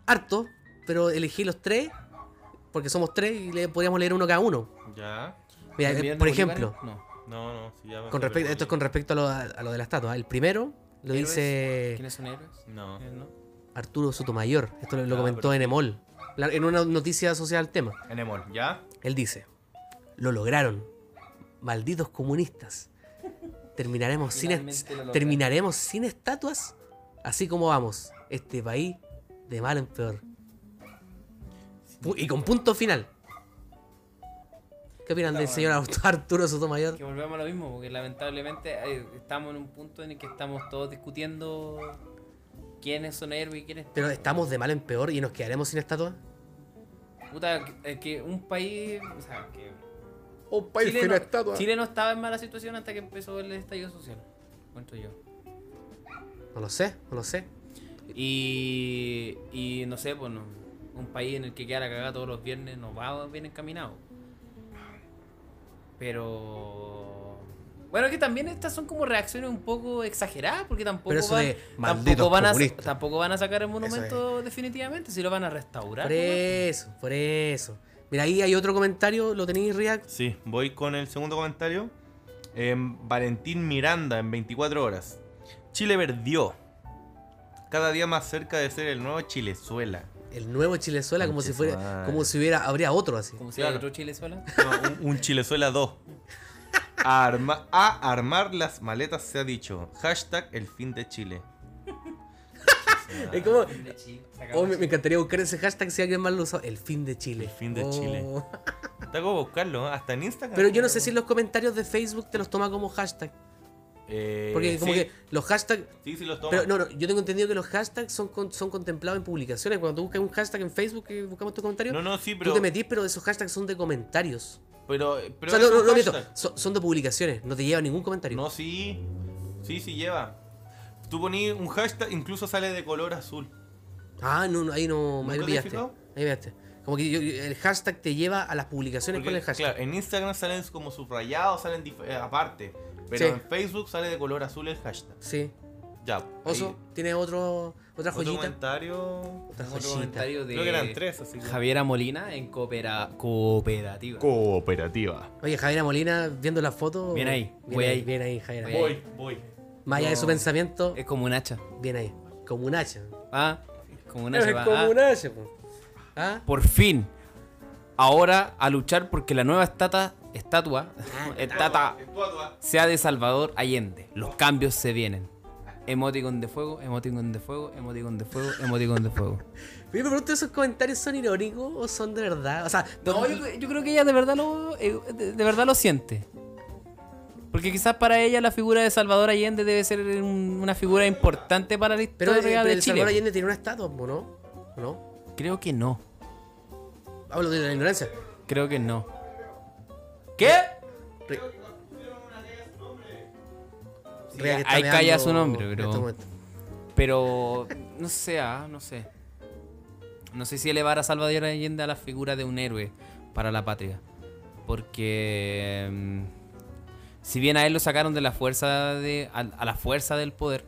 [SPEAKER 3] harto, pero elegí los tres, porque somos tres y le podríamos leer uno cada uno.
[SPEAKER 2] Ya.
[SPEAKER 3] Mira, eh, por ejemplo,
[SPEAKER 1] No.
[SPEAKER 2] No, no, sí, ya me
[SPEAKER 3] con respecto, esto es con respecto a lo, a lo de la estatua. El primero lo
[SPEAKER 1] ¿Héroes?
[SPEAKER 3] dice
[SPEAKER 1] ¿Quiénes son héroes?
[SPEAKER 2] No.
[SPEAKER 1] Eh, ¿No?
[SPEAKER 3] Arturo Sotomayor. Esto lo, lo
[SPEAKER 2] Ah,
[SPEAKER 3] comentó en Emol, la- en una noticia asociada al tema.
[SPEAKER 2] Enemol, ¿ya?
[SPEAKER 3] Él dice, lo lograron. Malditos comunistas. Terminaremos sin, est-
[SPEAKER 1] Finalmente lo lograron.
[SPEAKER 3] terminaremos sin estatuas, así como vamos. Este país de mal en peor. Pu- Y con punto final. ¿Qué opinan del
[SPEAKER 1] Está
[SPEAKER 3] señor Arturo Sotomayor?
[SPEAKER 1] Que volvemos a lo mismo, porque lamentablemente eh, estamos en un punto en el que estamos todos discutiendo quiénes son héroes y quiénes
[SPEAKER 3] Pero estamos de mal en peor y nos quedaremos sin estatuas.
[SPEAKER 1] Puta, que, eh, que un país. O sea, que.
[SPEAKER 3] Un
[SPEAKER 1] Chile, no, Chile no estaba en mala situación hasta que empezó el estallido social. Encuentro yo.
[SPEAKER 3] No lo sé, no lo sé.
[SPEAKER 1] Y. Y no sé, pues no, un país en el que queda la cagada todos los viernes no va bien encaminado. Pero. Bueno, que también estas son como reacciones un poco exageradas, porque tampoco
[SPEAKER 3] Pero eso
[SPEAKER 1] van,
[SPEAKER 3] de malditos
[SPEAKER 1] tampoco van, a,
[SPEAKER 3] comunistas.
[SPEAKER 1] tampoco van a sacar el
[SPEAKER 3] es.
[SPEAKER 1] monumento definitivamente, si lo van a restaurar.
[SPEAKER 3] Por
[SPEAKER 1] ¿no?
[SPEAKER 3] eso, por eso. Mira, ahí hay otro comentario, lo tenéis React.
[SPEAKER 2] Sí, voy con el segundo comentario. Em, Valentín Miranda en 24 horas. Chile perdió. Cada día más cerca de ser el nuevo Chilezuela.
[SPEAKER 3] El nuevo Chilezuela, como si
[SPEAKER 2] Conche su
[SPEAKER 3] fuera,
[SPEAKER 2] madre.
[SPEAKER 3] como si hubiera, habría otro así.
[SPEAKER 1] Como si era
[SPEAKER 2] Claro.
[SPEAKER 1] otro Chile sola.
[SPEAKER 2] No, un, un Chilezuela 2. A, arma- a armar las maletas se ha dicho. Hashtag el fin de Chile.
[SPEAKER 3] Es como,
[SPEAKER 1] Sacamos
[SPEAKER 3] oh, me, me encantaría buscar ese hashtag si alguien más lo usa. El fin de Chile.
[SPEAKER 2] Ah, El fin de
[SPEAKER 3] Oh.
[SPEAKER 2] Chile. Está como buscarlo, ¿eh? hasta en Instagram.
[SPEAKER 3] Pero yo no sé si los comentarios de Facebook te los toma como hashtag.
[SPEAKER 2] Eh,
[SPEAKER 3] Porque como
[SPEAKER 2] sí,
[SPEAKER 3] que los hashtags
[SPEAKER 2] Sí, sí los toma.
[SPEAKER 3] Pero no, no, yo tengo entendido que los hashtags son, con- son contemplados en publicaciones. Cuando tú buscas un hashtag en Facebook que buscamos tu comentario,
[SPEAKER 2] No, no, sí, pero.
[SPEAKER 3] tú te metís, pero esos hashtags son de comentarios.
[SPEAKER 2] Pero, eh, pero
[SPEAKER 3] o sea, no,
[SPEAKER 2] es
[SPEAKER 3] no,
[SPEAKER 2] un
[SPEAKER 3] no, miento,
[SPEAKER 2] hashtag.
[SPEAKER 3] son, son de publicaciones, no te lleva ningún comentario.
[SPEAKER 2] No, sí. Sí, sí lleva. Tú poní un hashtag, incluso sale de color azul.
[SPEAKER 3] Ah, no, no, ahí no, ahí
[SPEAKER 2] ¿Nunca
[SPEAKER 3] me
[SPEAKER 2] te
[SPEAKER 3] pillaste.
[SPEAKER 2] fijó?
[SPEAKER 3] Ahí me pillaste. Como que yo- yo- el hashtag te lleva a las publicaciones con
[SPEAKER 2] Porque,
[SPEAKER 3] el hashtag.
[SPEAKER 2] claro, en Instagram salen como subrayados, salen dif- eh, aparte. Pero
[SPEAKER 3] Sí.
[SPEAKER 2] en Facebook sale de color azul el hashtag.
[SPEAKER 3] Sí.
[SPEAKER 2] Ya.
[SPEAKER 3] Oso,
[SPEAKER 2] ahí.
[SPEAKER 3] ¿tiene otro, otra
[SPEAKER 2] Otro
[SPEAKER 3] joyita?
[SPEAKER 2] comentario.
[SPEAKER 3] Otra
[SPEAKER 1] Otro
[SPEAKER 3] joyita.
[SPEAKER 1] comentario de
[SPEAKER 2] Creo que eran tres, así que.
[SPEAKER 1] Javiera Molina en coopera- cooperativa.
[SPEAKER 2] Cooperativa.
[SPEAKER 3] Oye, Javiera Molina, viendo la foto.
[SPEAKER 1] Bien ahí, voy
[SPEAKER 3] bien ahí,
[SPEAKER 1] ahí.
[SPEAKER 3] bien ahí, Javiera.
[SPEAKER 1] Voy.
[SPEAKER 2] Voy, voy.
[SPEAKER 3] Más allá de su
[SPEAKER 1] No.
[SPEAKER 3] pensamiento,
[SPEAKER 1] es como un hacha.
[SPEAKER 3] bien ahí. Como un hacha.
[SPEAKER 1] Ah, como un hacha.
[SPEAKER 3] Es
[SPEAKER 1] va,
[SPEAKER 3] como
[SPEAKER 1] ah.
[SPEAKER 3] un hacha, po. ¿Ah?
[SPEAKER 1] Por fin. Ahora a luchar porque la nueva estata, estatua, estatua sea de Salvador Allende. Los cambios se vienen. Emoticon de fuego, emoticon de fuego, emoticon de fuego, emoticon de fuego.
[SPEAKER 3] Oye, me pregunto, ¿esos comentarios son irónicos o son de verdad? O sea,
[SPEAKER 1] No, yo, yo creo que ella de verdad lo eh, de, de verdad lo siente. Porque quizás para ella la figura de Salvador Allende debe ser un- una figura importante para la
[SPEAKER 3] pero,
[SPEAKER 1] historia
[SPEAKER 3] eh, pero
[SPEAKER 1] de
[SPEAKER 3] el Salvador
[SPEAKER 1] Chile.
[SPEAKER 3] Allende tiene una estatua, ¿o ¿no? ¿O ¿No?
[SPEAKER 1] Creo que no.
[SPEAKER 3] Hablo de la ignorancia.
[SPEAKER 1] Creo que no. ¿Qué?
[SPEAKER 3] Re-
[SPEAKER 1] Sí,
[SPEAKER 3] Rea que está
[SPEAKER 1] ahí
[SPEAKER 3] meando
[SPEAKER 1] calla su nombre,
[SPEAKER 3] en
[SPEAKER 1] pero-
[SPEAKER 3] este momento.
[SPEAKER 1] Pero no sé, ah, no sé. No sé si elevar a Salvador Allende a la figura de un héroe para la patria. Porque mm, si bien a él lo sacaron de la fuerza de a, a la fuerza del poder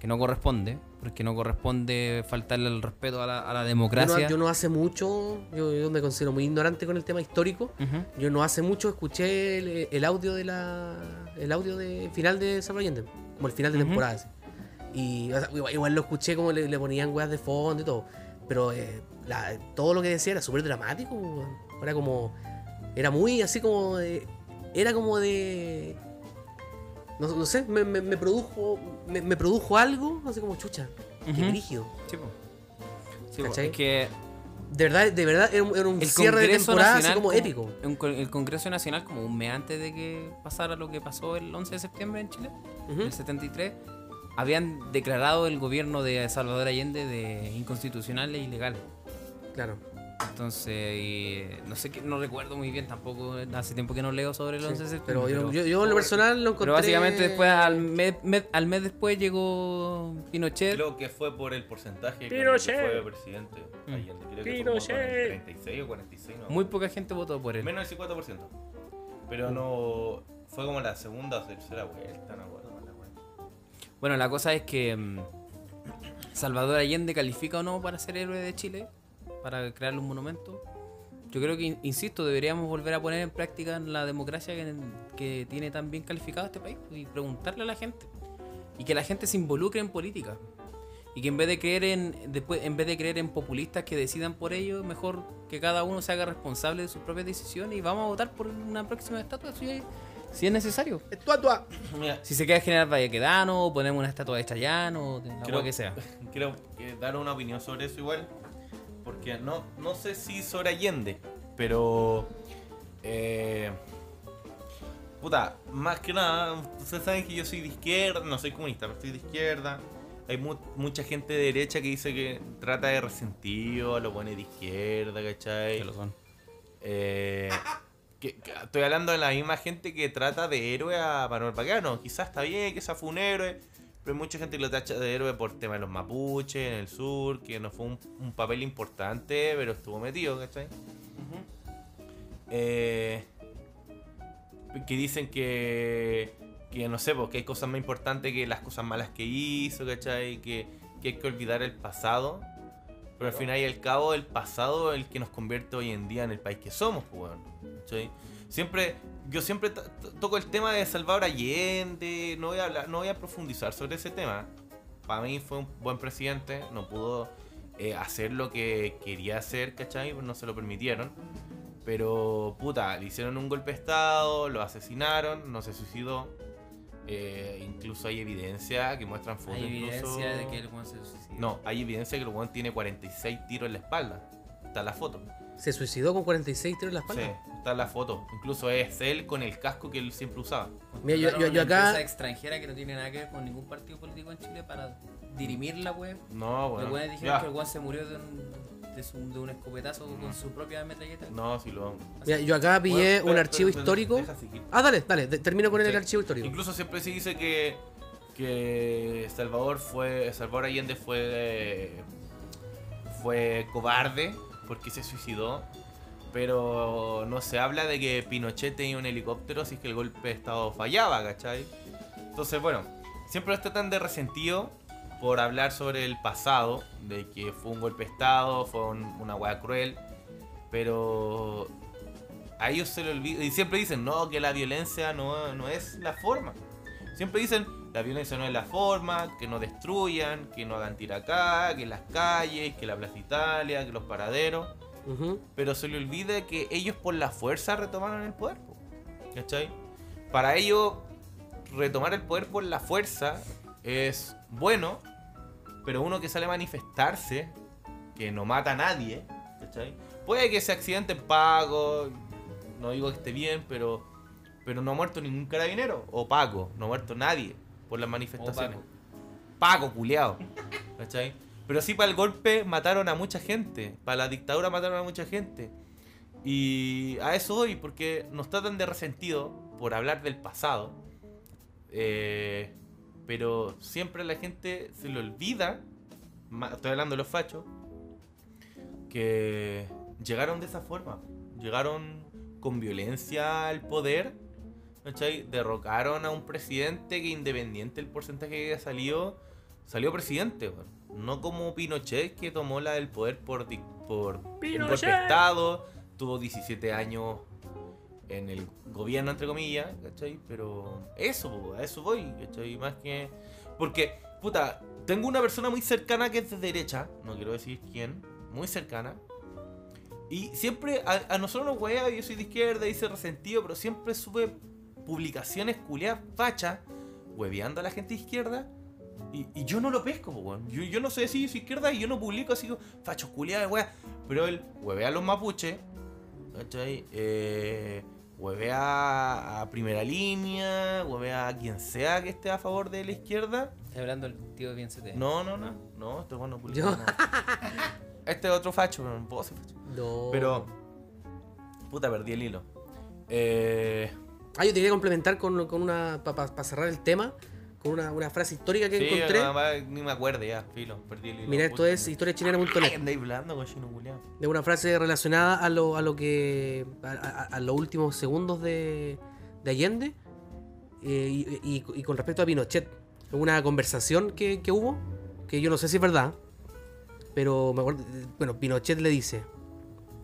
[SPEAKER 1] que no corresponde, porque no corresponde faltarle el respeto a la, a la
[SPEAKER 3] Yo no-
[SPEAKER 1] democracia.
[SPEAKER 3] Yo, no, hace mucho, yo, yo me considero muy ignorante con el tema histórico.
[SPEAKER 1] Ujú.
[SPEAKER 3] Yo no hace mucho escuché el, el audio de la. el audio de final de Salvador Allende, como el final de
[SPEAKER 1] Ujú.
[SPEAKER 3] temporada. así. Y o sea, igual, igual lo escuché como le, le ponían weas de fondo y todo. Pero eh, la- todo lo que decía era súper dramático. weón. Era como. Era muy así como de. Era como de. No, no sé, me, me- me produjo. Me, me produjo algo, así como chucha. Qué
[SPEAKER 1] Ujú.
[SPEAKER 3] brígido.
[SPEAKER 1] Sí, po. Sí, po,
[SPEAKER 3] ¿Cachai?
[SPEAKER 1] es que
[SPEAKER 3] De verdad, de verdad, era un, era un cierre de temporada así como, épico.
[SPEAKER 1] un con- el Congreso Nacional como un mes antes de que pasara lo que pasó el 11 de septiembre en Chile,
[SPEAKER 3] Ujú.
[SPEAKER 1] el 73, habían declarado el gobierno de Salvador Allende de inconstitucional e ilegal.
[SPEAKER 3] Claro.
[SPEAKER 1] Entonces, y, eh, no sé qué, no recuerdo muy bien tampoco, hace tiempo que no leo sobre el 11 de septiembre.
[SPEAKER 3] Pero yo, yo, yo en lo personal lo encontré.
[SPEAKER 1] pero básicamente después al mes, mes- al mes después llegó Pinochet.
[SPEAKER 2] Creo que fue por el porcentaje que
[SPEAKER 3] Pinochet.
[SPEAKER 2] fue presidente. Allende, creo que fue como con el 36 o 46, no.
[SPEAKER 1] Muy poca gente votó por él.
[SPEAKER 2] Menos del 54%. Pero no. Fue como la segunda o tercera vuelta, no acuerdo cuál era, bueno.
[SPEAKER 1] Bueno, la cosa es que mm, Salvador Allende califica o no para ser héroe de Chile, para crearle un monumento. Yo creo que, in- insisto, deberíamos volver a poner en práctica la democracia que, que tiene tan bien calificado este país y preguntarle a la gente. Y que la gente se involucre en política. Y que en vez de creer en, después, en, vez de creer en populistas que decidan por ello, mejor que cada uno se haga responsable de sus propias decisiones y vamos a votar por una próxima estatua si- si es necesario.
[SPEAKER 3] Estatua.
[SPEAKER 2] Mira,
[SPEAKER 1] Si se queda General Vallequedano, o ponemos una estatua de Chayano, o de la
[SPEAKER 2] Creo-
[SPEAKER 1] hueá que sea.
[SPEAKER 2] quiero eh, dar una opinión sobre eso igual. Porque no, no sé si sobre Allende, pero. eh, puta, más que nada, ustedes saben que yo soy de izquierda, no soy comunista, pero soy de izquierda. Hay mu- mucha gente de derecha que dice que trata de resentido a los buenos de izquierda, ¿cachai? Eh, que- que- estoy hablando de la misma gente que trata de héroe a Manuel Pacano. Quizás está bien, quizás fue un héroe. Pero hay mucha gente que lo tacha de héroe por tema de los mapuches en el sur, que no fue un, un papel importante, pero estuvo metido, ¿cachai? Eh, que dicen que, que no sé, porque hay cosas más importantes que las cosas malas que hizo, ¿cachai? Que, que hay que olvidar el pasado. Pero al final y al cabo, el pasado es el que nos convierte hoy en día en el país que somos, pues, weón, ¿cachai? Siempre, yo siempre to- to- toco el tema de Salvador Allende, no voy a hablar, no voy a profundizar sobre ese tema. Para mí fue un buen presidente, no pudo eh, hacer lo que quería hacer, ¿cachai? No se lo permitieron. Pero, puta, le hicieron un golpe de estado, lo asesinaron, no se suicidó. Eh, incluso hay evidencia que muestran fotos.
[SPEAKER 1] Hay
[SPEAKER 2] incluso-
[SPEAKER 1] evidencia de que el weón se suicidó.
[SPEAKER 2] No, hay evidencia que el weón tiene 46 tiros en la espalda. Está la foto.
[SPEAKER 3] Se suicidó con 46 tiros en la
[SPEAKER 2] Sí,
[SPEAKER 3] espalda.
[SPEAKER 2] está la foto. Incluso es él con el casco que él siempre usaba.
[SPEAKER 3] Mira, yo- yo-
[SPEAKER 1] Contrataron una
[SPEAKER 3] yo acá-
[SPEAKER 1] empresa extranjera que no tiene nada que ver con ningún partido político en Chile para dirimir la web.
[SPEAKER 2] No,
[SPEAKER 1] Los
[SPEAKER 2] bueno.
[SPEAKER 1] weones dijeron
[SPEAKER 2] ya. Mm.
[SPEAKER 1] que el weón se murió de un, de su- de un escopetazo con su propia metralleta.
[SPEAKER 2] No, sí lo
[SPEAKER 3] Mira, yo acá pillé
[SPEAKER 2] Bueno,
[SPEAKER 3] un
[SPEAKER 2] espera,
[SPEAKER 3] archivo
[SPEAKER 2] espera,
[SPEAKER 3] histórico.
[SPEAKER 2] deja seguir.
[SPEAKER 3] Ah, dale, dale, de- termino con el
[SPEAKER 2] Sí.
[SPEAKER 3] archivo histórico.
[SPEAKER 2] Incluso siempre se dice que, que Salvador fue Salvador Allende fue fue cobarde porque se suicidó, pero no se habla de que Pinochet tenía un helicóptero si es que el golpe de estado fallaba, ¿cachai? Entonces, bueno, siempre los tratan de resentido por hablar sobre el pasado, de que fue un golpe de estado, fue un- una hueá cruel, pero a ellos se le olvida. Y siempre dicen, no, que la violencia no, no es la forma. Siempre dicen, la violencia no es la forma, que no destruyan, que no hagan tiracá, que las calles, que la Plaza Italia, que los paraderos.
[SPEAKER 3] Ujú.
[SPEAKER 2] Pero se le olvida que ellos por la fuerza retomaron el poder. po. ¿Cachai? Para ellos, retomar el poder por la fuerza es bueno, pero uno que sale a manifestarse, que no mata a nadie, ¿cachai? Puede que se accidente en pago, no digo que esté bien, pero, pero no ha muerto ningún carabinero. O Paco, no ha muerto nadie por las manifestaciones. Paco, culiao. ¿Cachai? Pero sí, para el golpe mataron a mucha gente. Para la dictadura mataron a mucha gente. Y a eso hoy, porque nos tratan de resentido por hablar del pasado. Eh, pero siempre a la gente se le olvida, ma- estoy hablando de los fachos, que llegaron de esa forma. Llegaron con violencia al poder. ¿cachai? Derrocaron a un presidente que independiente del porcentaje que haya salido, salió presidente. weón. No como Pinochet que tomó la del poder por, dic- por un golpe de Estado. Tuvo 17 años en el gobierno, entre comillas, ¿cachai? Pero eso, po, a eso voy, ¿cachai? Más que... Porque, puta, tengo una persona muy cercana que es de derecha, no quiero decir quién, muy cercana. Y siempre, a, a nosotros nos wea, yo soy de izquierda, hice resentido, pero siempre sube publicaciones culiadas fachas, hueveando a la gente de izquierda. Y, y yo no lo pesco, po, weón. Yo, yo no sé si soy izquierda y yo no publico así, fachos culiados, wea. Pero él huevea a los mapuches, ¿cachai? Eh, huevea a primera línea, huevea a quien sea que esté a favor de la izquierda.
[SPEAKER 1] Está hablando el tío bien CT.
[SPEAKER 2] No, no, no. No, este bueno publica.
[SPEAKER 3] Yo-
[SPEAKER 2] nada. Este es otro facho, pero no puedo ser facho.
[SPEAKER 3] No.
[SPEAKER 2] Pero. Puta, perdí el hilo. Eh,
[SPEAKER 3] Ah, yo te quería complementar con, con una. Para cerrar el tema, con una, una frase histórica que
[SPEAKER 2] sí,
[SPEAKER 3] encontré.
[SPEAKER 2] nada más, ni me acuerdo ya, filo. Perdí el hilo.
[SPEAKER 3] Mira, esto
[SPEAKER 2] puta.
[SPEAKER 3] es historiachilena.net.
[SPEAKER 2] Ay, andáis hablando con chino culiao.
[SPEAKER 3] de una frase relacionada a lo, a lo que. a, a- a los últimos segundos de, de Allende eh, y, y- y con respecto a Pinochet. Una conversación que, que hubo, que yo no sé si es verdad, pero me acuerdo. Bueno, Pinochet le dice: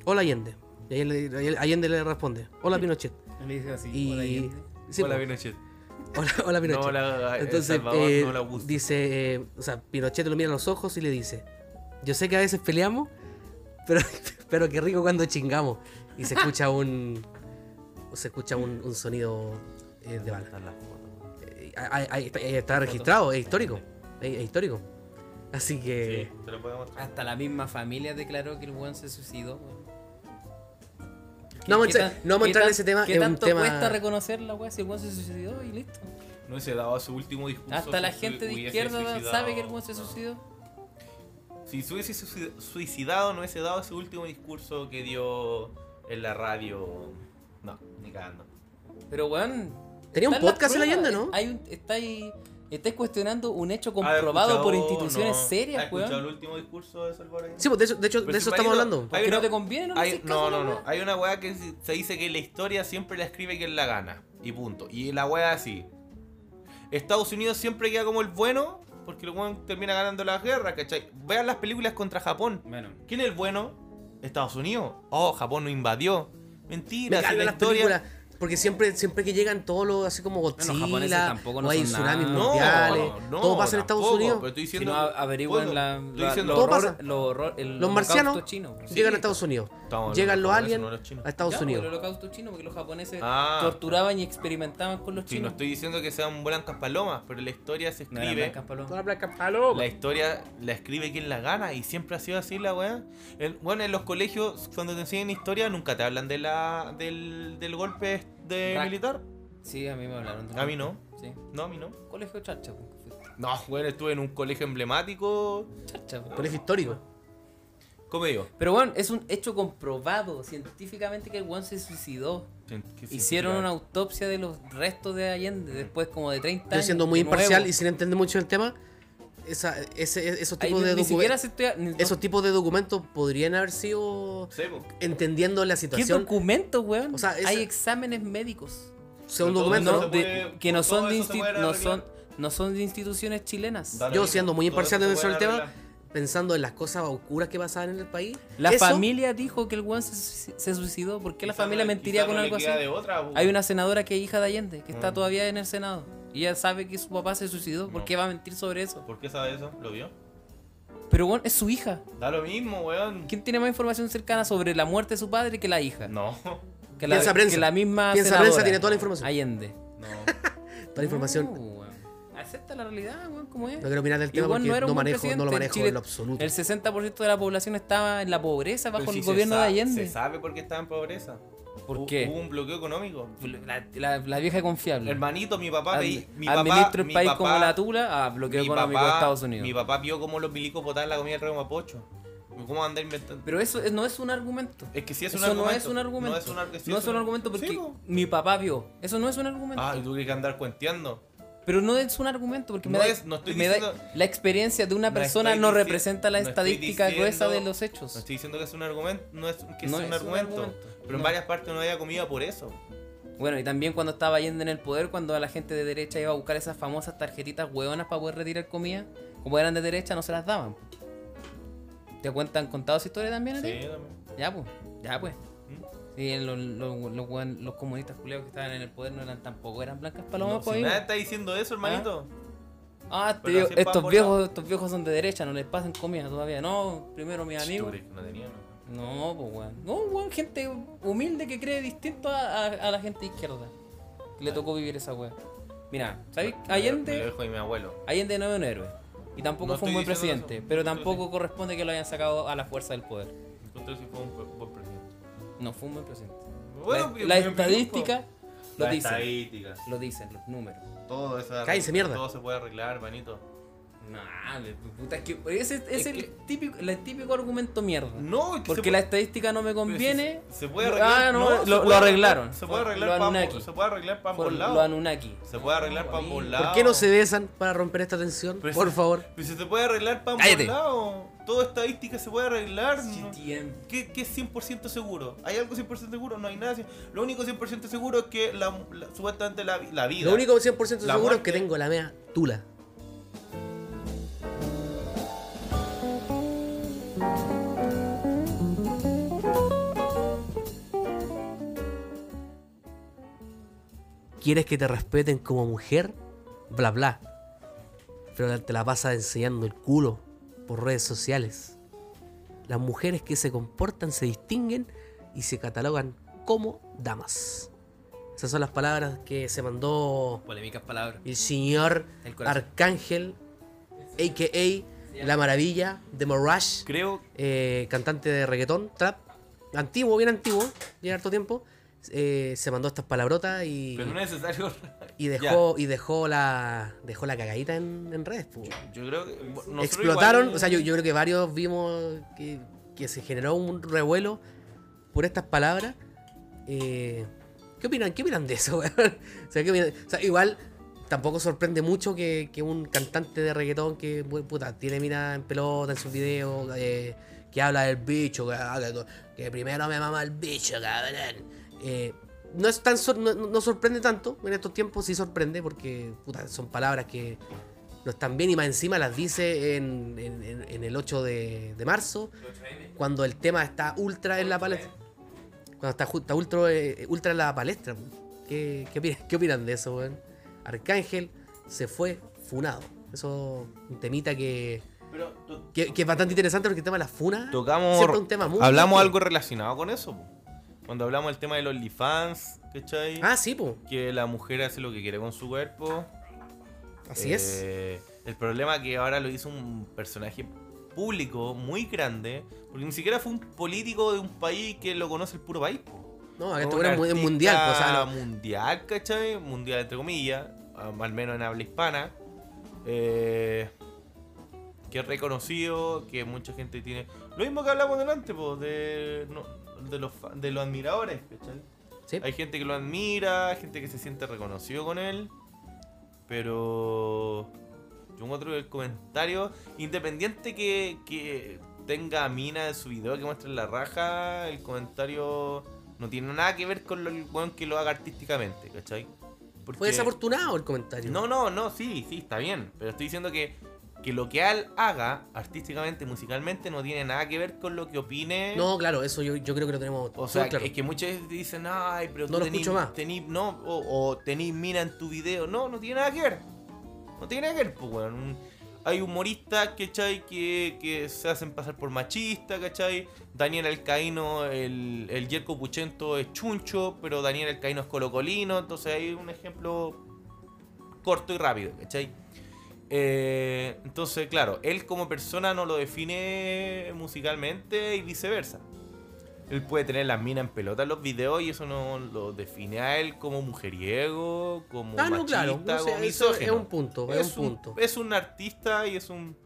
[SPEAKER 3] Hola Allende. Y Allende, le- Allende le responde: Hola Pinochet.
[SPEAKER 1] Le dice así.
[SPEAKER 3] Y.
[SPEAKER 1] "Hola, Allende".
[SPEAKER 3] sí,
[SPEAKER 2] Hola,
[SPEAKER 3] po,
[SPEAKER 2] Pinochet.
[SPEAKER 3] hola, hola, Pinochet.
[SPEAKER 2] No, la,
[SPEAKER 3] Entonces,
[SPEAKER 2] Entonces, Salvador
[SPEAKER 3] eh,
[SPEAKER 2] no la gusta.
[SPEAKER 3] dice, eh, o sea, Pinochet lo mira a los ojos y le dice, yo sé que a veces peleamos, pero, pero qué rico cuando chingamos. Y se escucha un, se escucha un, un sonido eh, de bala.
[SPEAKER 2] Están las fotos.
[SPEAKER 3] Eh, ahí- ahí está, ahí está registrado, es histórico, es, es histórico. Así que,
[SPEAKER 2] Sí, te lo podemos mostrar.
[SPEAKER 1] Hasta la misma familia declaró que el weón se suicidó. weón.
[SPEAKER 3] No vamos
[SPEAKER 1] ¿Qué
[SPEAKER 3] a entrar-
[SPEAKER 1] tan-
[SPEAKER 3] no vamos a
[SPEAKER 1] qué
[SPEAKER 3] entrar en
[SPEAKER 1] tan-
[SPEAKER 3] ese tema,
[SPEAKER 1] ¿Qué
[SPEAKER 3] es un
[SPEAKER 1] tanto
[SPEAKER 3] tema-
[SPEAKER 1] cuesta reconocer la weá si el weón se suicidó y listo?
[SPEAKER 2] No se daba su último discurso.
[SPEAKER 1] Hasta la
[SPEAKER 2] si
[SPEAKER 1] gente de
[SPEAKER 2] hubiese
[SPEAKER 1] izquierda
[SPEAKER 2] suicidado.
[SPEAKER 1] sabe que el weón se
[SPEAKER 2] No.
[SPEAKER 1] suicidó.
[SPEAKER 2] Si se hubiese suicid- suicidado, no hubiese dado ese último discurso que dio en la radio. No, ni cagando.
[SPEAKER 1] Pero weón.
[SPEAKER 3] Tenía un
[SPEAKER 1] están las
[SPEAKER 3] podcast el
[SPEAKER 1] pruebas,
[SPEAKER 3] Allende,
[SPEAKER 2] eh,
[SPEAKER 3] ¿no?
[SPEAKER 1] Hay un, está ahí- estáis cuestionando un hecho
[SPEAKER 2] ¿Ha
[SPEAKER 1] comprobado por
[SPEAKER 2] escuchado-
[SPEAKER 1] instituciones
[SPEAKER 2] no. ¿Ha
[SPEAKER 1] serias,
[SPEAKER 2] escuchado el
[SPEAKER 1] weón.
[SPEAKER 2] último discurso de Salvador Allende?
[SPEAKER 3] sí, pues de hecho, de, hecho,
[SPEAKER 2] Pero
[SPEAKER 3] de
[SPEAKER 2] si
[SPEAKER 3] eso
[SPEAKER 2] me ha
[SPEAKER 3] estamos
[SPEAKER 2] ido-
[SPEAKER 3] hablando.
[SPEAKER 2] hay
[SPEAKER 1] Porque
[SPEAKER 2] una-
[SPEAKER 1] no te conviene, no le
[SPEAKER 2] Hay-
[SPEAKER 1] haces caso
[SPEAKER 2] no,
[SPEAKER 1] a la
[SPEAKER 2] no, no.
[SPEAKER 1] weá.
[SPEAKER 2] Hay una weá que se se dice que la historia siempre la escribe quien la gana. Y punto. Y la weá así. Estados Unidos siempre queda como el bueno porque el weón termina ganando las guerras, ¿cachai? Vean las películas contra Japón.
[SPEAKER 1] Bueno,
[SPEAKER 2] ¿Quién es el bueno? Estados Unidos. Oh, Japón nos invadió.
[SPEAKER 3] Me
[SPEAKER 2] Mentira, si
[SPEAKER 3] cargan
[SPEAKER 2] la
[SPEAKER 3] las
[SPEAKER 2] historia.
[SPEAKER 3] películas. Porque siempre, siempre que llegan todos los, así como
[SPEAKER 1] los
[SPEAKER 3] Godzilla,
[SPEAKER 1] japoneses tampoco no
[SPEAKER 3] o
[SPEAKER 1] son
[SPEAKER 3] hay tsunamis
[SPEAKER 1] nada.
[SPEAKER 3] mundiales,
[SPEAKER 2] No, no,
[SPEAKER 3] todo pasa en
[SPEAKER 2] tampoco,
[SPEAKER 3] Estados Unidos.
[SPEAKER 2] Pero estoy
[SPEAKER 1] Si
[SPEAKER 2] diciendo.
[SPEAKER 1] no averiguan
[SPEAKER 2] bueno,
[SPEAKER 1] la,
[SPEAKER 2] estoy
[SPEAKER 1] la-
[SPEAKER 2] diciendo-
[SPEAKER 1] lo
[SPEAKER 3] Todo
[SPEAKER 1] horror-
[SPEAKER 3] pasa.
[SPEAKER 1] lo horror- el
[SPEAKER 3] Los
[SPEAKER 1] holocausto
[SPEAKER 3] marcianos
[SPEAKER 1] chino. Sí.
[SPEAKER 3] llegan a Estados Unidos,
[SPEAKER 2] hablando
[SPEAKER 3] llegan
[SPEAKER 2] de
[SPEAKER 3] los
[SPEAKER 2] japoneses,
[SPEAKER 3] aliens
[SPEAKER 2] no de los chinos.
[SPEAKER 3] a Estados
[SPEAKER 1] Ya, pues, El
[SPEAKER 3] Unidos.
[SPEAKER 1] holocausto chino, porque los japoneses
[SPEAKER 2] Ah.
[SPEAKER 1] torturaban y experimentaban con los
[SPEAKER 2] Sí, no
[SPEAKER 1] chinos.
[SPEAKER 2] estoy diciendo que sean blancas palomas, pero la historia se
[SPEAKER 1] No eran
[SPEAKER 2] escribe.
[SPEAKER 1] blancas palomas.
[SPEAKER 2] La historia la escribe quien la gana y siempre ha sido así la weá. El- bueno, en los colegios, cuando te enseñan historia, nunca te hablan de la del, del golpe de
[SPEAKER 1] Rack.
[SPEAKER 2] militar.
[SPEAKER 1] Sí, a mí me hablaron. de-
[SPEAKER 2] A mí no.
[SPEAKER 1] Sí.
[SPEAKER 2] No, a mí no.
[SPEAKER 1] Colegio Chacha. pues.
[SPEAKER 2] No, bueno, estuve en un colegio emblemático.
[SPEAKER 1] Chacha. pues.
[SPEAKER 3] Colegio histórico.
[SPEAKER 2] ¿Cómo digo?
[SPEAKER 1] Pero bueno, es un hecho comprobado científicamente que el weón se suicidó. Hicieron una autopsia de los restos de Allende después como de 30
[SPEAKER 3] Estoy
[SPEAKER 1] años.
[SPEAKER 3] siendo muy
[SPEAKER 1] de nuevo.
[SPEAKER 3] imparcial y sin entender mucho el tema. Esa, ese- esos,
[SPEAKER 1] Ahí
[SPEAKER 3] tipos
[SPEAKER 1] ni,
[SPEAKER 3] de
[SPEAKER 1] ni
[SPEAKER 3] docu-
[SPEAKER 1] siquiera se estoy... ni-
[SPEAKER 3] esos tipos de documentos podrían haber sido
[SPEAKER 2] Sebo.
[SPEAKER 3] entendiendo la
[SPEAKER 1] ¿Qué
[SPEAKER 3] situación.
[SPEAKER 1] documentos, weón?
[SPEAKER 3] O sea, esa-
[SPEAKER 1] Hay exámenes médicos.
[SPEAKER 3] Según
[SPEAKER 2] Pero todo
[SPEAKER 3] documento,
[SPEAKER 2] eso
[SPEAKER 3] ¿no?
[SPEAKER 2] se
[SPEAKER 1] de-
[SPEAKER 2] puede-
[SPEAKER 1] que no
[SPEAKER 2] con todo
[SPEAKER 1] son, de
[SPEAKER 2] eso se
[SPEAKER 1] insti-
[SPEAKER 2] puede
[SPEAKER 1] no,
[SPEAKER 2] arreglar.
[SPEAKER 1] son, no son de instituciones chilenas.
[SPEAKER 2] Da lo
[SPEAKER 3] Yo
[SPEAKER 2] mismo,
[SPEAKER 3] siendo muy
[SPEAKER 2] todo
[SPEAKER 3] imparcial
[SPEAKER 2] eso
[SPEAKER 3] de
[SPEAKER 2] se
[SPEAKER 3] sobre el
[SPEAKER 2] puede
[SPEAKER 3] tema,
[SPEAKER 2] arreglar.
[SPEAKER 3] pensando en las cosas oscuras que pasaban en el país.
[SPEAKER 1] La
[SPEAKER 3] eso-
[SPEAKER 1] familia dijo que el weón se, suici- se suicidó. ¿Por qué la
[SPEAKER 2] Quizá
[SPEAKER 1] familia
[SPEAKER 2] no-
[SPEAKER 1] mentiría
[SPEAKER 2] quizá
[SPEAKER 1] con
[SPEAKER 2] no le
[SPEAKER 1] algo así?
[SPEAKER 2] queda de otra, bu.
[SPEAKER 1] Hay una senadora que es hija de Allende, que está
[SPEAKER 2] Mm.
[SPEAKER 1] todavía en el Senado. Y ella sabe que su papá se suicidó. ¿Por
[SPEAKER 2] No.
[SPEAKER 1] qué va a mentir sobre eso?
[SPEAKER 2] ¿Por qué sabe eso? ¿Lo vio?
[SPEAKER 1] Pero bueno, es su hija.
[SPEAKER 2] Da lo mismo, weón.
[SPEAKER 1] ¿Quién tiene más información cercana sobre la muerte de su padre que la hija?
[SPEAKER 2] No.
[SPEAKER 1] Que la,
[SPEAKER 3] Piensa prensa.
[SPEAKER 1] que la misma
[SPEAKER 3] Piensa
[SPEAKER 1] senadora,
[SPEAKER 3] prensa, tiene toda la información.
[SPEAKER 1] Allende.
[SPEAKER 2] No.
[SPEAKER 3] Toda la información.
[SPEAKER 1] No, weón. Acepta la realidad, weón, como es.
[SPEAKER 3] No quiero mirar el tema
[SPEAKER 1] Igual
[SPEAKER 3] porque
[SPEAKER 1] era un
[SPEAKER 3] no
[SPEAKER 1] buen
[SPEAKER 3] manejo- no lo
[SPEAKER 1] presidente.
[SPEAKER 3] manejo
[SPEAKER 1] Chile-
[SPEAKER 3] en lo absoluto.
[SPEAKER 1] El 60% de la población estaba en la pobreza bajo
[SPEAKER 2] Pero
[SPEAKER 1] el
[SPEAKER 2] si se
[SPEAKER 1] gobierno de
[SPEAKER 2] sa-
[SPEAKER 1] Allende.
[SPEAKER 2] Se sabe por qué estaba en pobreza.
[SPEAKER 1] ¿Por
[SPEAKER 2] Hu-
[SPEAKER 1] qué?
[SPEAKER 2] Hubo un bloqueo económico.
[SPEAKER 1] La, la- la vieja confiable.
[SPEAKER 2] Hermanito, mi papá. pedí- mi papá-
[SPEAKER 1] administro el
[SPEAKER 2] mi
[SPEAKER 1] país
[SPEAKER 2] papá-
[SPEAKER 1] como la tula a bloqueo
[SPEAKER 2] mi
[SPEAKER 1] económico de
[SPEAKER 2] papá-
[SPEAKER 1] Estados Unidos.
[SPEAKER 2] Mi papá vio cómo los milicos botaban la comida del reo Mapocho. ¿Cómo andar inventando?
[SPEAKER 1] Pero eso es- no es un argumento.
[SPEAKER 2] es que si es
[SPEAKER 1] Eso
[SPEAKER 2] un
[SPEAKER 1] no
[SPEAKER 2] argumento.
[SPEAKER 1] es un argumento.
[SPEAKER 2] No es un, ar- sí
[SPEAKER 1] No es un argumento porque
[SPEAKER 2] Sí, po.
[SPEAKER 1] mi papá vio. Eso no es un argumento.
[SPEAKER 2] Ah, y tú tienes que andar cuenteando.
[SPEAKER 1] Pero no es un argumento porque me,
[SPEAKER 2] No
[SPEAKER 1] da,
[SPEAKER 2] es- no estoy
[SPEAKER 1] me da-
[SPEAKER 2] diciendo-
[SPEAKER 1] la experiencia de una
[SPEAKER 2] No
[SPEAKER 1] persona
[SPEAKER 2] estoy
[SPEAKER 1] no
[SPEAKER 2] dici-
[SPEAKER 1] representa la
[SPEAKER 2] no estoy
[SPEAKER 1] estadística
[SPEAKER 2] diciendo-
[SPEAKER 1] gruesa de los
[SPEAKER 2] No
[SPEAKER 1] hechos.
[SPEAKER 2] estoy diciendo que es un argumento. No es que
[SPEAKER 1] No
[SPEAKER 2] sea un,
[SPEAKER 1] es un
[SPEAKER 2] argumento,
[SPEAKER 1] argumento,
[SPEAKER 2] Pero en
[SPEAKER 1] no.
[SPEAKER 2] varias partes no había comida por eso.
[SPEAKER 1] Bueno, y también cuando estaba Allende en el poder, cuando la gente de derecha iba a buscar esas famosas tarjetitas hueonas para poder retirar comida, como eran de derecha no se las daban. ¿Te cuentan contados historias también a ti?
[SPEAKER 2] Sí, también.
[SPEAKER 1] Ya pues, ya pues.
[SPEAKER 2] ¿Mm?
[SPEAKER 1] Sí, en los, los- los hueón- los comunistas culiados que estaban en el poder no eran tampoco, eran blancas palomas,
[SPEAKER 2] No, si
[SPEAKER 1] pues, amigo.
[SPEAKER 2] nadie está diciendo eso, hermanito.
[SPEAKER 1] Ah, te
[SPEAKER 2] Pero
[SPEAKER 1] digo,
[SPEAKER 2] así es pa'
[SPEAKER 1] estos
[SPEAKER 2] ambos
[SPEAKER 1] viejos,
[SPEAKER 2] lados.
[SPEAKER 1] estos viejos son de derecha, no les pasan comida todavía. No, primero mis
[SPEAKER 2] Tú
[SPEAKER 1] amigos.
[SPEAKER 2] crees que No tenía, no.
[SPEAKER 1] No, pues weón. No, weón, gente humilde que cree distinto a, a- a la gente de izquierda. Le tocó vivir esa weón. Mira, ¿sabes?
[SPEAKER 2] Me lo- Me lo
[SPEAKER 1] Allende,
[SPEAKER 2] dijo mi abuelo.
[SPEAKER 1] Allende no es un héroe. Y tampoco
[SPEAKER 2] No
[SPEAKER 1] fue un
[SPEAKER 2] estoy
[SPEAKER 1] buen
[SPEAKER 2] diciendo
[SPEAKER 1] presidente,
[SPEAKER 2] eso.
[SPEAKER 1] pero
[SPEAKER 2] No estoy
[SPEAKER 1] tampoco
[SPEAKER 2] diciendo-
[SPEAKER 1] corresponde que lo hayan sacado a la fuerza del poder.
[SPEAKER 2] Encontré si fue un buen- buen presidente.
[SPEAKER 1] No fue un buen presidente.
[SPEAKER 2] Bueno,
[SPEAKER 1] la
[SPEAKER 2] bien,
[SPEAKER 1] la
[SPEAKER 2] bien,
[SPEAKER 1] estadística lo
[SPEAKER 2] La
[SPEAKER 1] dice.
[SPEAKER 2] estadística,
[SPEAKER 1] Lo dicen los números.
[SPEAKER 2] Todo eso.
[SPEAKER 3] Cállense, mierda.
[SPEAKER 2] Todo se puede arreglar, hermanito.
[SPEAKER 1] No, puta, es que ese es,
[SPEAKER 2] Es
[SPEAKER 1] el,
[SPEAKER 2] que-
[SPEAKER 1] típico, el típico argumento mierda.
[SPEAKER 2] No, es que
[SPEAKER 1] Porque
[SPEAKER 2] se
[SPEAKER 1] la
[SPEAKER 2] puede-
[SPEAKER 1] estadística no me conviene.
[SPEAKER 2] Se, se puede
[SPEAKER 1] Ah,
[SPEAKER 2] arreglar.
[SPEAKER 1] no, lo-
[SPEAKER 2] se
[SPEAKER 1] lo
[SPEAKER 2] puede
[SPEAKER 1] arreglaron.
[SPEAKER 2] Se puede
[SPEAKER 1] Fue-
[SPEAKER 2] arreglar
[SPEAKER 1] lo
[SPEAKER 2] para ambos-
[SPEAKER 1] Anunnaki.
[SPEAKER 2] se puede arreglar para
[SPEAKER 1] Por
[SPEAKER 2] ambos
[SPEAKER 1] lo
[SPEAKER 2] lados.
[SPEAKER 1] Anunnaki.
[SPEAKER 2] Se puede arreglar para
[SPEAKER 1] amigo.
[SPEAKER 2] ambos lados.
[SPEAKER 3] ¿Por qué no se besan para romper esta tensión?
[SPEAKER 2] Pues-
[SPEAKER 3] Por favor.
[SPEAKER 2] Pues se te puede arreglar para ambos
[SPEAKER 1] Cállate.
[SPEAKER 2] lados. Toda estadística se puede arreglar. ¿no?
[SPEAKER 1] GTM.
[SPEAKER 2] ¿Qué, qué es 100% seguro? ¿Hay algo 100% seguro? No hay nada. cien- Lo único 100% seguro es que la, la- supuestamente la, vi- la vida.
[SPEAKER 3] Lo único 100%
[SPEAKER 2] La
[SPEAKER 3] seguro es que
[SPEAKER 2] muerte.
[SPEAKER 3] tengo la mea tula. ¿Quieres que te respeten como mujer? Bla bla. Pero te la pasas enseñando el culo por redes sociales. Las mujeres que se comportan se distinguen y se catalogan como damas. Esas son las palabras que se mandó
[SPEAKER 1] Polémicas palabras.
[SPEAKER 3] el señor
[SPEAKER 1] El corazón.
[SPEAKER 3] Arcángel, a.k.a. La Maravilla de Morash,
[SPEAKER 2] Creo
[SPEAKER 3] eh, cantante de reggaetón, trap, antiguo, bien antiguo, ya harto tiempo, eh, se mandó estas palabrotas y,
[SPEAKER 2] Pero no es necesario.
[SPEAKER 3] y dejó y dejó la dejó la cagadita en, en redes. po.
[SPEAKER 2] Yo creo que. nosotros
[SPEAKER 3] Explotaron,
[SPEAKER 2] igual-
[SPEAKER 3] o sea, yo, yo creo que varios vimos que, que se generó un revuelo por estas palabras. Eh, ¿Qué opinan? ¿Qué opinan de eso, weón? O sea, ¿qué opinan? O sea, igual tampoco sorprende mucho que, que un cantante de reggaetón que bu- puta, tiene mina en pelota en sus videos, eh, que habla del bicho, que, ah, que- que primero me mama el bicho, cabrón. Eh, no, es tan sor- no, no- no sorprende tanto, en estos tiempos sí sorprende porque puta, son palabras que no están bien y más encima las dice en, en- en- en el 8 de, de marzo, cuando el tema está ultra en la palestra Cuando está, ju- está ultra, eh, ultra en la palestra. weón. ¿Qué, qué, opinan, qué opinan de eso, weón? Arcángel se fue funado. Eso un temita que,
[SPEAKER 2] Pero to-
[SPEAKER 3] que, que es bastante interesante porque el tema de la funa
[SPEAKER 2] tocamos.
[SPEAKER 3] siempre es un tema muy
[SPEAKER 2] hablamos
[SPEAKER 3] amplio.
[SPEAKER 2] algo relacionado con eso. po. Cuando hablamos del tema de los OnlyFans, ¿cachai?
[SPEAKER 3] Ah, sí, pues.
[SPEAKER 2] Que la mujer hace lo que quiere con su cuerpo.
[SPEAKER 3] Así es.
[SPEAKER 2] Eh, El problema es que ahora lo hizo un personaje público muy grande, porque ni siquiera fue un político de un país que lo conoce el puro país. po.
[SPEAKER 3] No,
[SPEAKER 2] Fue
[SPEAKER 3] esto
[SPEAKER 2] un
[SPEAKER 3] era mu-
[SPEAKER 2] artista
[SPEAKER 3] mundial, po, o sea, lo-
[SPEAKER 2] mundial, ¿cachai? Mundial entre comillas, am- al menos en habla hispana. eh, que es reconocido, que mucha gente tiene. Lo mismo que hablamos delante, po, de, no, de, los, fa- de los admiradores, ¿cachai?
[SPEAKER 3] sí.
[SPEAKER 2] Hay gente que lo admira, hay gente que se siente reconocido con él. Pero. Yo encuentro el comentario. Independiente que, que tenga a Mina de su video que muestre la raja, el comentario no tiene nada que ver con lo- el weón que lo haga artísticamente, ¿cachai? Porque-
[SPEAKER 3] Fue desafortunado el comentario.
[SPEAKER 2] No, no, no, sí, sí, está bien. Pero estoy diciendo que, que lo que él haga artísticamente, musicalmente, no tiene nada que ver con lo que opine.
[SPEAKER 3] No, claro, eso yo, yo creo que lo tenemos.
[SPEAKER 2] O
[SPEAKER 3] muy
[SPEAKER 2] sea,
[SPEAKER 3] claro.
[SPEAKER 2] es que muchas veces dicen, ay, pero tú
[SPEAKER 3] No lo
[SPEAKER 2] tenís-
[SPEAKER 3] escucho más".
[SPEAKER 2] tenís- no, o, o tenís mina en tu video. No, no tiene nada que ver. No tiene nada que ver, pues, weón. Un- Hay humoristas, ¿cachai? Que, que se hacen pasar por machista, ¿cachai? Daniel Alcaíno, el, el Yerko Puchento es chuncho, pero Daniel Alcaíno es colocolino. Entonces hay un ejemplo corto y rápido, ¿cachai? Eh, entonces, claro, él como persona no lo define musicalmente y viceversa. Él puede tener las minas en pelota en los videos y eso no lo define a él como mujeriego, como
[SPEAKER 3] Ah, no,
[SPEAKER 2] machista,
[SPEAKER 3] claro. no sé,
[SPEAKER 2] como
[SPEAKER 3] eso es
[SPEAKER 2] misógino.
[SPEAKER 3] un punto, es, un punto.
[SPEAKER 2] es un artista y es un-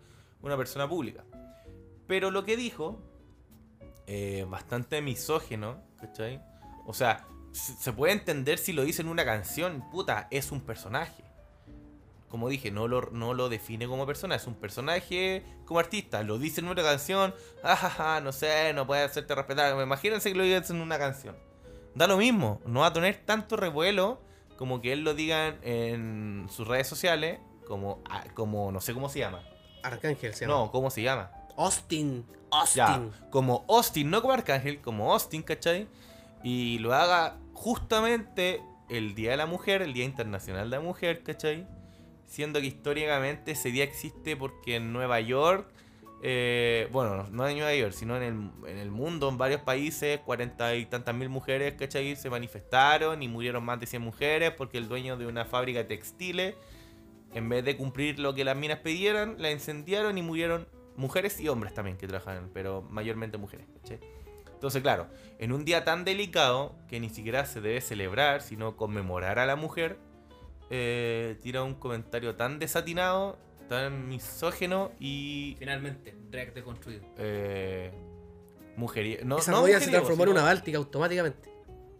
[SPEAKER 2] una persona pública. Pero lo que dijo, eh, bastante misógeno, ¿cachai? O sea, se se puede entender si lo dice en una canción, puta, es un personaje. Como dije, no lo, no lo define como persona, es un personaje como artista. Lo dice en una canción, ajaja, no sé, no puede hacerte respetar. Imagínense que lo digas en una canción. Da lo mismo, no va a tener tanto revuelo como que él lo diga en sus redes sociales, como, ah, como no sé cómo se llama.
[SPEAKER 3] Arcángel se llama.
[SPEAKER 2] No, ¿cómo se llama?
[SPEAKER 3] Austin.
[SPEAKER 2] Ya,
[SPEAKER 3] Austin.
[SPEAKER 2] como Austin, no como Arcángel, como Austin, ¿cachai? Y lo haga justamente el Día de la Mujer, el Día Internacional de la Mujer, ¿cachai? Siendo que históricamente ese día existe porque en Nueva York, eh, bueno, no en Nueva York, sino en el, en el mundo, en varios países, cuarenta y tantas mil mujeres, ¿cachai? Se manifestaron y murieron más de 100 mujeres porque el dueño de una fábrica de textiles, en vez de cumplir lo que las minas pidieran, la incendiaron y murieron mujeres y hombres también que trabajan, pero mayormente mujeres, ¿cachai? Entonces, claro, en un día tan delicado que ni siquiera se debe celebrar, sino conmemorar a la mujer, eh, tira un comentario tan desatinado, tan misógeno y
[SPEAKER 1] Finalmente, React deconstruido.
[SPEAKER 2] eh, mujerie- No,
[SPEAKER 3] Esa
[SPEAKER 2] no
[SPEAKER 3] novia se
[SPEAKER 2] mujeriego,
[SPEAKER 3] transformó en
[SPEAKER 2] sino-
[SPEAKER 3] una báltica automáticamente.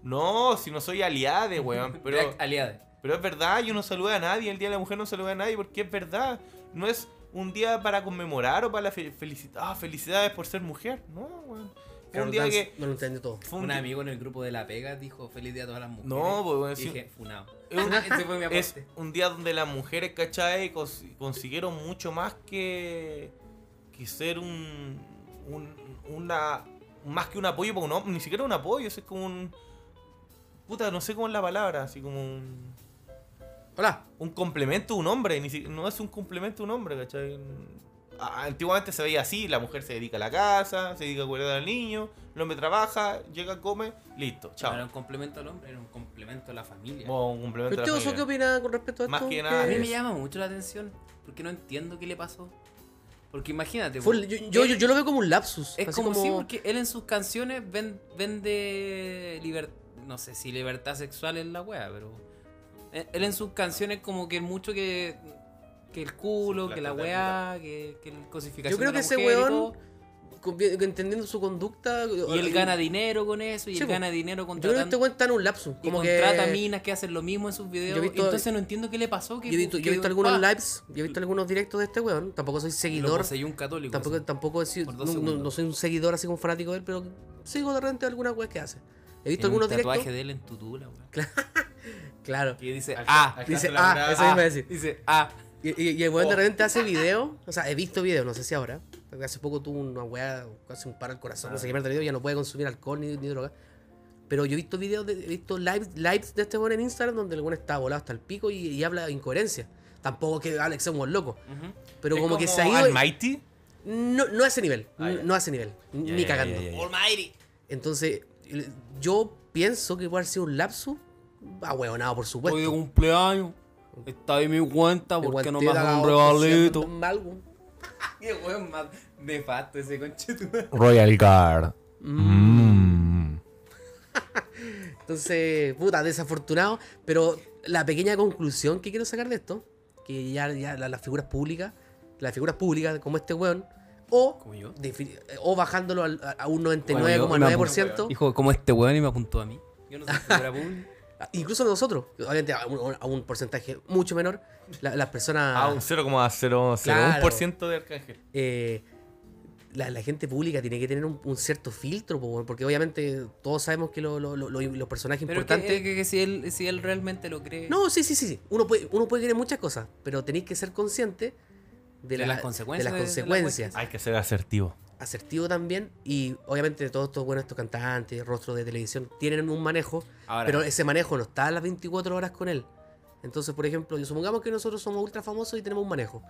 [SPEAKER 2] No, si no soy aliada, weón. Pero,
[SPEAKER 1] React aliade.
[SPEAKER 2] pero es verdad, yo no saludo a nadie. El Día de la Mujer no saluda a nadie porque es verdad. No es un día para conmemorar o para felicitar. Ah, felicidades por ser mujer. No, weón. Fue
[SPEAKER 3] Carol
[SPEAKER 2] un día
[SPEAKER 3] Dance
[SPEAKER 2] que.
[SPEAKER 3] No lo entendió todo.
[SPEAKER 2] fue un
[SPEAKER 1] Un
[SPEAKER 2] día-
[SPEAKER 1] amigo en el grupo de La Pega dijo feliz día a todas las mujeres.
[SPEAKER 2] No, pues, bueno,
[SPEAKER 1] Y
[SPEAKER 2] sí.
[SPEAKER 1] dije, funado.
[SPEAKER 2] Es un-
[SPEAKER 1] Ese fue mi aporte.
[SPEAKER 2] es un día donde las mujeres, ¿cachai? Cons- consiguieron mucho más que, que ser un, un- una... Más que un apoyo para un hombre, ni siquiera un apoyo, eso es como un... Puta, no sé cómo es la palabra, así como un...
[SPEAKER 3] Hola.
[SPEAKER 2] Un complemento de un hombre, ni si- no es un complemento de un hombre, ¿cachai? A- Antiguamente se veía así, la mujer se dedica a la casa, se dedica a cuidar al niño, el hombre trabaja, llega, come, listo,
[SPEAKER 1] No era
[SPEAKER 2] chao.
[SPEAKER 1] un complemento al hombre, era un complemento a la familia.
[SPEAKER 2] O un complemento
[SPEAKER 3] ¿Pero
[SPEAKER 2] de la
[SPEAKER 3] usted, Oso, qué
[SPEAKER 2] familia.
[SPEAKER 3] opina con respecto a esto?
[SPEAKER 2] Más que
[SPEAKER 3] ¿Qué-
[SPEAKER 2] nada,
[SPEAKER 1] A mí
[SPEAKER 2] es-
[SPEAKER 1] me llama mucho la atención porque no entiendo qué le pasó. Porque imagínate.
[SPEAKER 3] Fue-
[SPEAKER 1] pues,
[SPEAKER 3] yo, yo, yo,
[SPEAKER 1] él-
[SPEAKER 3] yo lo veo como un lapsus.
[SPEAKER 1] es
[SPEAKER 3] así
[SPEAKER 1] como, sí, porque él en sus canciones ven- vende liber- no sé si libertad sexual es la wea, pero él él en sus canciones como que mucho que que el culo,
[SPEAKER 2] Sí, la
[SPEAKER 1] que la
[SPEAKER 2] trata de
[SPEAKER 1] wea, que, que la cosificación.
[SPEAKER 3] Yo creo
[SPEAKER 1] de
[SPEAKER 3] que
[SPEAKER 1] la
[SPEAKER 3] ese
[SPEAKER 1] mujer y
[SPEAKER 3] weón-
[SPEAKER 1] todo,
[SPEAKER 3] con- entendiendo su conducta.
[SPEAKER 1] y él gana dinero con eso y
[SPEAKER 3] Sí,
[SPEAKER 1] él
[SPEAKER 3] po.
[SPEAKER 1] gana dinero
[SPEAKER 3] Yo creo que
[SPEAKER 1] contratando
[SPEAKER 3] este weón está en un lapsus.
[SPEAKER 1] y
[SPEAKER 3] Como que.
[SPEAKER 1] contrata minas que hacen lo mismo en sus videos.
[SPEAKER 3] Yo he visto-
[SPEAKER 1] Entonces no entiendo qué le pasó. Que,
[SPEAKER 3] Yo he visto, yo he
[SPEAKER 1] que-
[SPEAKER 3] visto algunos
[SPEAKER 1] ¡pah!
[SPEAKER 3] lives, yo he visto algunos directos de este weón. Tampoco soy
[SPEAKER 1] Lo
[SPEAKER 3] seguidor.
[SPEAKER 1] poseyó un católico.
[SPEAKER 3] Tampoco,
[SPEAKER 1] así.
[SPEAKER 3] tampoco he sido-
[SPEAKER 1] Por
[SPEAKER 3] no,
[SPEAKER 1] dos
[SPEAKER 3] no-
[SPEAKER 1] segundos.
[SPEAKER 3] no soy un seguidor así como fanático de él, pero sigo de repente algunas weas que hace. He visto
[SPEAKER 1] Tiene un
[SPEAKER 3] algunos directos.
[SPEAKER 1] tatuaje de él en tu tula, weón.
[SPEAKER 3] Claro.
[SPEAKER 1] Que dice,
[SPEAKER 2] Alca-
[SPEAKER 1] ah,
[SPEAKER 2] alcanza
[SPEAKER 3] Dice,
[SPEAKER 2] la
[SPEAKER 3] ah,
[SPEAKER 2] mirada".
[SPEAKER 3] eso iba a decir.
[SPEAKER 1] dice, ah.
[SPEAKER 3] Y, y- y el weón de
[SPEAKER 2] Oh.
[SPEAKER 3] repente hace video, o sea, he visto videos, no sé si ahora,
[SPEAKER 2] Ah.
[SPEAKER 3] porque hace poco tuvo una weá, hace un paro al corazón, no sé qué mierda de video, ya no puede consumir alcohol ni, ni droga. Pero yo he visto videos, de- he visto lives, lives de este weón en Instagram donde el weón está volado hasta el pico y, y habla de incoherencia. Tampoco que Alex sea un weón loco. Pero
[SPEAKER 2] Es
[SPEAKER 3] como, que se ha ido.
[SPEAKER 2] Almighty.
[SPEAKER 3] No, no a ese nivel.
[SPEAKER 2] Ah, ya.
[SPEAKER 3] No a ese nivel.
[SPEAKER 2] Ya,
[SPEAKER 3] ni
[SPEAKER 2] ya,
[SPEAKER 3] cagando.
[SPEAKER 2] ya, ya, ya.
[SPEAKER 1] Almighty.
[SPEAKER 3] Entonces, el- yo pienso que puede haber sido un lapsus. Ah, huevonado, por supuesto.
[SPEAKER 1] Hoy de cumpleaños. Está ahí mi cuenta
[SPEAKER 3] Igual
[SPEAKER 1] porque no
[SPEAKER 3] te
[SPEAKER 1] me
[SPEAKER 3] da
[SPEAKER 1] hace
[SPEAKER 3] la
[SPEAKER 1] un
[SPEAKER 3] opción
[SPEAKER 1] regalito.
[SPEAKER 3] tan mal, weón.
[SPEAKER 1] Qué weón más nefasto ese conchetu.
[SPEAKER 2] Royal Guard. Mm.
[SPEAKER 3] Entonces, puta, desafortunado. Pero la pequeña conclusión que quiero sacar de esto, que ya, ya la- las figuras públicas, las figuras públicas como este weón, o,
[SPEAKER 1] Como yo.
[SPEAKER 3] defi- o bajándolo al- a, a un
[SPEAKER 1] Hijo,
[SPEAKER 3] 99,9%,
[SPEAKER 1] como este weón y me apuntó a mí. Yo no soy figura pública.
[SPEAKER 3] incluso nosotros, obviamente a un, a un porcentaje mucho menor, la- las personas...
[SPEAKER 2] Ah, un 0,001% de Arcángel.
[SPEAKER 3] eh, la, la gente pública tiene que tener un, un cierto filtro, po, weón, porque obviamente todos sabemos que lo- lo- lo- lo- los personajes
[SPEAKER 1] Pero
[SPEAKER 3] importantes...
[SPEAKER 1] que, que- que si, él, si él realmente lo cree.
[SPEAKER 3] No, sí, sí, sí. sí. Uno puede, uno puede querer muchas cosas, pero tenéis que ser consciente de,
[SPEAKER 1] De
[SPEAKER 3] la-
[SPEAKER 1] las consecuencias
[SPEAKER 3] de
[SPEAKER 1] de-
[SPEAKER 3] las
[SPEAKER 1] de la
[SPEAKER 3] consecuencias.
[SPEAKER 2] Hay que ser asertivo.
[SPEAKER 3] Asertivo también. Y obviamente todos estos buenos estos cantantes, rostros de televisión, tienen un manejo,
[SPEAKER 1] Ahora.
[SPEAKER 3] pero ese manejo no está a las 24 horas con él. Entonces, por ejemplo, yo- supongamos que nosotros somos ultra famosos y tenemos un manejo.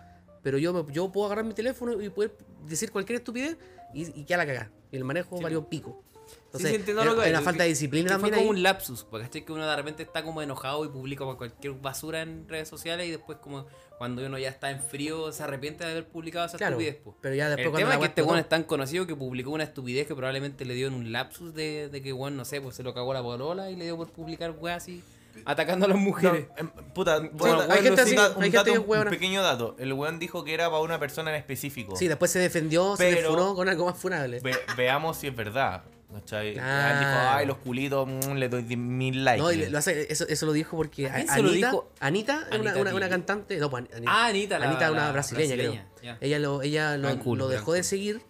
[SPEAKER 3] Pero yo, me- yo puedo agarrar mi teléfono y poder decir cualquier estupidez y, y que a la cagada. Y el manejo valió pico. Entonces,
[SPEAKER 1] sí, entiendo
[SPEAKER 3] hay-
[SPEAKER 1] lo que
[SPEAKER 3] hay
[SPEAKER 1] hay,
[SPEAKER 3] una
[SPEAKER 1] que-
[SPEAKER 3] falta de disciplina
[SPEAKER 1] que fue
[SPEAKER 3] también
[SPEAKER 1] como
[SPEAKER 3] ahí.
[SPEAKER 1] un lapsus, porque ¿cachai? que uno de repente está como enojado y publica cualquier basura en redes sociales y después como cuando uno ya está en frío se arrepiente de haber publicado esa
[SPEAKER 3] Claro,
[SPEAKER 1] estupidez. po.
[SPEAKER 3] pero ya después
[SPEAKER 1] el
[SPEAKER 3] cuando
[SPEAKER 1] tema
[SPEAKER 3] la
[SPEAKER 1] es que
[SPEAKER 3] weá
[SPEAKER 1] este
[SPEAKER 3] explotó.
[SPEAKER 1] weón es tan conocido que publicó una estupidez que probablemente le dio en un lapsus de, de que weón, no sé, pues se lo cagó la polola y le dio por publicar weá así atacando a las mujeres.
[SPEAKER 2] Em, Puta,
[SPEAKER 3] hay
[SPEAKER 2] bueno,
[SPEAKER 3] gente
[SPEAKER 2] un
[SPEAKER 3] así,
[SPEAKER 2] da- un
[SPEAKER 3] hay gente
[SPEAKER 2] dato-
[SPEAKER 3] que es
[SPEAKER 2] un
[SPEAKER 3] hueona.
[SPEAKER 2] pequeño dato. El weón dijo que era para una persona en específico.
[SPEAKER 3] Sí, después se defendió, se
[SPEAKER 2] Pero-
[SPEAKER 3] defunó con algo más funable.
[SPEAKER 2] Ve- veamos si es verdad. ¿cachai?
[SPEAKER 3] Claro.
[SPEAKER 2] Él dijo, ay, los culitos, mm, le doy 10.000 likes.
[SPEAKER 3] No, y le- lo hace- eso, eso lo dijo porque
[SPEAKER 1] ¿A
[SPEAKER 3] a-
[SPEAKER 1] quién
[SPEAKER 3] Anita,
[SPEAKER 1] se lo dijo?
[SPEAKER 3] Anita, es una,
[SPEAKER 1] Anita
[SPEAKER 3] una- una
[SPEAKER 1] Tilly.
[SPEAKER 3] cantante, no, pues, Anita,
[SPEAKER 1] Ah, Anita, la-
[SPEAKER 3] Anita es una
[SPEAKER 1] la
[SPEAKER 3] brasileña,
[SPEAKER 1] brasileña,
[SPEAKER 3] creo. Eh,
[SPEAKER 1] ya.
[SPEAKER 3] Ella lo, ella lo,
[SPEAKER 1] Gran cool,
[SPEAKER 3] lo
[SPEAKER 1] gran
[SPEAKER 3] dejó de
[SPEAKER 1] cool.
[SPEAKER 3] seguir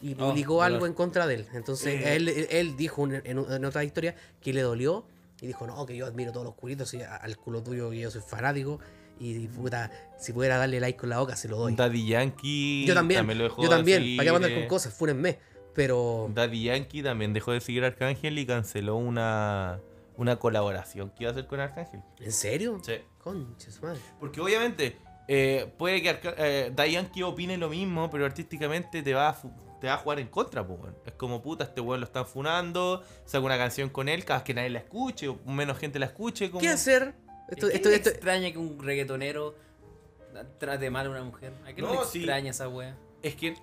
[SPEAKER 3] y
[SPEAKER 1] Oh,
[SPEAKER 3] publicó
[SPEAKER 1] gran
[SPEAKER 3] algo
[SPEAKER 1] cool.
[SPEAKER 3] en contra de él. Entonces él, él- él dijo un- en, un- en otra historia que le dolió y dijo, no, que yo admiro todos los culitos, y a- al culo tuyo que yo soy fanático y, puta, si pudiera darle like con la boca se lo doy.
[SPEAKER 2] Daddy Yankee.
[SPEAKER 3] yo también,
[SPEAKER 2] lo dejó
[SPEAKER 3] yo
[SPEAKER 2] de
[SPEAKER 3] también, ¿para qué mandar
[SPEAKER 2] seguir,
[SPEAKER 3] con
[SPEAKER 2] eh.
[SPEAKER 3] cosas? Fúrenme, pero...
[SPEAKER 2] Daddy Yankee también dejó de seguir a Arcángel y canceló una, una colaboración que iba a hacer con Arcángel.
[SPEAKER 3] ¿En serio?
[SPEAKER 2] Sí.
[SPEAKER 3] Concha su madre.
[SPEAKER 2] Porque obviamente eh, puede que Arca- eh, Daddy Yankee opine lo mismo, pero artísticamente te va a, fu- te va a jugar en contra, po, weón. Es como puta, este weón lo están funando, saca una canción con él, cada vez que nadie la escuche, o menos gente la escuche. Como...
[SPEAKER 3] ¿Qué hacer? Esto,
[SPEAKER 1] ¿A quién
[SPEAKER 3] esto,
[SPEAKER 1] le
[SPEAKER 3] esto,
[SPEAKER 1] extraña que un reggaetonero trate mal a una mujer? ¿A qué no,
[SPEAKER 2] No,
[SPEAKER 1] le
[SPEAKER 2] sí.
[SPEAKER 1] extraña esa wea?
[SPEAKER 2] Es que eh,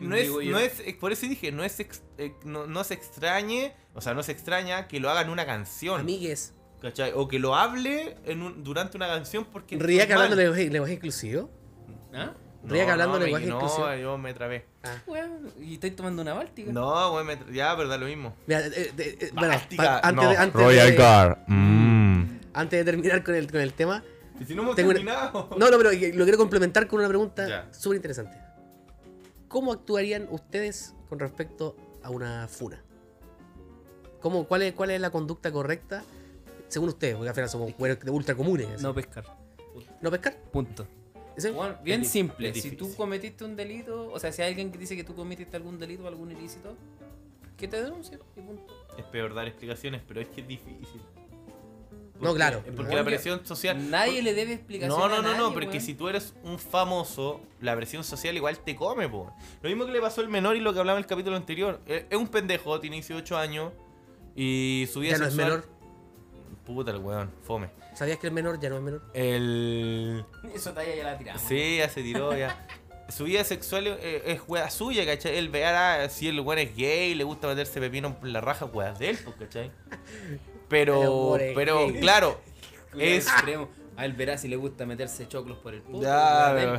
[SPEAKER 2] no, es,
[SPEAKER 1] Digo yo.
[SPEAKER 2] no es, eh, por eso dije, no es, ex- eh, no, no se extrañe, o sea, no se extraña que lo hagan una canción,
[SPEAKER 3] Amigues.
[SPEAKER 2] ¿cachai? O que lo hable en un- durante una canción porque...
[SPEAKER 3] ¿Ría que
[SPEAKER 2] normal.
[SPEAKER 3] hablando lenguaje, lenguaje inclusivo?
[SPEAKER 1] ¿Ah?
[SPEAKER 3] Ría que hablando
[SPEAKER 2] me-
[SPEAKER 3] lenguaje inclusivo.
[SPEAKER 2] No, yo me trabé.
[SPEAKER 3] Ah.
[SPEAKER 1] Weón, y estoy tomando una báltica.
[SPEAKER 2] No, güey, me tra- ya, verdad, lo mismo.
[SPEAKER 3] Mira, eh, eh, eh, bueno,
[SPEAKER 2] Báltica,
[SPEAKER 3] pa- antes,
[SPEAKER 2] no.
[SPEAKER 3] de, antes, de,
[SPEAKER 2] Mm.
[SPEAKER 3] antes de terminar con el, con el tema,
[SPEAKER 2] Y si no hemos
[SPEAKER 3] Tengo una-
[SPEAKER 2] terminado.
[SPEAKER 3] no, no, pero lo quiero complementar con una pregunta
[SPEAKER 2] Ya.
[SPEAKER 3] súper interesante. ¿Cómo actuarían ustedes con respecto a una funa? ¿Cómo, cuál, es, ¿Cuál es la conducta correcta según ustedes? Porque al final somos güeros de ultra comunes. así.
[SPEAKER 1] No
[SPEAKER 3] No,
[SPEAKER 1] pescar.
[SPEAKER 3] pescar?
[SPEAKER 1] Punto.
[SPEAKER 3] ¿Sí?
[SPEAKER 1] Bueno, bien
[SPEAKER 2] es dif-
[SPEAKER 1] simple.
[SPEAKER 2] es
[SPEAKER 1] Si tú
[SPEAKER 2] difícil.
[SPEAKER 1] cometiste un delito, o sea, si hay alguien que dice que tú cometiste algún delito o algún ilícito, que te denuncie y punto.
[SPEAKER 2] Es peor dar explicaciones, pero es que es difícil.
[SPEAKER 3] No, claro.
[SPEAKER 2] Porque
[SPEAKER 1] Weón,
[SPEAKER 2] la presión social.
[SPEAKER 1] Nadie le debe explicación.
[SPEAKER 2] No,
[SPEAKER 1] a
[SPEAKER 2] no, no, no,
[SPEAKER 1] nadie,
[SPEAKER 2] porque
[SPEAKER 1] weón.
[SPEAKER 2] si tú eres un famoso, la presión social igual te come, po. Lo mismo que le pasó al menor y lo que hablaba en el capítulo anterior. Eh, Es un pendejo, tiene 18 años y su vida
[SPEAKER 3] Ya no es
[SPEAKER 2] sexual-
[SPEAKER 3] menor.
[SPEAKER 2] Puta el weón, fome.
[SPEAKER 3] ¿Sabías que el menor ya no es menor?
[SPEAKER 2] El.
[SPEAKER 1] Eso talla ya la tiramos.
[SPEAKER 2] Sí, ya se tiró ya. Su vida sexual eh, es weá suya, ¿cachai? Él verá si el weón es gay, le gusta meterse pepino por la raja, weá de él, pues, ¿cachai? Pero,
[SPEAKER 3] El amor es
[SPEAKER 2] pero,
[SPEAKER 3] gay.
[SPEAKER 2] claro,
[SPEAKER 1] Es
[SPEAKER 2] es...
[SPEAKER 1] extremo. A él verá si le gusta meterse choclos por el puto.
[SPEAKER 2] Ya,
[SPEAKER 1] weón,
[SPEAKER 2] pero-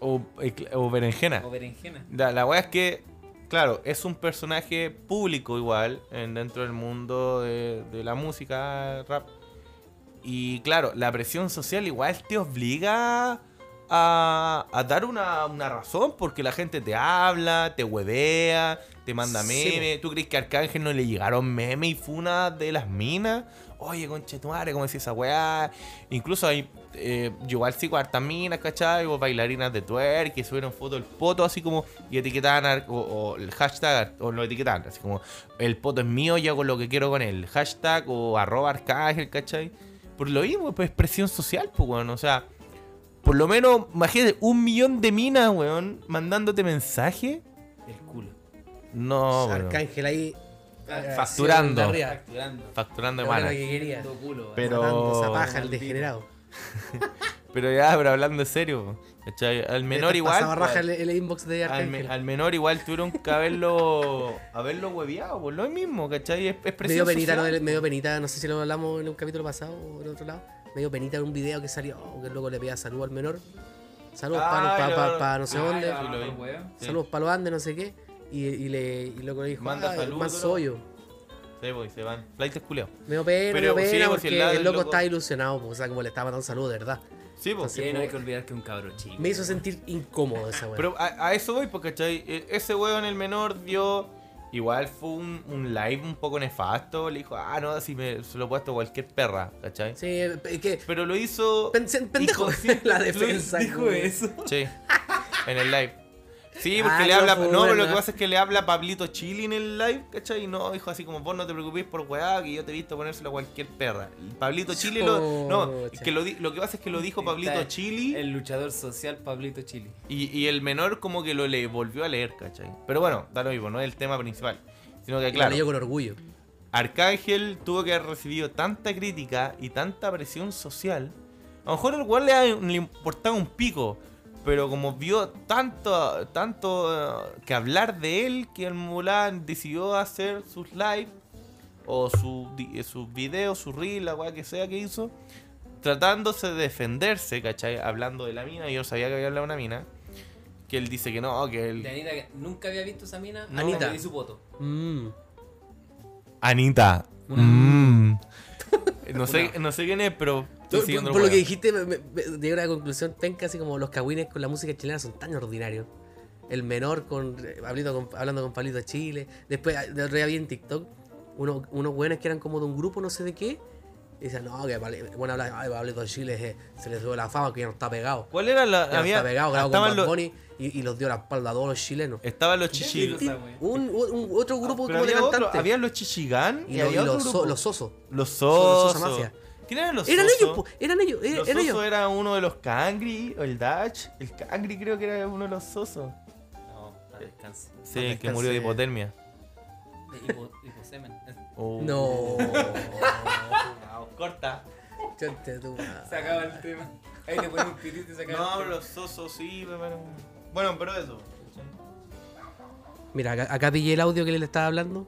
[SPEAKER 2] o, eh, cl- o berenjena.
[SPEAKER 1] O berenjena.
[SPEAKER 2] Ya, La, weá es que, claro, es un personaje público igual en- dentro del mundo de, de la música rap. Y claro, la presión social igual te obliga a, a, a dar una, una razón porque la gente te habla, te huevea, te manda
[SPEAKER 3] Sí,
[SPEAKER 2] memes. ¿Tú crees que a Arcángel no le llegaron memes y funas de las minas? Oye, conchetumare, ¿cómo decís esa weá? Incluso hay. Eh, yo igual sigo hartas minas, ¿cachai? O bailarinas de twerk que subieron fotos del poto así como. Y etiquetaban ar- o, o el hashtag, o lo etiquetaban, así como. El poto es mío, yo hago lo que quiero con él. Hashtag o arroba arcángel, ¿cachai? Por lo mismo, pues presión social, pues, weón. O sea, por lo menos, imagínate, un millón de minas, weón, mandándote mensaje.
[SPEAKER 1] El culo.
[SPEAKER 2] No, weón.
[SPEAKER 3] Arcángel ahí. eh,
[SPEAKER 2] Facturando.
[SPEAKER 3] Arriba.
[SPEAKER 1] Facturando.
[SPEAKER 2] Facturando de
[SPEAKER 3] Ahora
[SPEAKER 2] mana.
[SPEAKER 3] que quería.
[SPEAKER 1] Facturando culo.
[SPEAKER 2] Pero-
[SPEAKER 3] Matando esa paja, el degenerado.
[SPEAKER 2] Pero ya, pero hablando en serio, ¿cachai? Al menor
[SPEAKER 3] Esta
[SPEAKER 2] igual.
[SPEAKER 3] pasaba
[SPEAKER 2] pues,
[SPEAKER 3] raja el, el inbox de
[SPEAKER 2] al, me-
[SPEAKER 3] Arcángel.
[SPEAKER 2] al menor igual tuvieron que haberlo. haberlo hueveado, por lo mismo, ¿cachai? Es, es
[SPEAKER 3] medio
[SPEAKER 2] presión
[SPEAKER 3] penita, no,
[SPEAKER 2] social.
[SPEAKER 3] medio penita, no sé si lo hablamos en un capítulo pasado o en otro lado. Medio penita en un video que salió, oh, que el loco le pedía salud al menor. Saludos
[SPEAKER 2] Ah,
[SPEAKER 3] para
[SPEAKER 2] lo-
[SPEAKER 3] no sé
[SPEAKER 2] ah,
[SPEAKER 3] dónde.
[SPEAKER 2] ya, lo vi. Sí.
[SPEAKER 3] Saludos para los Andes, no sé qué. Y, y le, y loco le dijo,
[SPEAKER 2] Manda
[SPEAKER 3] ah,
[SPEAKER 2] saludos,
[SPEAKER 3] más
[SPEAKER 2] pero-
[SPEAKER 3] sollo.
[SPEAKER 2] Sí, pues, y se van. Flight es culiao.
[SPEAKER 3] Medio pena, medio
[SPEAKER 2] Pero
[SPEAKER 3] pena,
[SPEAKER 2] sí, pues,
[SPEAKER 3] porque
[SPEAKER 2] si el
[SPEAKER 3] el,
[SPEAKER 2] lado del
[SPEAKER 3] loco,
[SPEAKER 2] loco-
[SPEAKER 3] está ilusionado, pues, o sea, como le estaba dando salud, de verdad.
[SPEAKER 2] Sí, pues.
[SPEAKER 1] Sí, no hay que olvidar que un cabro chico.
[SPEAKER 3] Me hizo sentir incómodo esa weá.
[SPEAKER 2] Pero a, a eso voy, porque ¿cachai? E- ese weón el menor dio. Igual fue un, un live un poco nefasto. Le dijo, ah, no, si me, se lo he puesto a cualquier perra, ¿cachai?
[SPEAKER 3] Sí, es que.
[SPEAKER 2] Pero lo hizo.
[SPEAKER 3] Pensé en pendejo.
[SPEAKER 2] inconsciente.
[SPEAKER 3] La
[SPEAKER 2] Lo-
[SPEAKER 3] defensa.
[SPEAKER 1] Dijo
[SPEAKER 3] güey.
[SPEAKER 1] eso.
[SPEAKER 2] Sí, en el live. Sí,
[SPEAKER 3] Ah,
[SPEAKER 2] porque le
[SPEAKER 3] no,
[SPEAKER 2] habla.
[SPEAKER 3] pues,
[SPEAKER 2] No, pero lo
[SPEAKER 3] ¿verdad?
[SPEAKER 2] que pasa es que le habla a Pablito Chili en el live, ¿cachai? Y no, dijo así como, vos no te preocupes por weá, que yo te he visto ponérselo a cualquier perra. El Pablito Chili lo. No, es
[SPEAKER 3] Chocha.
[SPEAKER 2] que lo, di- lo que pasa es que lo dijo Pablito
[SPEAKER 1] Está
[SPEAKER 2] Chili.
[SPEAKER 1] El luchador social Pablito Chili.
[SPEAKER 2] Y, y el menor como que lo le volvió a leer, ¿cachai? Pero bueno, da lo mismo, no es el tema principal. Sino que
[SPEAKER 3] Y
[SPEAKER 2] claro,
[SPEAKER 3] lo leyó con orgullo.
[SPEAKER 2] Arcángel tuvo que haber recibido tanta crítica y tanta presión social. A lo mejor el cual le, ha- le importaba un pico, pero como vio tanto, tanto eh, que hablar de él, que el Mulan decidió hacer sus live o su di- eh, sus videos, su reel, la weá que sea que hizo, tratándose de defenderse, ¿cachai? Hablando de la mina, yo no sabía que había hablado de una mina. Que él dice que no, que
[SPEAKER 1] De
[SPEAKER 2] él.
[SPEAKER 1] Anita, que nunca había visto esa mina.
[SPEAKER 2] No.
[SPEAKER 1] Anita.
[SPEAKER 3] Anita.
[SPEAKER 1] di su voto.
[SPEAKER 3] Mm.
[SPEAKER 2] Anita.
[SPEAKER 1] Una-
[SPEAKER 2] mm. No sé, no sé quién es, pero. estoy
[SPEAKER 3] Por,
[SPEAKER 2] siguiendo el
[SPEAKER 3] por lo que
[SPEAKER 2] hueón.
[SPEAKER 3] dijiste, me, me- me- llegué a una conclusión penca, así como los cagüines con la música chilena son tan ordinarios. El menor con eh, Pablito con- hablando con Pablito Chile. Después, ah, el otro día vi en TikTok uno- unos güeyes que eran como de un grupo, no sé de qué. Y dicen, no, que Pabli- bueno, habla, ay, Pablito Chile eh, se les dio la fama que ya no está pegado.
[SPEAKER 2] ¿Cuál era la.?
[SPEAKER 3] Ya no
[SPEAKER 2] había-
[SPEAKER 3] está pegado, grabó con
[SPEAKER 2] estaban,
[SPEAKER 3] Bad
[SPEAKER 2] los,
[SPEAKER 3] Bunny y, y los dio la espalda a todos los chilenos.
[SPEAKER 2] estaban los
[SPEAKER 1] ¿Quién
[SPEAKER 2] chichi.
[SPEAKER 1] dijo esa wea?
[SPEAKER 3] Un, un- otro grupo
[SPEAKER 2] Ah, Pero
[SPEAKER 3] como de
[SPEAKER 2] había, otro-
[SPEAKER 3] cantantes.
[SPEAKER 2] había los chichigán
[SPEAKER 3] y
[SPEAKER 2] y
[SPEAKER 3] lo- y
[SPEAKER 2] había otro
[SPEAKER 3] los, so-
[SPEAKER 2] grupo.
[SPEAKER 3] los osos.
[SPEAKER 2] Los
[SPEAKER 3] los Sosa
[SPEAKER 2] Sosos.
[SPEAKER 3] Mafia.
[SPEAKER 2] ¿Quién eran los
[SPEAKER 3] Eran ellos,
[SPEAKER 2] Sosos?
[SPEAKER 3] po, eran ellos, eh,
[SPEAKER 2] Los
[SPEAKER 3] eran ellos.
[SPEAKER 2] Sosos era uno de los Cangri, o el Dutch. El Cangri creo que era uno de los Ah, Sosos.
[SPEAKER 1] No, a descanse.
[SPEAKER 2] Sí,
[SPEAKER 3] Descanse.
[SPEAKER 2] que murió de hipotermia.
[SPEAKER 1] De hipo- hiposemen.
[SPEAKER 2] Oh.
[SPEAKER 3] No.
[SPEAKER 2] Corta.
[SPEAKER 3] Chante tu madre.
[SPEAKER 1] Se acaba el tema. Ahí te ponen un pitito y se acaba
[SPEAKER 2] No,
[SPEAKER 1] el tema.
[SPEAKER 2] los Sosos sí, pero. Bueno, pero eso.
[SPEAKER 3] Mira, acá, acá pillé el audio que le estaba hablando.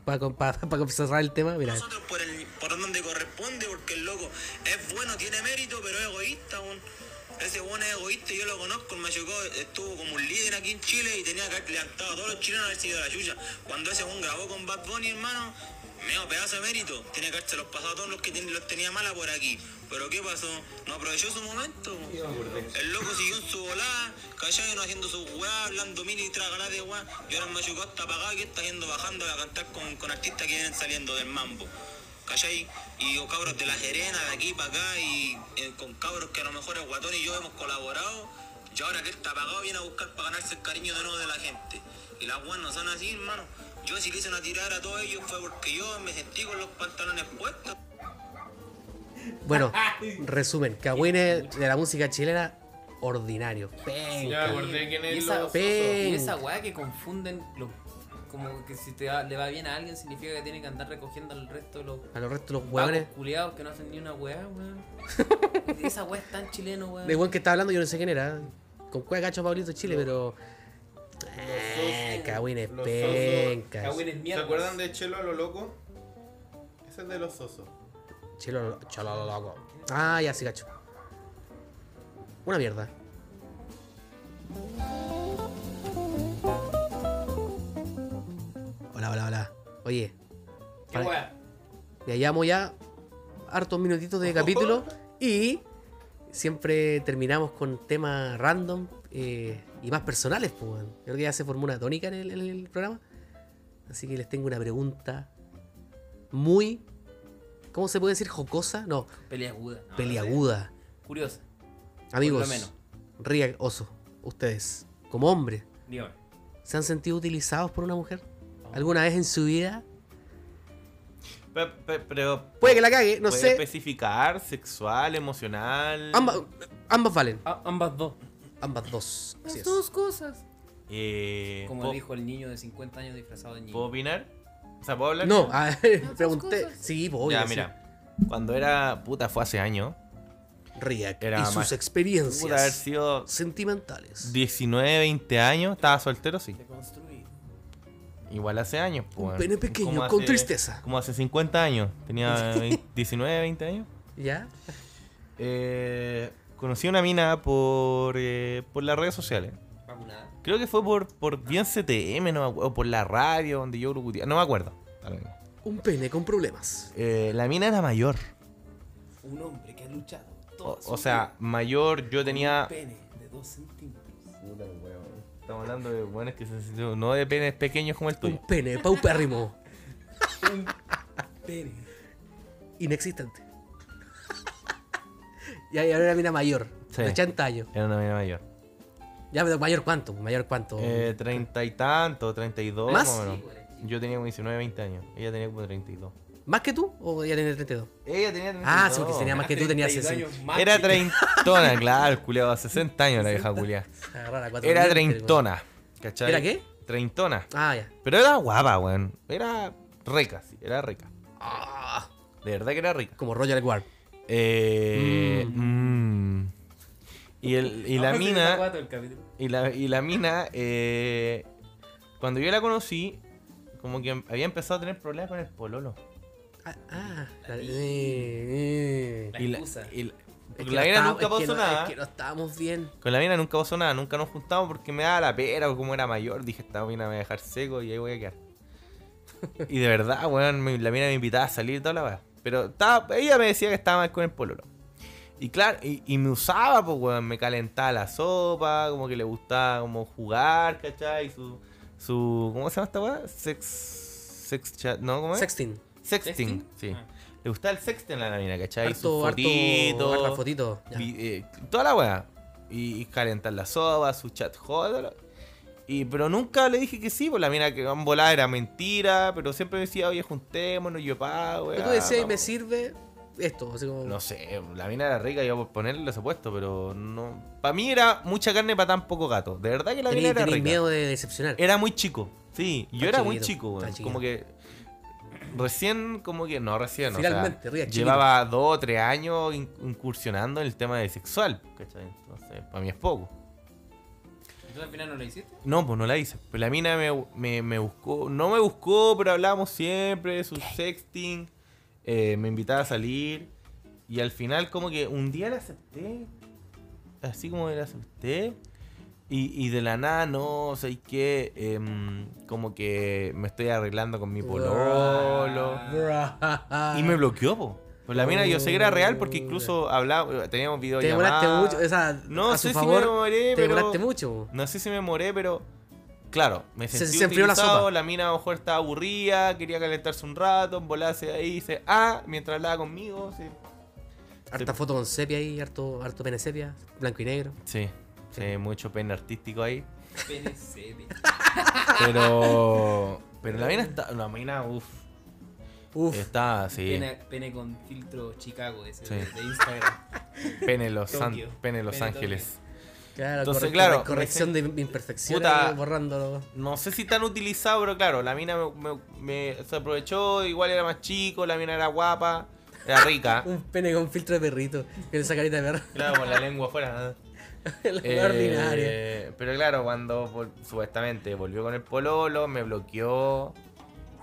[SPEAKER 3] Para cerrar el tema, mira.
[SPEAKER 6] nosotros por, el, por donde corresponde, porque el loco es bueno, tiene mérito, pero es egoísta, weón. Ese weón es egoísta, yo lo conozco, el Machucó estuvo como un líder aquí en Chile y tenía que haber levantado a todos los chilenos a haber sido la chucha. Cuando ese weón grabó con Bad Bunny, hermano, medio pedazo de mérito, tenía que haberse los pasado a todos los que ten- los tenía mala por aquí. Pero ¿qué pasó? No aprovechó su momento. weón. El loco siguió en su volada, callado, no haciendo su weá, hablando mil y tragalas de weá. Y ahora el machucó está apagado que está yendo bajando a cantar con, con artistas que vienen saliendo del mambo. ¿Cachai? Y o cabros de la Jerena, de aquí para acá, y eh, con cabros que a lo mejor el guatón y yo hemos colaborado. Y ahora que él está apagado viene a buscar para ganarse el cariño de nuevo de la gente. Y las weas no son así, hermano. Yo si le hice una tirada a todos ellos fue porque yo me sentí con los pantalones puestos.
[SPEAKER 3] Bueno, resumen. Cagüines de la música chilena, ordinario. Penca.
[SPEAKER 2] quién
[SPEAKER 1] Y esa,
[SPEAKER 3] los osos.
[SPEAKER 1] y esa weá que confunden los. Como que si te va- le va bien a alguien significa que tiene que andar recogiendo al resto de los
[SPEAKER 3] A los restos los hueones.
[SPEAKER 1] hueones culiados que no hacen ni una weá, weón. esa weá es tan chileno, weón.
[SPEAKER 3] De hueón que estaba hablando, yo no sé quién era. Con cuál gacho Pablito Chile, pero. Eh, cagüines
[SPEAKER 2] los
[SPEAKER 3] pencas.
[SPEAKER 1] Cagüines
[SPEAKER 2] ¿Se
[SPEAKER 1] mierdas.
[SPEAKER 2] acuerdan de Chelo a lo loco? Ese es de los Sosos.
[SPEAKER 3] Chelo, cholo, loco. Ah, ya sí, gacho. Una mierda. Hola, hola, hola. Oye,
[SPEAKER 1] ¿Qué weá?
[SPEAKER 3] ya llevamos ya hartos minutitos de capítulo y siempre terminamos con temas random eh, y más personales. Pues, weón. Creo que ya se formó una tónica en el, en el programa. Así que les tengo una pregunta muy. ¿Cómo se puede decir? ¿Jocosa? No,
[SPEAKER 1] Peliaguda. No,
[SPEAKER 3] peliaguda.
[SPEAKER 1] no sé. Curiosa.
[SPEAKER 3] Amigos,
[SPEAKER 1] menos.
[SPEAKER 3] Ría Oso, ustedes, como hombres,
[SPEAKER 1] Dígame.
[SPEAKER 3] ¿se han sentido utilizados por una mujer?
[SPEAKER 1] Oh.
[SPEAKER 3] ¿Alguna vez en su vida?
[SPEAKER 2] Pe- pe- Pero.
[SPEAKER 3] Puede que la cague, no
[SPEAKER 2] ¿puede
[SPEAKER 3] sé.
[SPEAKER 2] especificar sexual, emocional.
[SPEAKER 3] Ambas, ambas valen,
[SPEAKER 1] A- ambas dos.
[SPEAKER 3] ambas dos. Así es.
[SPEAKER 1] cosas.
[SPEAKER 2] Eh,
[SPEAKER 1] Como
[SPEAKER 2] ¿puedo,
[SPEAKER 1] dijo el niño de 50 años disfrazado de niño.
[SPEAKER 2] ¿Puedo opinar? O sea, ¿puedo hablar?
[SPEAKER 3] No, a ver,
[SPEAKER 1] dos
[SPEAKER 3] pregunté.
[SPEAKER 1] cosas.
[SPEAKER 3] Sí, pues, obvio,
[SPEAKER 2] Ya,
[SPEAKER 3] sí.
[SPEAKER 2] mira. Cuando era. Puta, fue hace años.
[SPEAKER 3] React
[SPEAKER 2] Era
[SPEAKER 3] y sus
[SPEAKER 2] más- Puta, haber
[SPEAKER 3] experiencias
[SPEAKER 2] sido
[SPEAKER 3] sentimentales.
[SPEAKER 2] 19, 20 años. Estaba soltero, sí. Igual hace años, pues.
[SPEAKER 3] Un
[SPEAKER 2] bueno.
[SPEAKER 3] pene pequeño,
[SPEAKER 2] Como
[SPEAKER 3] con tristeza.
[SPEAKER 2] Como hace 50 años. Tenía 20 19, 20 años.
[SPEAKER 3] ¿Ya?
[SPEAKER 2] Eh, conocí a una mina por, eh, por las redes sociales.
[SPEAKER 1] Vacunada.
[SPEAKER 2] Creo que fue por, por Bien CTM, no me acuerdo, o por la radio donde yo grucuteaba, No me acuerdo. ahora mismo.
[SPEAKER 3] Un pene con problemas.
[SPEAKER 2] Eh, la mina era mayor.
[SPEAKER 1] Un hombre que ha luchado.
[SPEAKER 2] O,
[SPEAKER 1] toda
[SPEAKER 2] o
[SPEAKER 1] su vida
[SPEAKER 2] sea, mayor, yo tenía.
[SPEAKER 1] con un pene de dos centímetros.
[SPEAKER 2] Estamos hablando de buenos que se no de penes pequeños como el tuyo.
[SPEAKER 3] Un pene paupérrimo,
[SPEAKER 1] Pene.
[SPEAKER 3] inexistente. ya, ya era una mina mayor,
[SPEAKER 2] Sí.
[SPEAKER 3] de 80 años.
[SPEAKER 2] Era una mina mayor.
[SPEAKER 3] Ya, pero mayor cuánto, mayor cuánto.
[SPEAKER 2] Eh, Treinta y tanto, treinta y dos.
[SPEAKER 3] ¿Más?
[SPEAKER 2] más o menos. Yo tenía como 19, 20 años. Ella tenía como 32.
[SPEAKER 3] ¿Más que tú o ya tenía 32?
[SPEAKER 2] Ella tenía
[SPEAKER 3] Ah, sí, porque tenía más que tú, tenía
[SPEAKER 1] 32
[SPEAKER 3] 60.
[SPEAKER 1] años más
[SPEAKER 2] Era
[SPEAKER 1] que-
[SPEAKER 2] treintona, claro, el culiao, 60 años la vieja culiao.
[SPEAKER 3] Agarrar a cuatro
[SPEAKER 2] Era
[SPEAKER 3] dientes,
[SPEAKER 2] treintona, ¿cachai?
[SPEAKER 3] ¿Era qué?
[SPEAKER 2] Treintona.
[SPEAKER 3] weón. Ah, ya.
[SPEAKER 2] Pero era guapa, weón. Era rica, sí, era rica.
[SPEAKER 3] Ah,
[SPEAKER 2] De verdad que era rica.
[SPEAKER 3] como Roger Ward.
[SPEAKER 2] Eh, mm. Y, el, y la
[SPEAKER 1] Vamos a hacer esa
[SPEAKER 2] mina.
[SPEAKER 1] guata el capítulo.
[SPEAKER 2] Y la, y la mina, eh, cuando yo la conocí, como que había empezado a tener problemas con el pololo.
[SPEAKER 3] Ah, ah, la- eh, eh.
[SPEAKER 1] La
[SPEAKER 2] y la,
[SPEAKER 1] excusa.
[SPEAKER 2] y la-
[SPEAKER 3] Es
[SPEAKER 2] porque
[SPEAKER 3] que
[SPEAKER 2] la
[SPEAKER 3] no
[SPEAKER 2] mina
[SPEAKER 3] estábamos-
[SPEAKER 2] nunca
[SPEAKER 3] es que
[SPEAKER 2] pasó
[SPEAKER 3] no-
[SPEAKER 2] nada.
[SPEAKER 3] Es que no estábamos bien.
[SPEAKER 2] Con la mina nunca pasó nada, nunca nos juntamos porque me daba la pera, o como era mayor, dije, esta mina me va a dejar seco y ahí voy a quedar. y de verdad, weón, me- la mina me invitaba a salir y toda la weá. Pero estaba, ella me decía que estaba mal con el pololo. Y claro, y, y me usaba, pues, weón, me calentaba la sopa, como que le gustaba como jugar, ¿cachai? Su, su ¿cómo se llama esta weá? Sex, sex chat, ¿no? ¿Cómo es?
[SPEAKER 3] Sexting.
[SPEAKER 2] Sexting, sí.
[SPEAKER 1] Ah.
[SPEAKER 2] Le gustaba el sexting a la mina, ¿cachai?
[SPEAKER 3] Harto,
[SPEAKER 2] Sus
[SPEAKER 3] harto,
[SPEAKER 2] fotitos,
[SPEAKER 3] hartas fotitos. ya.
[SPEAKER 2] Vi- eh, toda la weá. Y, y calentar la soba, su chat joder. Y, pero nunca le dije que sí, pues la mina que van volada era mentira, pero siempre me decía, oye, juntémonos, yo pago,
[SPEAKER 3] Pero tú decías, me sirve esto, así como...
[SPEAKER 2] No sé, la mina era rica, yo por ponerle ese puesto, pero no. Para mí era mucha carne para tan poco gato. De verdad que la mina
[SPEAKER 3] Tenéis
[SPEAKER 2] era rica.
[SPEAKER 3] miedo de decepcionar.
[SPEAKER 2] Era muy chico, sí, yo
[SPEAKER 3] Está
[SPEAKER 2] era muy
[SPEAKER 3] chiquito,
[SPEAKER 2] chico, weón.
[SPEAKER 3] está chiquito.
[SPEAKER 2] Como que. Recién, como que. No, recién, o sea,
[SPEAKER 3] Finalmente, ría, chiquito.
[SPEAKER 2] Llevaba dos o tres años in- incursionando en el tema de sexual, ¿cachai? Entonces, para mí es poco.
[SPEAKER 1] Entonces al final no lo hiciste.
[SPEAKER 2] No, pues no la hice. Pero la mina me, me- me buscó. No me buscó, pero hablábamos siempre de su sexting. eh, me invitaba a salir. Y al final, como que un día la acepté. Así como la acepté. Y, y de la nada, no, o sea, y que em, como que me estoy arreglando con mi pololo.
[SPEAKER 3] Ah,
[SPEAKER 2] Y me bloqueó, po. Pues la mina yo sé que era real porque incluso hablaba, teníamos
[SPEAKER 3] Te demoraste
[SPEAKER 2] videollamadas.
[SPEAKER 3] mucho, o sea,
[SPEAKER 2] No
[SPEAKER 3] a su
[SPEAKER 2] sé si
[SPEAKER 3] favor,
[SPEAKER 2] me demoré,
[SPEAKER 3] te
[SPEAKER 2] pero-
[SPEAKER 3] demoraste mucho.
[SPEAKER 2] No sé si me moré, pero. Claro, me
[SPEAKER 3] Se-
[SPEAKER 2] sentí
[SPEAKER 3] se enfrió la
[SPEAKER 2] utilizado,
[SPEAKER 3] sopa.
[SPEAKER 2] la mina a lo mejor estaba aburrida, quería calentarse un rato, volarse de ahí, dice, ah, mientras hablaba conmigo, sí.
[SPEAKER 3] Harta
[SPEAKER 2] Sí.
[SPEAKER 3] foto con sepia ahí, harto, harto pene sepia, blanco y negro.
[SPEAKER 2] Sí, sí, mucho pena artístico ahí.
[SPEAKER 1] Pene sede.
[SPEAKER 2] Pero. Pero la mina está. La mina, uff.
[SPEAKER 3] Uf,
[SPEAKER 2] Está, sí.
[SPEAKER 1] Pene, pene con filtro Chicago ese
[SPEAKER 2] Sí.
[SPEAKER 1] de, de Instagram.
[SPEAKER 2] Pene Los,
[SPEAKER 1] Tokio.
[SPEAKER 2] San- Pene Los
[SPEAKER 1] Pene
[SPEAKER 2] Ángeles.
[SPEAKER 3] claro,
[SPEAKER 2] entonces,
[SPEAKER 3] corre-
[SPEAKER 2] claro,
[SPEAKER 3] corre- corrección de imperfecciones,
[SPEAKER 2] Puta.
[SPEAKER 3] ahí, borrándolo.
[SPEAKER 2] No sé si tan utilizado, pero claro, la mina me- me- me- se aprovechó, igual era más chico, la mina era guapa, era rica.
[SPEAKER 3] Un pene con filtro de perrito, que esa carita de perro,
[SPEAKER 2] claro, con la lengua afuera. ¿eh?
[SPEAKER 3] la
[SPEAKER 2] Eh,
[SPEAKER 3] ordinaria.
[SPEAKER 2] Pero claro, cuando vol- supuestamente volvió con el pololo, me bloqueó.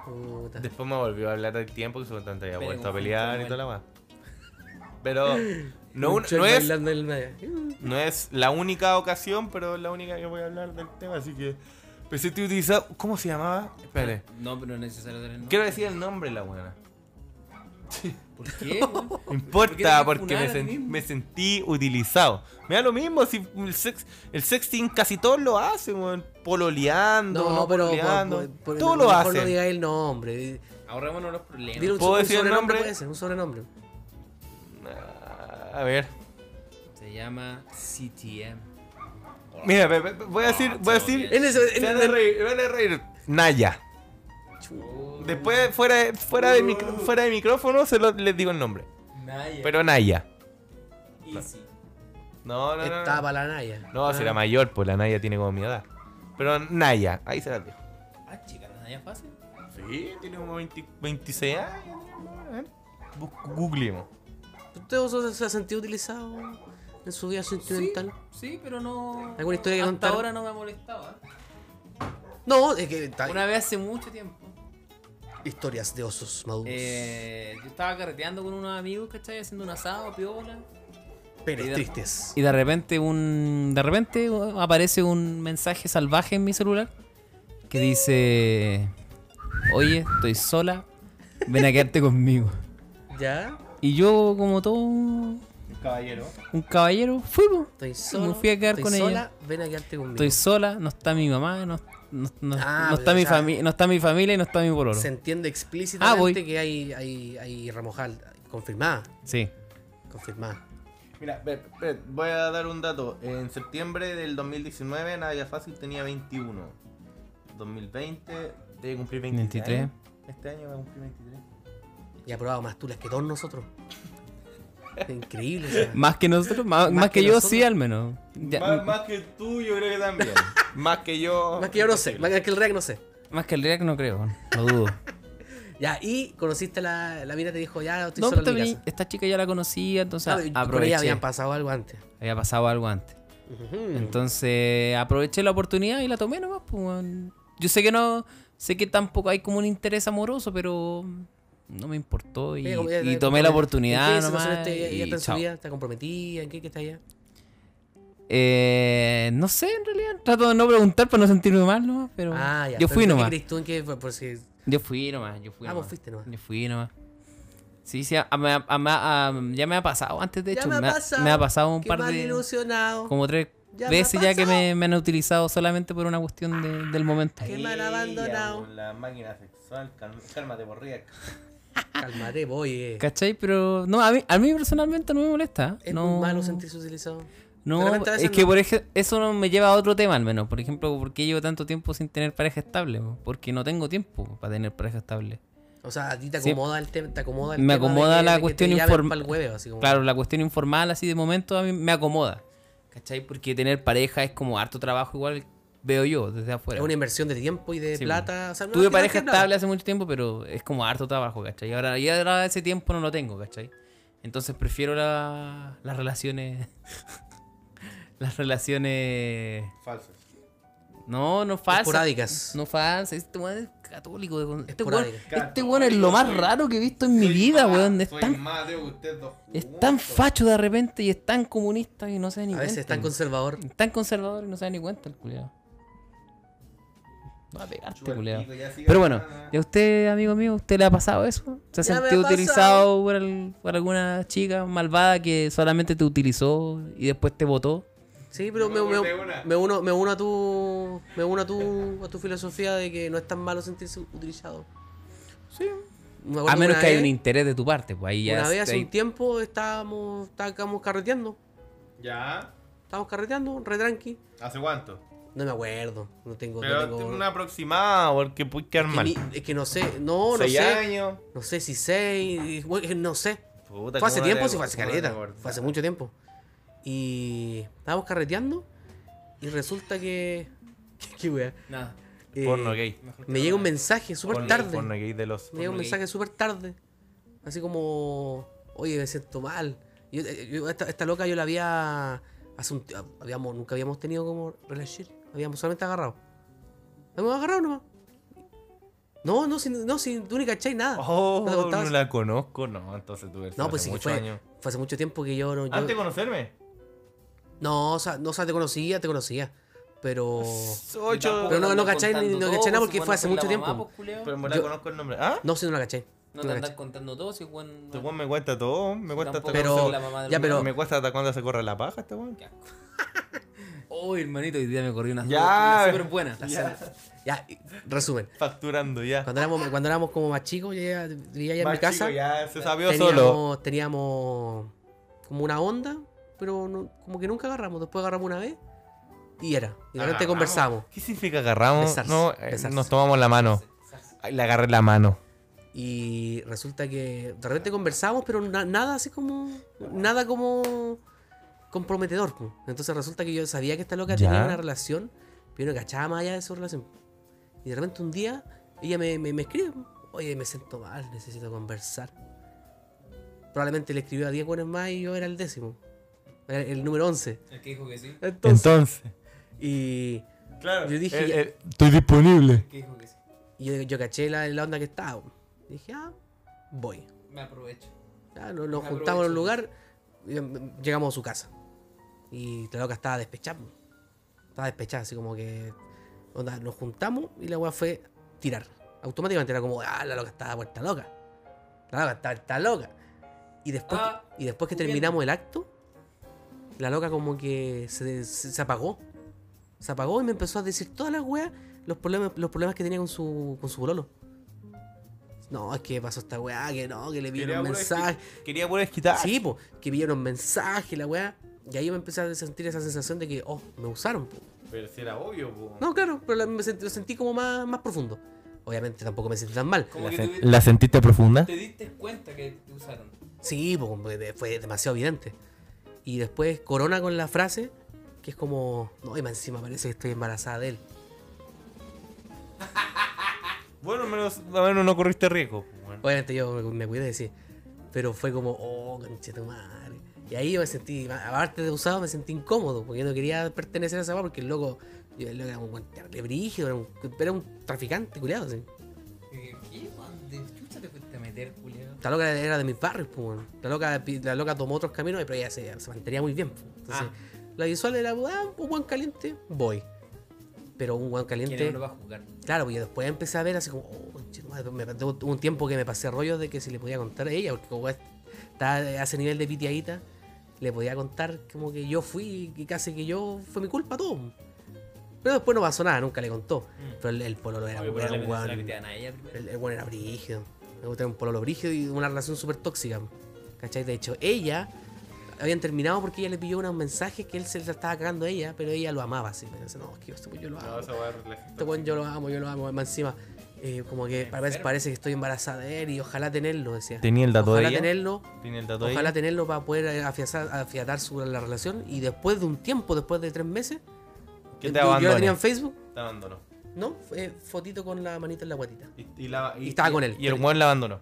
[SPEAKER 3] Puta.
[SPEAKER 2] Después me volvió a hablar del tiempo que supuestamente había
[SPEAKER 1] Pero
[SPEAKER 2] vuelto a
[SPEAKER 1] con
[SPEAKER 2] pelear y
[SPEAKER 1] Juan
[SPEAKER 2] toda la más. Pero no, un-
[SPEAKER 3] Un chol
[SPEAKER 2] no, es,
[SPEAKER 3] bailando en el medio.
[SPEAKER 2] no es la única ocasión, pero es la única que voy a hablar del tema. Así que pensé que utilizaba. ¿Cómo se llamaba? Espere.
[SPEAKER 1] No, pero no es necesario tener nombre.
[SPEAKER 2] Quiero decir el nombre de la buena.
[SPEAKER 1] ¿Por qué? weón? ¿Por
[SPEAKER 2] No
[SPEAKER 1] qué tenés
[SPEAKER 2] importa,
[SPEAKER 1] que
[SPEAKER 2] porque
[SPEAKER 1] funar
[SPEAKER 2] me,
[SPEAKER 1] al
[SPEAKER 2] sen-
[SPEAKER 1] mismo?
[SPEAKER 2] me sentí utilizado. Me da lo mismo si el, sex- el sexting casi todos lo hacen, weón. Pololeando, no,
[SPEAKER 3] No, pero.
[SPEAKER 2] pololeando.
[SPEAKER 3] por- por- por-
[SPEAKER 2] todos
[SPEAKER 3] mejor
[SPEAKER 2] lo
[SPEAKER 3] No
[SPEAKER 2] hacen.
[SPEAKER 3] diga el nombre.
[SPEAKER 1] Ahorrémonos los problemas.
[SPEAKER 3] Dile un,
[SPEAKER 2] ¿Puedo
[SPEAKER 3] un
[SPEAKER 2] decir el
[SPEAKER 3] sobrenombre.
[SPEAKER 2] nombre?
[SPEAKER 3] puede ser, un sobrenombre.
[SPEAKER 2] Ah, a ver.
[SPEAKER 1] Se llama CTM.
[SPEAKER 2] Mira, ve- ve- voy a decir. voy a decir
[SPEAKER 3] En ese-
[SPEAKER 2] se
[SPEAKER 3] en-
[SPEAKER 2] van a
[SPEAKER 3] en-
[SPEAKER 2] reír, van a reír. Naya.
[SPEAKER 1] Oh,
[SPEAKER 2] Después, fuera, de- fuera, de, micro-
[SPEAKER 1] Uh.
[SPEAKER 2] fuera de micrófono, se lo- les digo el nombre.
[SPEAKER 1] Naya.
[SPEAKER 2] Pero Naya.
[SPEAKER 1] Easy.
[SPEAKER 2] No, no, no, no.
[SPEAKER 3] Estaba para Ah. la Naya.
[SPEAKER 2] No, si la mayor, pues la Naya tiene como mi edad. Pero Naya, ahí se la dejo.
[SPEAKER 1] Ah, chica, la Naya es fácil.
[SPEAKER 2] Sí, tiene como 20 26 años. A ver, bus- Googleemos.
[SPEAKER 3] ¿Usted vos se ha sentido utilizado en su vida sentimental?
[SPEAKER 1] Sí, pero no.
[SPEAKER 3] ¿Alguna historia que
[SPEAKER 1] Hasta
[SPEAKER 3] contar?
[SPEAKER 1] ahora no me ha molestado. ¿eh?
[SPEAKER 3] No, es que. ta-
[SPEAKER 1] Una vez hace mucho tiempo.
[SPEAKER 3] Historias de osos maduros.
[SPEAKER 1] eh, yo estaba carreteando con unos amigos, ¿cachai? Haciendo un asado, piola.
[SPEAKER 3] Penas
[SPEAKER 1] y da-
[SPEAKER 3] tristes.
[SPEAKER 1] Y de repente un. De repente uh, aparece un mensaje salvaje en mi celular que dice. Oye, estoy sola. Ven a quedarte conmigo.
[SPEAKER 3] ¿Ya?
[SPEAKER 1] Y yo, como todo un
[SPEAKER 2] Caballero.
[SPEAKER 1] un caballero, fui, po.
[SPEAKER 3] Estoy sola.
[SPEAKER 1] Me fui a quedar
[SPEAKER 3] estoy
[SPEAKER 1] con ella.
[SPEAKER 3] sola, ven a quedarte conmigo.
[SPEAKER 1] Estoy sola, no está mi mamá, no, no, no-
[SPEAKER 3] Ah,
[SPEAKER 1] no
[SPEAKER 3] pues,
[SPEAKER 1] está
[SPEAKER 3] o
[SPEAKER 1] mi
[SPEAKER 3] sea,
[SPEAKER 1] familia, no está mi familia y no está mi pololo.
[SPEAKER 3] Se entiende explícitamente
[SPEAKER 1] Ah, voy.
[SPEAKER 3] que hay, hay, hay ramojal. Confirmada.
[SPEAKER 1] Sí.
[SPEAKER 3] Confirmada.
[SPEAKER 2] Mira, ve- ve, voy a dar un dato. En septiembre del 2019, Naya Fácil tenía 21. 2020, debe cumplir 23.
[SPEAKER 1] 23.
[SPEAKER 2] Este año va a cumplir 23.
[SPEAKER 3] Y ha probado más tulas que todos nosotros. Increíble. o sea.
[SPEAKER 1] Más que nosotros, más,
[SPEAKER 3] Más
[SPEAKER 1] más que,
[SPEAKER 3] que
[SPEAKER 1] yo
[SPEAKER 3] nosotros.
[SPEAKER 1] sí al menos. Ya,
[SPEAKER 2] Eh, Más,
[SPEAKER 1] m-
[SPEAKER 2] más que tú, yo creo que también. más que yo.
[SPEAKER 3] Más que yo no sé. Más que el React no sé.
[SPEAKER 1] más que el React no creo, no dudo.
[SPEAKER 3] Ya, y conociste a la, la mina, te dijo, ya estoy
[SPEAKER 1] No, pues,
[SPEAKER 3] sola
[SPEAKER 1] pero
[SPEAKER 3] en mi
[SPEAKER 1] esta,
[SPEAKER 3] casa.
[SPEAKER 1] chica ya la conocía, entonces
[SPEAKER 3] Ah, y con
[SPEAKER 1] aproveché.
[SPEAKER 3] ella habían pasado algo antes.
[SPEAKER 1] Había pasado algo antes. Entonces aproveché la oportunidad y la tomé nomás. pues, weón. Yo sé que no, sé que tampoco hay como un interés amoroso, pero no me importó y,
[SPEAKER 3] Oye, como ya-
[SPEAKER 1] y tomé
[SPEAKER 3] ya- como
[SPEAKER 1] la
[SPEAKER 3] ya- ¿en
[SPEAKER 1] oportunidad
[SPEAKER 3] qué situación
[SPEAKER 1] nomás.
[SPEAKER 3] está ella- ella
[SPEAKER 1] y
[SPEAKER 3] está en su
[SPEAKER 1] chao.
[SPEAKER 3] vida? ¿Está comprometida? ¿En qué, qué está ella?
[SPEAKER 1] Eh, no sé, en realidad. Trato de no preguntar para no sentirme mal nomás, pero.
[SPEAKER 3] Ah, ya.
[SPEAKER 1] Yo
[SPEAKER 3] pero
[SPEAKER 1] fui
[SPEAKER 3] ¿en
[SPEAKER 1] nomás.
[SPEAKER 3] ¿Qué crees tú en qué fue? Por si-
[SPEAKER 1] Yo fui nomás, yo fui
[SPEAKER 3] Ah,
[SPEAKER 1] nomás.
[SPEAKER 3] vos fuiste nomás.
[SPEAKER 1] Yo fui nomás. Sí, sí, a- a- a- a- a- ya me ha pasado antes, de
[SPEAKER 3] Ya
[SPEAKER 1] hecho.
[SPEAKER 3] me ha pasado,
[SPEAKER 1] me ha pasado un
[SPEAKER 3] qué
[SPEAKER 1] par
[SPEAKER 3] mal
[SPEAKER 1] de.
[SPEAKER 3] ilusionado.
[SPEAKER 1] Como tres
[SPEAKER 3] Oh, Ya me ha
[SPEAKER 1] veces ya que
[SPEAKER 3] pasado.
[SPEAKER 1] me, me han utilizado solamente por una cuestión de- del momento.
[SPEAKER 3] Qué mal abandonado.
[SPEAKER 2] La máquina sexual, cálmate, borría.
[SPEAKER 3] Calmate, voy. eh.
[SPEAKER 1] ¿Cachai? Pero no, a mí, a mí personalmente no me molesta.
[SPEAKER 3] Es
[SPEAKER 1] no,
[SPEAKER 3] muy malo sentirse utilizado.
[SPEAKER 1] No,
[SPEAKER 3] Solamente a
[SPEAKER 1] es
[SPEAKER 3] veces
[SPEAKER 1] que
[SPEAKER 3] no.
[SPEAKER 1] por ej- eso no me lleva a otro tema al menos. Por ejemplo, ¿por qué llevo tanto tiempo sin tener pareja estable? po? Porque no tengo tiempo para tener pareja estable.
[SPEAKER 3] O sea, a ti te
[SPEAKER 1] Sí.
[SPEAKER 3] acomoda el tema. Te acomoda el
[SPEAKER 1] Me
[SPEAKER 3] tema de
[SPEAKER 1] acomoda
[SPEAKER 3] que-
[SPEAKER 1] la
[SPEAKER 3] de que
[SPEAKER 1] cuestión
[SPEAKER 3] te llamen
[SPEAKER 1] inform-
[SPEAKER 3] pa'l hueveo, así como-
[SPEAKER 1] Claro, la cuestión informal así de momento a mí me acomoda. ¿Cachai? Porque tener pareja es como harto trabajo igual veo yo desde afuera.
[SPEAKER 3] Es una inversión de tiempo y de
[SPEAKER 1] Sí,
[SPEAKER 3] plata. O sea, no,
[SPEAKER 1] Tuve
[SPEAKER 3] no, no,
[SPEAKER 1] pareja
[SPEAKER 3] no, no.
[SPEAKER 1] estable hace mucho tiempo, pero es como harto trabajo, ¿cachai? Y ahora, y ahora ese tiempo no lo tengo, ¿cachai? Entonces prefiero la- las relaciones... las relaciones...
[SPEAKER 2] Falsos.
[SPEAKER 1] No, no falsas.
[SPEAKER 3] Esporádicas.
[SPEAKER 1] No falsas. Este weón es católico. weón. Este weón,
[SPEAKER 3] Esporádicas.
[SPEAKER 1] este weón es lo más raro que he visto en mi vida, weón. Es tan,
[SPEAKER 2] más de ustedes dos.
[SPEAKER 1] es tan facho de repente y es tan comunista y no se da ni
[SPEAKER 3] A
[SPEAKER 1] cuenta.
[SPEAKER 3] veces es tan
[SPEAKER 1] weón.
[SPEAKER 3] conservador.
[SPEAKER 1] Es tan conservador y no se da ni cuenta el culiado. Va a pegarte, culiado. Pero bueno, ¿y a usted, amigo mío, usted le ha pasado eso? ¿Se ha
[SPEAKER 3] Ya me ha
[SPEAKER 1] sentido
[SPEAKER 3] pasado.
[SPEAKER 1] utilizado por, al- por alguna chica malvada que solamente te utilizó y después te votó?
[SPEAKER 3] Sí, pero me, me- me uno, me uno a tu me uno a tu, a tu filosofía de que no es tan malo sentirse utilizado. Sí.
[SPEAKER 1] A menos que haya un interés de tu parte, pues ahí ya
[SPEAKER 3] Una vez hace
[SPEAKER 1] ahí-
[SPEAKER 3] un tiempo estábamos, estábamos carreteando.
[SPEAKER 2] Ya.
[SPEAKER 3] Estábamos carreteando, retranqui.
[SPEAKER 2] ¿Hace cuánto?
[SPEAKER 3] No me acuerdo. No tengo. no
[SPEAKER 2] Pero
[SPEAKER 3] tengo-
[SPEAKER 2] una aproximada, porque puede quedar
[SPEAKER 3] que
[SPEAKER 2] mal.
[SPEAKER 3] ni- es que no sé. No, no
[SPEAKER 2] Seis
[SPEAKER 3] sé.
[SPEAKER 2] años.
[SPEAKER 3] No sé si seis. y- bueno, es que No sé.
[SPEAKER 2] Puta,
[SPEAKER 3] fue hace
[SPEAKER 2] ¿cómo no
[SPEAKER 3] tiempo,
[SPEAKER 2] te-
[SPEAKER 3] sí, fue hace
[SPEAKER 2] cómo no
[SPEAKER 3] caleta.
[SPEAKER 2] te acordás?
[SPEAKER 3] Fue hace mucho tiempo. Y estábamos carreteando. Y resulta que. Qué wea.
[SPEAKER 1] Nada.
[SPEAKER 3] Eh,
[SPEAKER 2] Porno gay.
[SPEAKER 3] Me llega un mensaje súper
[SPEAKER 2] Porno-
[SPEAKER 3] tarde.
[SPEAKER 2] Porno gay de los.
[SPEAKER 3] me llega un
[SPEAKER 1] porno gay.
[SPEAKER 3] mensaje súper tarde. Así como, oye, me siento mal. Yo- eh, yo- esta, esta loca yo la había. Hace un, ti- habíamos, nunca habíamos tenido como relación. Habíamos solamente agarrado. Habíamos agarrado nomás. No, no, sin, no, sin, tú ni cachai nada.
[SPEAKER 2] Oh,
[SPEAKER 3] ¿No te
[SPEAKER 2] no,
[SPEAKER 3] contabas?
[SPEAKER 2] la conozco. No, entonces tuve
[SPEAKER 3] No, pues sí, que
[SPEAKER 2] muchos
[SPEAKER 3] fue,
[SPEAKER 2] años.
[SPEAKER 3] fue hace mucho tiempo que yo no. yo-
[SPEAKER 2] ¿Antes de conocerme?
[SPEAKER 3] no, o sea, no, o sea, te conocía, te conocía. Pero.
[SPEAKER 2] Ocho. pues,
[SPEAKER 3] Pero no- no cachai ni- no cachai nada porque fue hace mucho tiempo.
[SPEAKER 2] Pero en verdad
[SPEAKER 3] yo-
[SPEAKER 2] conozco el nombre. ¿Ah?
[SPEAKER 3] No, si no la cachai.
[SPEAKER 1] No
[SPEAKER 3] No
[SPEAKER 1] te andas
[SPEAKER 3] cacho.
[SPEAKER 1] contando todo, si weón.
[SPEAKER 2] Este
[SPEAKER 1] no-
[SPEAKER 2] weón me cuenta todo, me cuenta hasta
[SPEAKER 1] tampoco
[SPEAKER 3] Pero-
[SPEAKER 1] soy la
[SPEAKER 2] cuando
[SPEAKER 1] mamá del
[SPEAKER 3] ya,
[SPEAKER 1] weón.
[SPEAKER 2] se-
[SPEAKER 3] pero-
[SPEAKER 2] me cuesta hasta cuando se corre la paja este weón.
[SPEAKER 1] Qué asco. Oh, hermanito, hoy día me corrí una
[SPEAKER 2] Ya,
[SPEAKER 1] súper buena.
[SPEAKER 3] Ya, y- resumen.
[SPEAKER 2] Facturando ya.
[SPEAKER 3] Cuando éramos, cuando éramos como más chicos, yo ya vivía allá en
[SPEAKER 2] Más
[SPEAKER 3] mi
[SPEAKER 2] chico
[SPEAKER 3] casa.
[SPEAKER 2] ya se sabió solo.
[SPEAKER 3] teníamos, teníamos como una onda, pero no- como que nunca agarramos. Después agarramos una vez y era. Y de repente
[SPEAKER 2] Agarramos.
[SPEAKER 3] conversamos.
[SPEAKER 2] ¿Qué significa agarramos?
[SPEAKER 3] Besarse,
[SPEAKER 2] no, eh,
[SPEAKER 3] besarse.
[SPEAKER 2] nos tomamos la mano. Ay, Le agarré la mano.
[SPEAKER 3] Y resulta que de repente conversamos, pero na- nada así como. Nada como comprometedor. po. Entonces resulta que yo sabía que esta loca
[SPEAKER 2] Ya.
[SPEAKER 3] tenía una relación, pero yo no cachaba más allá de su relación. Y de repente un día ella me, me, me escribe: po, Oye, me siento mal, necesito conversar. Probablemente le escribió a 10 buenos más y yo era el décimo. Era el número 11.
[SPEAKER 1] El que dijo que sí.
[SPEAKER 3] Entonces,
[SPEAKER 2] Entonces.
[SPEAKER 3] y
[SPEAKER 2] Claro.
[SPEAKER 3] Yo dije,
[SPEAKER 2] el-
[SPEAKER 3] ya-
[SPEAKER 2] el- estoy disponible.
[SPEAKER 1] El que dijo que sí.
[SPEAKER 3] y yo, yo caché la, la onda que estaba. po. Dije: Ah, voy.
[SPEAKER 1] Me aprovecho.
[SPEAKER 3] Ya, nos, nos juntamos en un lugar, y- em, llegamos a su casa. Y la loca estaba despechada. po. Estaba despechada, así como que. onda, nos juntamos y la weá fue tirar. Automáticamente era como, ah, la loca estaba puerta loca. La loca está, está loca. Y después,
[SPEAKER 1] Ah,
[SPEAKER 3] y después que
[SPEAKER 1] juguete.
[SPEAKER 3] terminamos el acto, la loca como que se, se- se apagó. Se apagó y me empezó a decir todas las weas, los problemas, los problemas que tenía con su, con su bololo. No, es que pasó esta weá, que no, que le pidieron un
[SPEAKER 2] puro
[SPEAKER 3] mensaje.
[SPEAKER 2] desqui- Quería puro desquitar.
[SPEAKER 3] Sí, po, que pillaron mensaje, la weá. Y ahí me empecé a sentir esa sensación de que, oh, me usaron. po.
[SPEAKER 2] Pero si era obvio, po.
[SPEAKER 3] No, claro, pero la- me sent- lo sentí como más, más profundo. Obviamente tampoco me sentí tan mal.
[SPEAKER 1] Como que
[SPEAKER 2] sen-
[SPEAKER 1] tuvi-
[SPEAKER 2] sentiste profunda?
[SPEAKER 1] te diste cuenta que te usaron.
[SPEAKER 3] Sí, po, fue de- fue demasiado evidente. Y después corona con la frase, que es como, no, y más encima parece que estoy embarazada de él.
[SPEAKER 2] Bueno, menos, bueno, no corriste riesgo. po, bueno.
[SPEAKER 3] Obviamente yo me- me cuidé, sí. Pero fue como, oh, conchetumare. Y ahí yo me sentí, ma- aparte de usado, me sentí incómodo, porque yo no quería pertenecer a esa weá, porque el loco, yo- el loco era un guante brígido, era un, era un traficante, culiado, sí.
[SPEAKER 1] ¿Qué, weón? ¿De chucha te fuiste a meter, culiao?
[SPEAKER 3] La loca era de mis barrios, pues, weón. la loca, pi- la loca tomó otros caminos, pero ella se, se mantenía muy bien. pues. Entonces, la visual era, ah, un buen caliente, voy. Pero un buen
[SPEAKER 1] ¿Quién no
[SPEAKER 3] caliente.
[SPEAKER 1] lo va a jugar?
[SPEAKER 3] Claro, porque después empecé a ver así como, oh, conchetumadre, me, tuvo un tiempo que me pasé rollos de que si le podía contar a ella, porque como es- estaba a ese nivel de pitiadita, le podía contar como que yo fui y casi que yo fue mi culpa todo. Pero después no pasó nada, nunca le contó. Pero el, el pololo era,
[SPEAKER 1] Oye,
[SPEAKER 3] era un
[SPEAKER 1] probablemente se la
[SPEAKER 3] weón-
[SPEAKER 1] pitean a ella primero.
[SPEAKER 3] el, el bueno era brígido. Me gusta un pololo brígido y una relación súper tóxica. ¿Cachai? De hecho, ella habían terminado porque ella le pilló unos mensajes que él se la estaba cagando a ella, pero ella lo amaba así. Me dice, no, es que este weón yo lo amo. Este weón yo lo amo, yo lo amo. Más encima, eh, como que parece, parece que estoy embarazada de él y ojalá tenerlo, decía.
[SPEAKER 2] ¿Tenía el dato de
[SPEAKER 3] Ojalá
[SPEAKER 2] ella?
[SPEAKER 3] tenerlo,
[SPEAKER 2] Tiene el dato de
[SPEAKER 3] ojalá
[SPEAKER 2] ella.
[SPEAKER 3] tenerlo para poder eh, afianzar- afiatar su, la relación. Y después de un tiempo, después de tres meses,
[SPEAKER 2] Que
[SPEAKER 3] yo-
[SPEAKER 2] te
[SPEAKER 3] yo, la
[SPEAKER 2] abandonó.
[SPEAKER 3] tenía en Facebook,
[SPEAKER 2] Te abandonó.
[SPEAKER 3] ¿no? Eh, fotito con la manita en la guatita.
[SPEAKER 2] Y, y la-
[SPEAKER 3] Y estaba con él.
[SPEAKER 2] Y el weón la abandonó.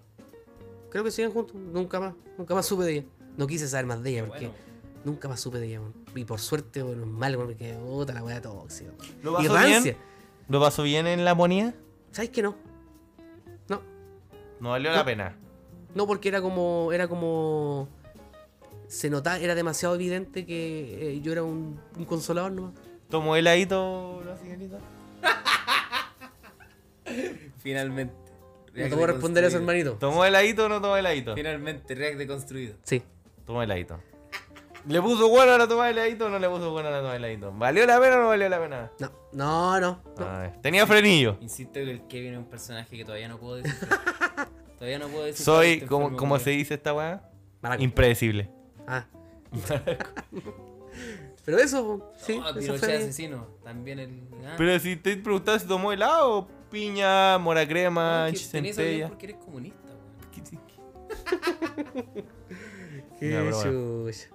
[SPEAKER 3] Creo que siguen juntos, nunca más, nunca más supe de ella. No quise saber más de ella porque
[SPEAKER 1] bueno.
[SPEAKER 3] nunca más supe de ella, weón. Y por suerte, bueno, es mal, weón, porque puta la weá tóxica. weón.
[SPEAKER 2] ¿Lo
[SPEAKER 3] Y
[SPEAKER 2] pasó
[SPEAKER 3] rancia.
[SPEAKER 2] bien? ¿Lo pasó bien en la monía?
[SPEAKER 3] ¿Sabes qué no? No,
[SPEAKER 2] No valió la pena.
[SPEAKER 3] no porque era como, era como, se notaba, era demasiado evidente que eh, yo era un, un consolador nomás.
[SPEAKER 2] ¿Tomó heladito la señorita?
[SPEAKER 1] Finalmente.
[SPEAKER 3] No
[SPEAKER 1] React
[SPEAKER 3] te puedo responder a eso,
[SPEAKER 1] deconstruido.
[SPEAKER 3] hermanito.
[SPEAKER 2] ¿Tomó heladito o no tomó heladito?
[SPEAKER 1] Finalmente, React deconstruido.
[SPEAKER 3] Sí.
[SPEAKER 2] Tomó heladito. ¿Le puso bueno a la toma de heladito o no le puso bueno a la toma de heladito? ¿Valió la pena o no valió la pena?
[SPEAKER 3] No, no, no. no.
[SPEAKER 2] Ay, Ah, tenía frenillo.
[SPEAKER 1] Insisto que el Kevin es un personaje que todavía no puedo decir. todavía no puedo decir.
[SPEAKER 2] Soy, como, como se dice esta weá,
[SPEAKER 3] Maraco.
[SPEAKER 2] impredecible.
[SPEAKER 3] Ah. Pero eso, weón, sí,
[SPEAKER 1] no,
[SPEAKER 3] eso
[SPEAKER 1] Pinochet
[SPEAKER 3] fue mi-
[SPEAKER 1] asesino. También el. ah,
[SPEAKER 2] Pero si te preguntaba si tomó helado, piña, mora
[SPEAKER 1] no,
[SPEAKER 2] crema,
[SPEAKER 1] Ah, que tenés eso bien
[SPEAKER 2] centella.
[SPEAKER 1] porque eres comunista, weón.
[SPEAKER 3] Qué
[SPEAKER 2] Ya, pero
[SPEAKER 3] chucha.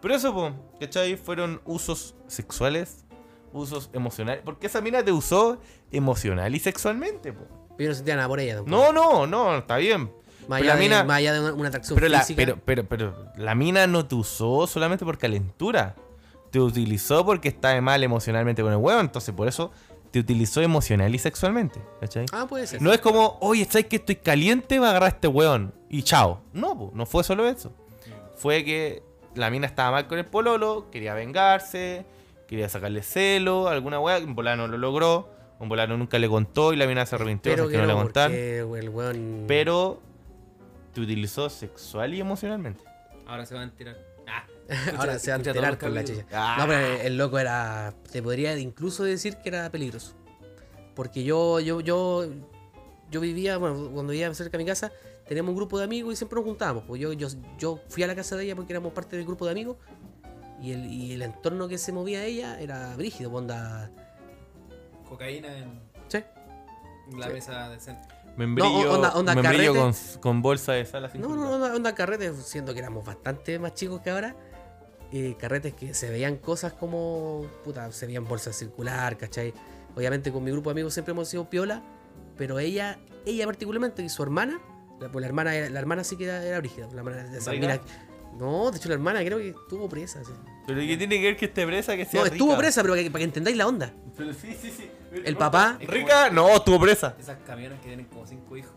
[SPEAKER 2] Pero eso, po, ¿cachai? Fueron usos sexuales, usos emocionales. Porque esa mina te usó emocional y sexualmente, po.
[SPEAKER 3] Yo no sentía nada por ella tampoco.
[SPEAKER 2] No, no, no, está bien.
[SPEAKER 3] Más
[SPEAKER 2] Pero
[SPEAKER 3] allá,
[SPEAKER 2] la mina-
[SPEAKER 3] de, más allá de una, una atracción
[SPEAKER 2] Pero la,
[SPEAKER 3] física.
[SPEAKER 2] pero, pero, pero la mina no te usó solamente por calentura. Te utilizó porque estaba mal emocionalmente con el huevo. Entonces, por eso te utilizó emocional y sexualmente. ¿Cachai?
[SPEAKER 3] Ah, puede ser.
[SPEAKER 2] No es como, oye, ¿sabes que estoy caliente? Va a agarrar a este weón. Y chao. No, po, no fue solo eso. Fue que la mina estaba mal con el pololo, quería vengarse, quería sacarle celo, alguna weá. Un volano lo logró, un volano nunca le contó y la mina se arrepintió,
[SPEAKER 3] Pero
[SPEAKER 2] así que no le
[SPEAKER 3] no,
[SPEAKER 2] contaron.
[SPEAKER 3] porque el weón.
[SPEAKER 2] Pero te utilizó sexual y emocionalmente.
[SPEAKER 1] Ahora se van a tirar. Ah,
[SPEAKER 3] Ahora se va a
[SPEAKER 1] escucha
[SPEAKER 3] enterar
[SPEAKER 1] todo
[SPEAKER 3] con
[SPEAKER 1] el
[SPEAKER 3] la
[SPEAKER 1] capítulo.
[SPEAKER 3] chicha.
[SPEAKER 2] Ah.
[SPEAKER 3] No, pero el loco era. Te podría incluso decir que era peligroso. Porque yo, yo, yo, yo vivía, bueno, cuando vivía cerca de mi casa, teníamos un grupo de amigos y siempre nos juntábamos. Pues yo, yo, yo fui a la casa de ella porque éramos parte del grupo de amigos. Y el, y el entorno que se movía ella era brígido, pues, onda.
[SPEAKER 1] Cocaína en
[SPEAKER 3] Sí.
[SPEAKER 1] la
[SPEAKER 3] Sí.
[SPEAKER 1] mesa decente.
[SPEAKER 2] Membrillo,
[SPEAKER 3] No, onda- onda
[SPEAKER 2] membrillo con,
[SPEAKER 3] carrete.
[SPEAKER 2] con bolsa de sal así.
[SPEAKER 3] No, no, onda, onda carretes, siendo que éramos bastante más chicos que ahora. eh, carretes que se veían cosas como. Puta, se veían bolsas circular, ¿cachai? Obviamente con mi grupo de amigos siempre hemos sido piola, pero ella, ella particularmente y su hermana, la, pues la hermana, era- la hermana sí que era, era brígida. La hermana de esas
[SPEAKER 2] ¿Rica?
[SPEAKER 3] minas- No, de hecho la hermana creo que estuvo presa. sí.
[SPEAKER 2] Pero ¿qué tiene que ver que esté presa que sea
[SPEAKER 3] No, estuvo
[SPEAKER 2] rica?
[SPEAKER 3] presa, pero para que, para que entendáis la onda.
[SPEAKER 2] Pero sí, sí, sí.
[SPEAKER 3] El papá,
[SPEAKER 2] ¿Rica? No, estuvo presa.
[SPEAKER 1] Esas camiones que tienen como cinco hijos.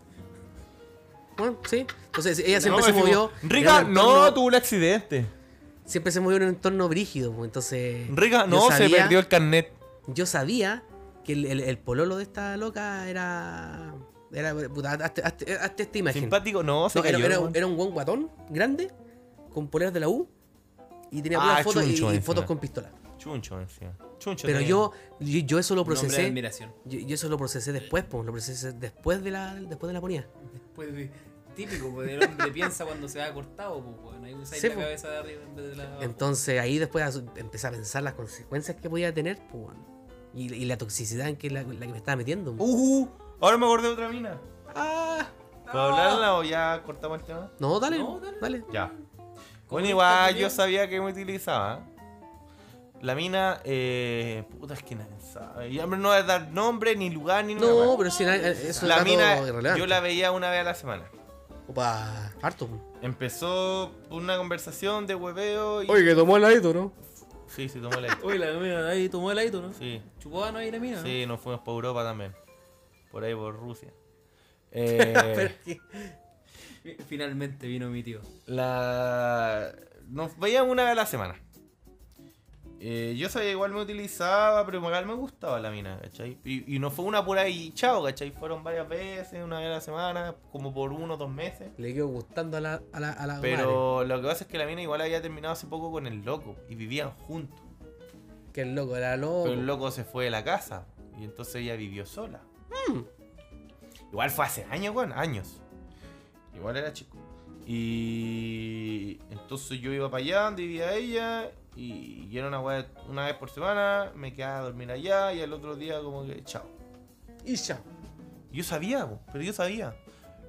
[SPEAKER 3] bueno, sí. Entonces ella siempre
[SPEAKER 2] No,
[SPEAKER 3] se
[SPEAKER 2] decimos,
[SPEAKER 3] movió.
[SPEAKER 2] Rica,
[SPEAKER 3] era un entorno-
[SPEAKER 2] no, tuvo un accidente.
[SPEAKER 3] Siempre se movió en un entorno brígido, pues, entonces.
[SPEAKER 2] Rica,
[SPEAKER 3] yo
[SPEAKER 2] no, se
[SPEAKER 3] sabía-
[SPEAKER 2] perdió el carnet.
[SPEAKER 3] yo sabía que el, el- el pololo de esta loca era. Era. Puta, hazte, hazte- hazte esta imagen.
[SPEAKER 2] Simpático, no, se
[SPEAKER 3] No, era,
[SPEAKER 2] cayó.
[SPEAKER 3] era-
[SPEAKER 2] weón.
[SPEAKER 3] era un buen guatón grande, con poleras de la U, y tenía
[SPEAKER 2] Ah,
[SPEAKER 3] puras fotos y-
[SPEAKER 2] chuncho
[SPEAKER 3] y,
[SPEAKER 2] encima.
[SPEAKER 3] fotos con pistola.
[SPEAKER 2] Chuncho encima. Chuncho.
[SPEAKER 3] Pero
[SPEAKER 2] tenía.
[SPEAKER 3] yo, yo, yo eso lo
[SPEAKER 1] Un hombre de
[SPEAKER 3] procesé.
[SPEAKER 1] admiración.
[SPEAKER 3] Yo, yo eso lo procesé después, po, lo procesé después de la, después de la ponía.
[SPEAKER 1] Pues de- típico, pues el hombre piensa cuando se va cortado, pues bueno, ahí usáis
[SPEAKER 3] Sí,
[SPEAKER 1] la
[SPEAKER 3] pues.
[SPEAKER 1] cabeza de arriba en vez de la de abajo.
[SPEAKER 3] Entonces ahí después as- empecé a pensar las consecuencias que podía tener, po, weón. y, y la toxicidad en que la, la que me estaba metiendo. pues.
[SPEAKER 2] Uh, ahora me acordé de otra mina.
[SPEAKER 3] Ah.
[SPEAKER 2] ¿Puedo hablarla o ya cortamos el tema?
[SPEAKER 3] No, dale,
[SPEAKER 1] No, dale.
[SPEAKER 3] dale.
[SPEAKER 2] Ya.
[SPEAKER 1] ¿Cómo
[SPEAKER 2] Bueno,
[SPEAKER 1] está,
[SPEAKER 2] igual
[SPEAKER 1] Julián?
[SPEAKER 2] yo sabía que me utilizaba. La mina, eh. Puta, es que nadie sabe. Ya, pero no voy a dar nombre, ni lugar, ni nada.
[SPEAKER 3] No, pero si na- eso es
[SPEAKER 2] La
[SPEAKER 3] dato
[SPEAKER 2] mina,
[SPEAKER 3] irrelevante.
[SPEAKER 2] yo la veía una vez a la semana.
[SPEAKER 3] Opa, harto.
[SPEAKER 2] Empezó una conversación de hueveo y.
[SPEAKER 3] que tomó el ladito, ¿no?
[SPEAKER 2] Sí, sí, tomó la
[SPEAKER 1] Uy, la mina ahí tomó el aito, ¿no?
[SPEAKER 2] Sí,
[SPEAKER 1] Chupó no ahí la mina, ¿no?
[SPEAKER 2] sí, nos fuimos por Europa también. Por ahí, por Rusia. Eh,
[SPEAKER 1] Finalmente vino mi tío.
[SPEAKER 2] La... Nos veíamos una vez a la semana. Eh, yo sabía igual me utilizaba, pero igual me gustaba la mina, ¿cachai? Y, y no fue una por ahí, chao, ¿cachai? Fueron varias veces, una vez a la semana, como por uno o dos meses.
[SPEAKER 3] Le quedó gustando a la, a la, a la madre.
[SPEAKER 2] Pero lo que pasa es que la mina igual había terminado hace poco con el loco y vivían juntos.
[SPEAKER 3] Que el loco era loco.
[SPEAKER 2] Pero el loco se fue de la casa y entonces ella vivió sola.
[SPEAKER 3] Mm.
[SPEAKER 2] Igual fue hace años, weón, años. Igual era chico. Y entonces yo iba para allá donde vivía ella y y era una, wea- una vez por semana, me quedaba a dormir allá y al otro día como que chao.
[SPEAKER 3] Y ya.
[SPEAKER 2] Yo sabía, po, pero yo sabía.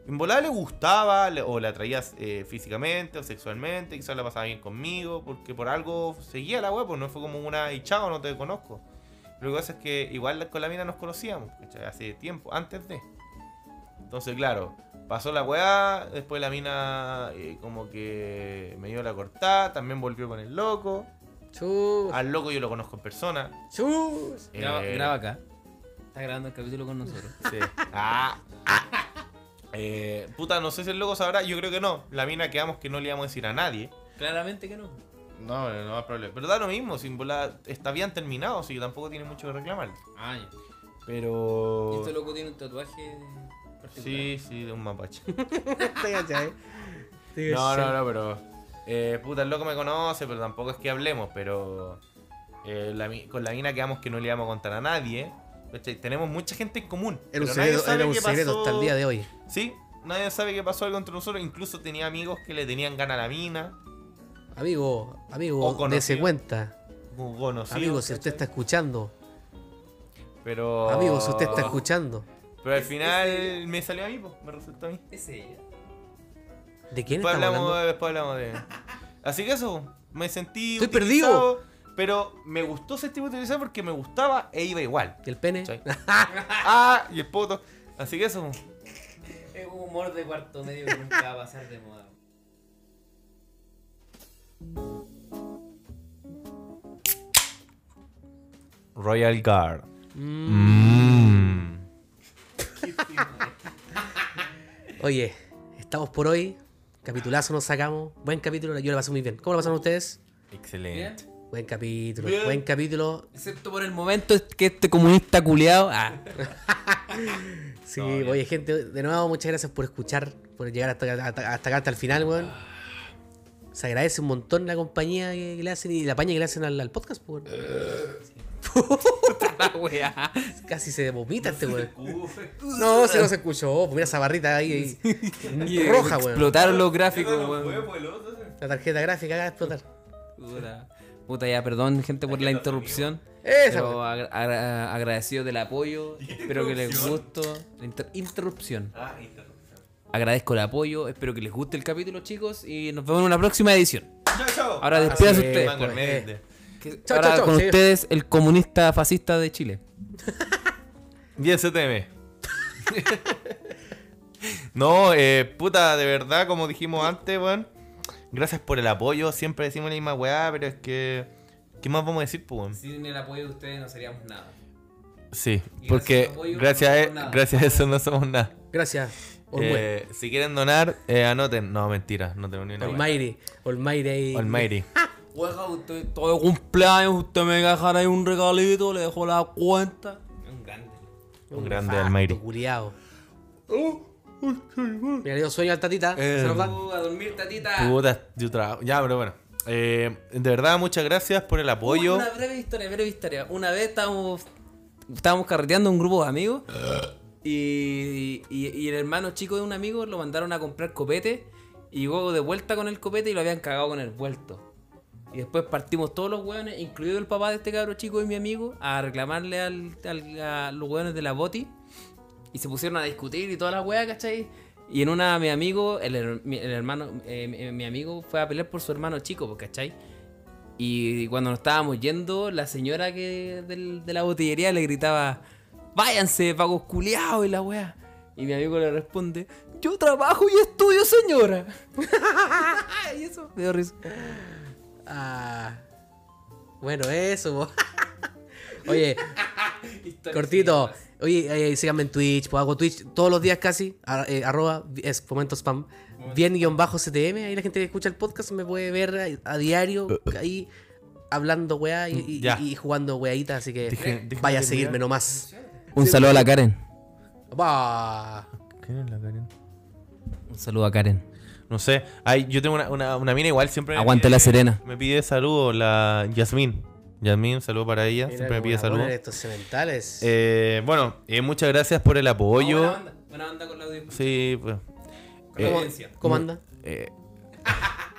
[SPEAKER 2] En volada le gustaba, le- o la atraía eh, físicamente o sexualmente, quizás la pasaba bien conmigo, porque por algo seguía la web, pues no fue como una y chao, no te conozco. Lo que pasa es que igual con la mina nos conocíamos, ¿cachai? Hace tiempo, antes de. Entonces, claro, pasó la weá, después la mina eh, como que me dio la cortada, también volvió con el loco.
[SPEAKER 3] Chus.
[SPEAKER 2] Al loco yo lo conozco en persona.
[SPEAKER 3] Chus.
[SPEAKER 1] Graba,
[SPEAKER 2] Eh,
[SPEAKER 1] graba acá. Está grabando el capítulo con nosotros.
[SPEAKER 2] Sí. Ah. Eh, puta, no sé si el loco sabrá. Yo creo que no. La mina quedamos que no le íbamos a decir a nadie.
[SPEAKER 1] Claramente que no.
[SPEAKER 2] No, no, no hay problema. Pero da lo mismo. Sin volar, está bien terminado, así que tampoco tiene mucho que reclamar.
[SPEAKER 1] Ah, ya. Y
[SPEAKER 2] Pero.
[SPEAKER 1] Este loco tiene un tatuaje particular.
[SPEAKER 2] Oh. Sí, sí, de un mapache.
[SPEAKER 3] Te cachai. Te
[SPEAKER 2] No,
[SPEAKER 3] cachai.
[SPEAKER 2] no, no, pero. eh, puta, el loco me conoce, pero tampoco es que hablemos, pero. eh, la mi- con la mina quedamos que no le íbamos a contar a nadie. ¿cachai? Tenemos mucha gente en común.
[SPEAKER 3] Era un
[SPEAKER 2] pero nadie
[SPEAKER 3] secreto,
[SPEAKER 2] sabe
[SPEAKER 3] era un
[SPEAKER 2] qué
[SPEAKER 3] secreto
[SPEAKER 2] pasó.
[SPEAKER 3] hasta el día de hoy.
[SPEAKER 2] Sí, nadie sabe qué pasó algo entre nosotros. Incluso tenía amigos que le tenían ganas a la mina.
[SPEAKER 3] Amigo,
[SPEAKER 2] O
[SPEAKER 3] amigo,
[SPEAKER 2] conocido.
[SPEAKER 3] dese cuenta.
[SPEAKER 2] como conocidos,
[SPEAKER 3] amigo, si usted está
[SPEAKER 2] ¿cachai?
[SPEAKER 3] escuchando.
[SPEAKER 2] Pero.
[SPEAKER 3] Amigo, si usted
[SPEAKER 2] Oh.
[SPEAKER 3] está escuchando.
[SPEAKER 2] Pero al
[SPEAKER 1] Es-
[SPEAKER 2] final
[SPEAKER 1] ese-
[SPEAKER 2] me salió a mí, po, me resultó a mí.
[SPEAKER 1] Es ella.
[SPEAKER 3] ¿De quién estamos
[SPEAKER 2] Después hablamos,
[SPEAKER 3] hablando?
[SPEAKER 2] después hablamos de. Así que eso, me sentí.
[SPEAKER 3] Estoy
[SPEAKER 2] utilizado, Pero me gustó ese tipo de utilizar porque me gustaba e iba igual.
[SPEAKER 3] ¿Del pene?
[SPEAKER 2] ¿cachai? ah, y el poto. Así que eso.
[SPEAKER 1] Es un humor de cuarto medio que nunca va a pasar de moda.
[SPEAKER 2] Royal Guard.
[SPEAKER 3] Oye, estamos por hoy. Capitulazo nos sacamos. Buen capítulo, yo la pasé muy bien. ¿Cómo la pasaron ustedes?
[SPEAKER 2] Excelente.
[SPEAKER 1] Bien.
[SPEAKER 3] Buen capítulo,
[SPEAKER 2] Bien.
[SPEAKER 3] buen capítulo.
[SPEAKER 1] Excepto por el momento que este comunista culiado. Ah,
[SPEAKER 3] Sí,
[SPEAKER 2] No, bien.
[SPEAKER 3] oye, gente, de nuevo, muchas gracias por escuchar, por llegar hasta, hasta, hasta acá, hasta el final, weón. Se agradece un montón la compañía que, que le hacen y la paña que le hacen al, al podcast, pues, weón.
[SPEAKER 2] Eh.
[SPEAKER 1] la weá.
[SPEAKER 3] Casi se vomita este weón. No, si no se escuchó. Pues mira esa barrita ahí, ahí, roja, weón.
[SPEAKER 1] Explotaron los gráficos, weón.
[SPEAKER 3] La tarjeta gráfica acaba de explotar.
[SPEAKER 1] Puta. Puta, ya, perdón, gente, por la interrupción.
[SPEAKER 3] Esa,
[SPEAKER 1] Pero
[SPEAKER 3] weón.
[SPEAKER 1] agra- agra- agradecido del apoyo. Espero que les guste. La inter- Ah, interrupción. Agradezco el apoyo. Espero que les guste el capítulo, chicos. Y nos vemos en una próxima edición. Ahora despídase
[SPEAKER 3] es,
[SPEAKER 1] ustedes.
[SPEAKER 3] Mango.
[SPEAKER 1] pues.
[SPEAKER 3] Chao,
[SPEAKER 1] Ahora
[SPEAKER 3] chao, chao,
[SPEAKER 1] con
[SPEAKER 3] sí.
[SPEAKER 1] ustedes, el comunista fascista de Chile.
[SPEAKER 2] Bien, CTM. no, eh, puta, de verdad, como dijimos antes, weón. Gracias por el apoyo. Siempre decimos la misma weá, pero es que. ¿Qué más vamos a decir, pues, weón?
[SPEAKER 1] Sin el apoyo de ustedes no seríamos nada.
[SPEAKER 2] Sí,
[SPEAKER 1] Y
[SPEAKER 2] porque
[SPEAKER 1] gracias al apoyo
[SPEAKER 2] gracias,
[SPEAKER 1] no
[SPEAKER 2] a- e-
[SPEAKER 1] somos nada.
[SPEAKER 2] gracias a eso no somos nada.
[SPEAKER 3] Gracias, Orwell.
[SPEAKER 2] Eh, si quieren donar, eh, anoten. No, mentira, no tengo ni una weá.
[SPEAKER 3] Almighty. Almighty. ahí.
[SPEAKER 2] Almighty.
[SPEAKER 1] Oiga, usted todo cumpleaños, usted me dejará ahí un regalito, le dejo la cuenta. Un grande.
[SPEAKER 2] Un grande Oh,
[SPEAKER 3] nefasto,
[SPEAKER 2] Almighty.
[SPEAKER 3] culiao. Mira, le dio sueño al tatita.
[SPEAKER 2] Eh.
[SPEAKER 3] Se nos va.
[SPEAKER 1] a dormir, tatita.
[SPEAKER 2] Puta, yo trabajo. Ya, pero bueno. Eh, de verdad, muchas gracias por el apoyo.
[SPEAKER 1] Una breve historia, breve historia. Una vez estábamos, estábamos carreteando un grupo de amigos y, y- y el hermano chico de un amigo lo mandaron a comprar copete y llegó de vuelta con el copete y lo habían cagado con el vuelto. Y después partimos todos los hueones, incluido el papá de este cabro chico y mi amigo, a reclamarle al, al- a los hueones de la boti. Y se pusieron a discutir y todas las weas, ¿cachai? Y en una, mi amigo, el, her- mi, el hermano, eh, mi- mi amigo fue a pelear por su hermano chico, pues, ¿cachai? Y cuando nos estábamos yendo, la señora que del- de la botillería le gritaba, váyanse, pagos culiados y la wea. Y mi amigo le responde, yo trabajo y estudio, señora. y eso me dio risa.
[SPEAKER 3] Ah. Bueno, eso. po. Oye, cortito. Oye, eh, síganme en Twitch, pues hago Twitch todos los días casi, a- eh, arroba, es momento spam, bien guión bajo CTM, ahí la gente que escucha el podcast me puede ver a, a diario
[SPEAKER 2] Uh,
[SPEAKER 3] ahí hablando weá y, y-
[SPEAKER 2] Ya.
[SPEAKER 3] y jugando weaditas, así que
[SPEAKER 2] Dije- dije
[SPEAKER 3] vaya a
[SPEAKER 2] que
[SPEAKER 3] seguirme
[SPEAKER 2] mira.
[SPEAKER 3] nomás.
[SPEAKER 1] Un saludo a la Karen.
[SPEAKER 3] Bah.
[SPEAKER 2] ¿Quién es la Karen?
[SPEAKER 1] Un saludo a Karen.
[SPEAKER 2] No sé. Ay, yo tengo una, una, una mina igual siempre. me
[SPEAKER 1] Aguante
[SPEAKER 2] pide-
[SPEAKER 1] la Serena.
[SPEAKER 2] Me pide saludos, la Yasmín. Yasmín, saludo para ella.
[SPEAKER 3] Mira
[SPEAKER 2] siempre me
[SPEAKER 3] cómo
[SPEAKER 2] pide
[SPEAKER 3] la ponen
[SPEAKER 2] saludos.
[SPEAKER 3] Estos cementales.
[SPEAKER 2] Eh, bueno, eh, muchas gracias por el apoyo.
[SPEAKER 1] con la audiencia.
[SPEAKER 2] Sí, pues. eh,
[SPEAKER 3] Ah, ¿Cómo, cómo anda?
[SPEAKER 2] Eh,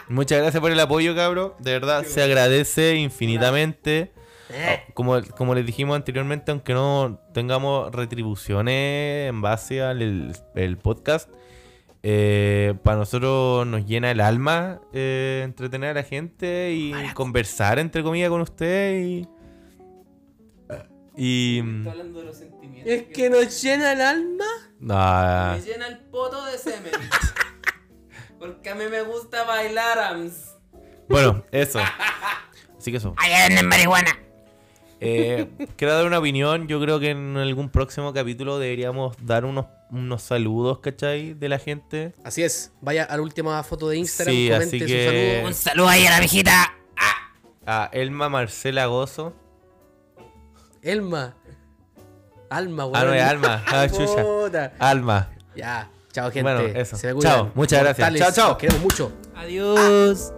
[SPEAKER 2] muchas gracias por el apoyo, cabro. De verdad, se agradece
[SPEAKER 3] Eh,
[SPEAKER 2] infinitamente. Oh, Como, como les dijimos anteriormente, aunque no tengamos retribuciones en base al el, el podcast, eh, para nosotros nos llena el alma eh, entretener a la gente y conversar, entre comillas, con usted. Y, y mm,
[SPEAKER 1] hablando de los sentimientos.
[SPEAKER 3] Es que nos llena el alma.
[SPEAKER 2] ah,
[SPEAKER 1] Me llena el poto de semen. Porque a mí me gusta bailar, AMS.
[SPEAKER 2] bueno, eso. Así que eso.
[SPEAKER 7] en marihuana.
[SPEAKER 2] Eh, quiero dar una opinión. Yo creo que en algún próximo capítulo deberíamos dar unos, unos saludos, ¿cachai? De la gente.
[SPEAKER 3] Así es, vaya a la última foto de Instagram,
[SPEAKER 2] Sí,
[SPEAKER 3] comente
[SPEAKER 2] así
[SPEAKER 3] su
[SPEAKER 2] que-
[SPEAKER 3] saludo.
[SPEAKER 7] Un saludo ahí a la viejita.
[SPEAKER 2] A Elma Marcela Gozo.
[SPEAKER 3] Elma. Alma, weón.
[SPEAKER 2] Ah, no, es Alma. Ah, chucha.
[SPEAKER 3] Puta.
[SPEAKER 2] Alma.
[SPEAKER 3] Ya. Chao, gente.
[SPEAKER 2] Bueno, eso.
[SPEAKER 3] me cuidan.
[SPEAKER 2] Chao, muchas gracias.
[SPEAKER 3] Mortales,
[SPEAKER 2] Chao, chao.
[SPEAKER 3] los Queremos mucho.
[SPEAKER 1] Adiós.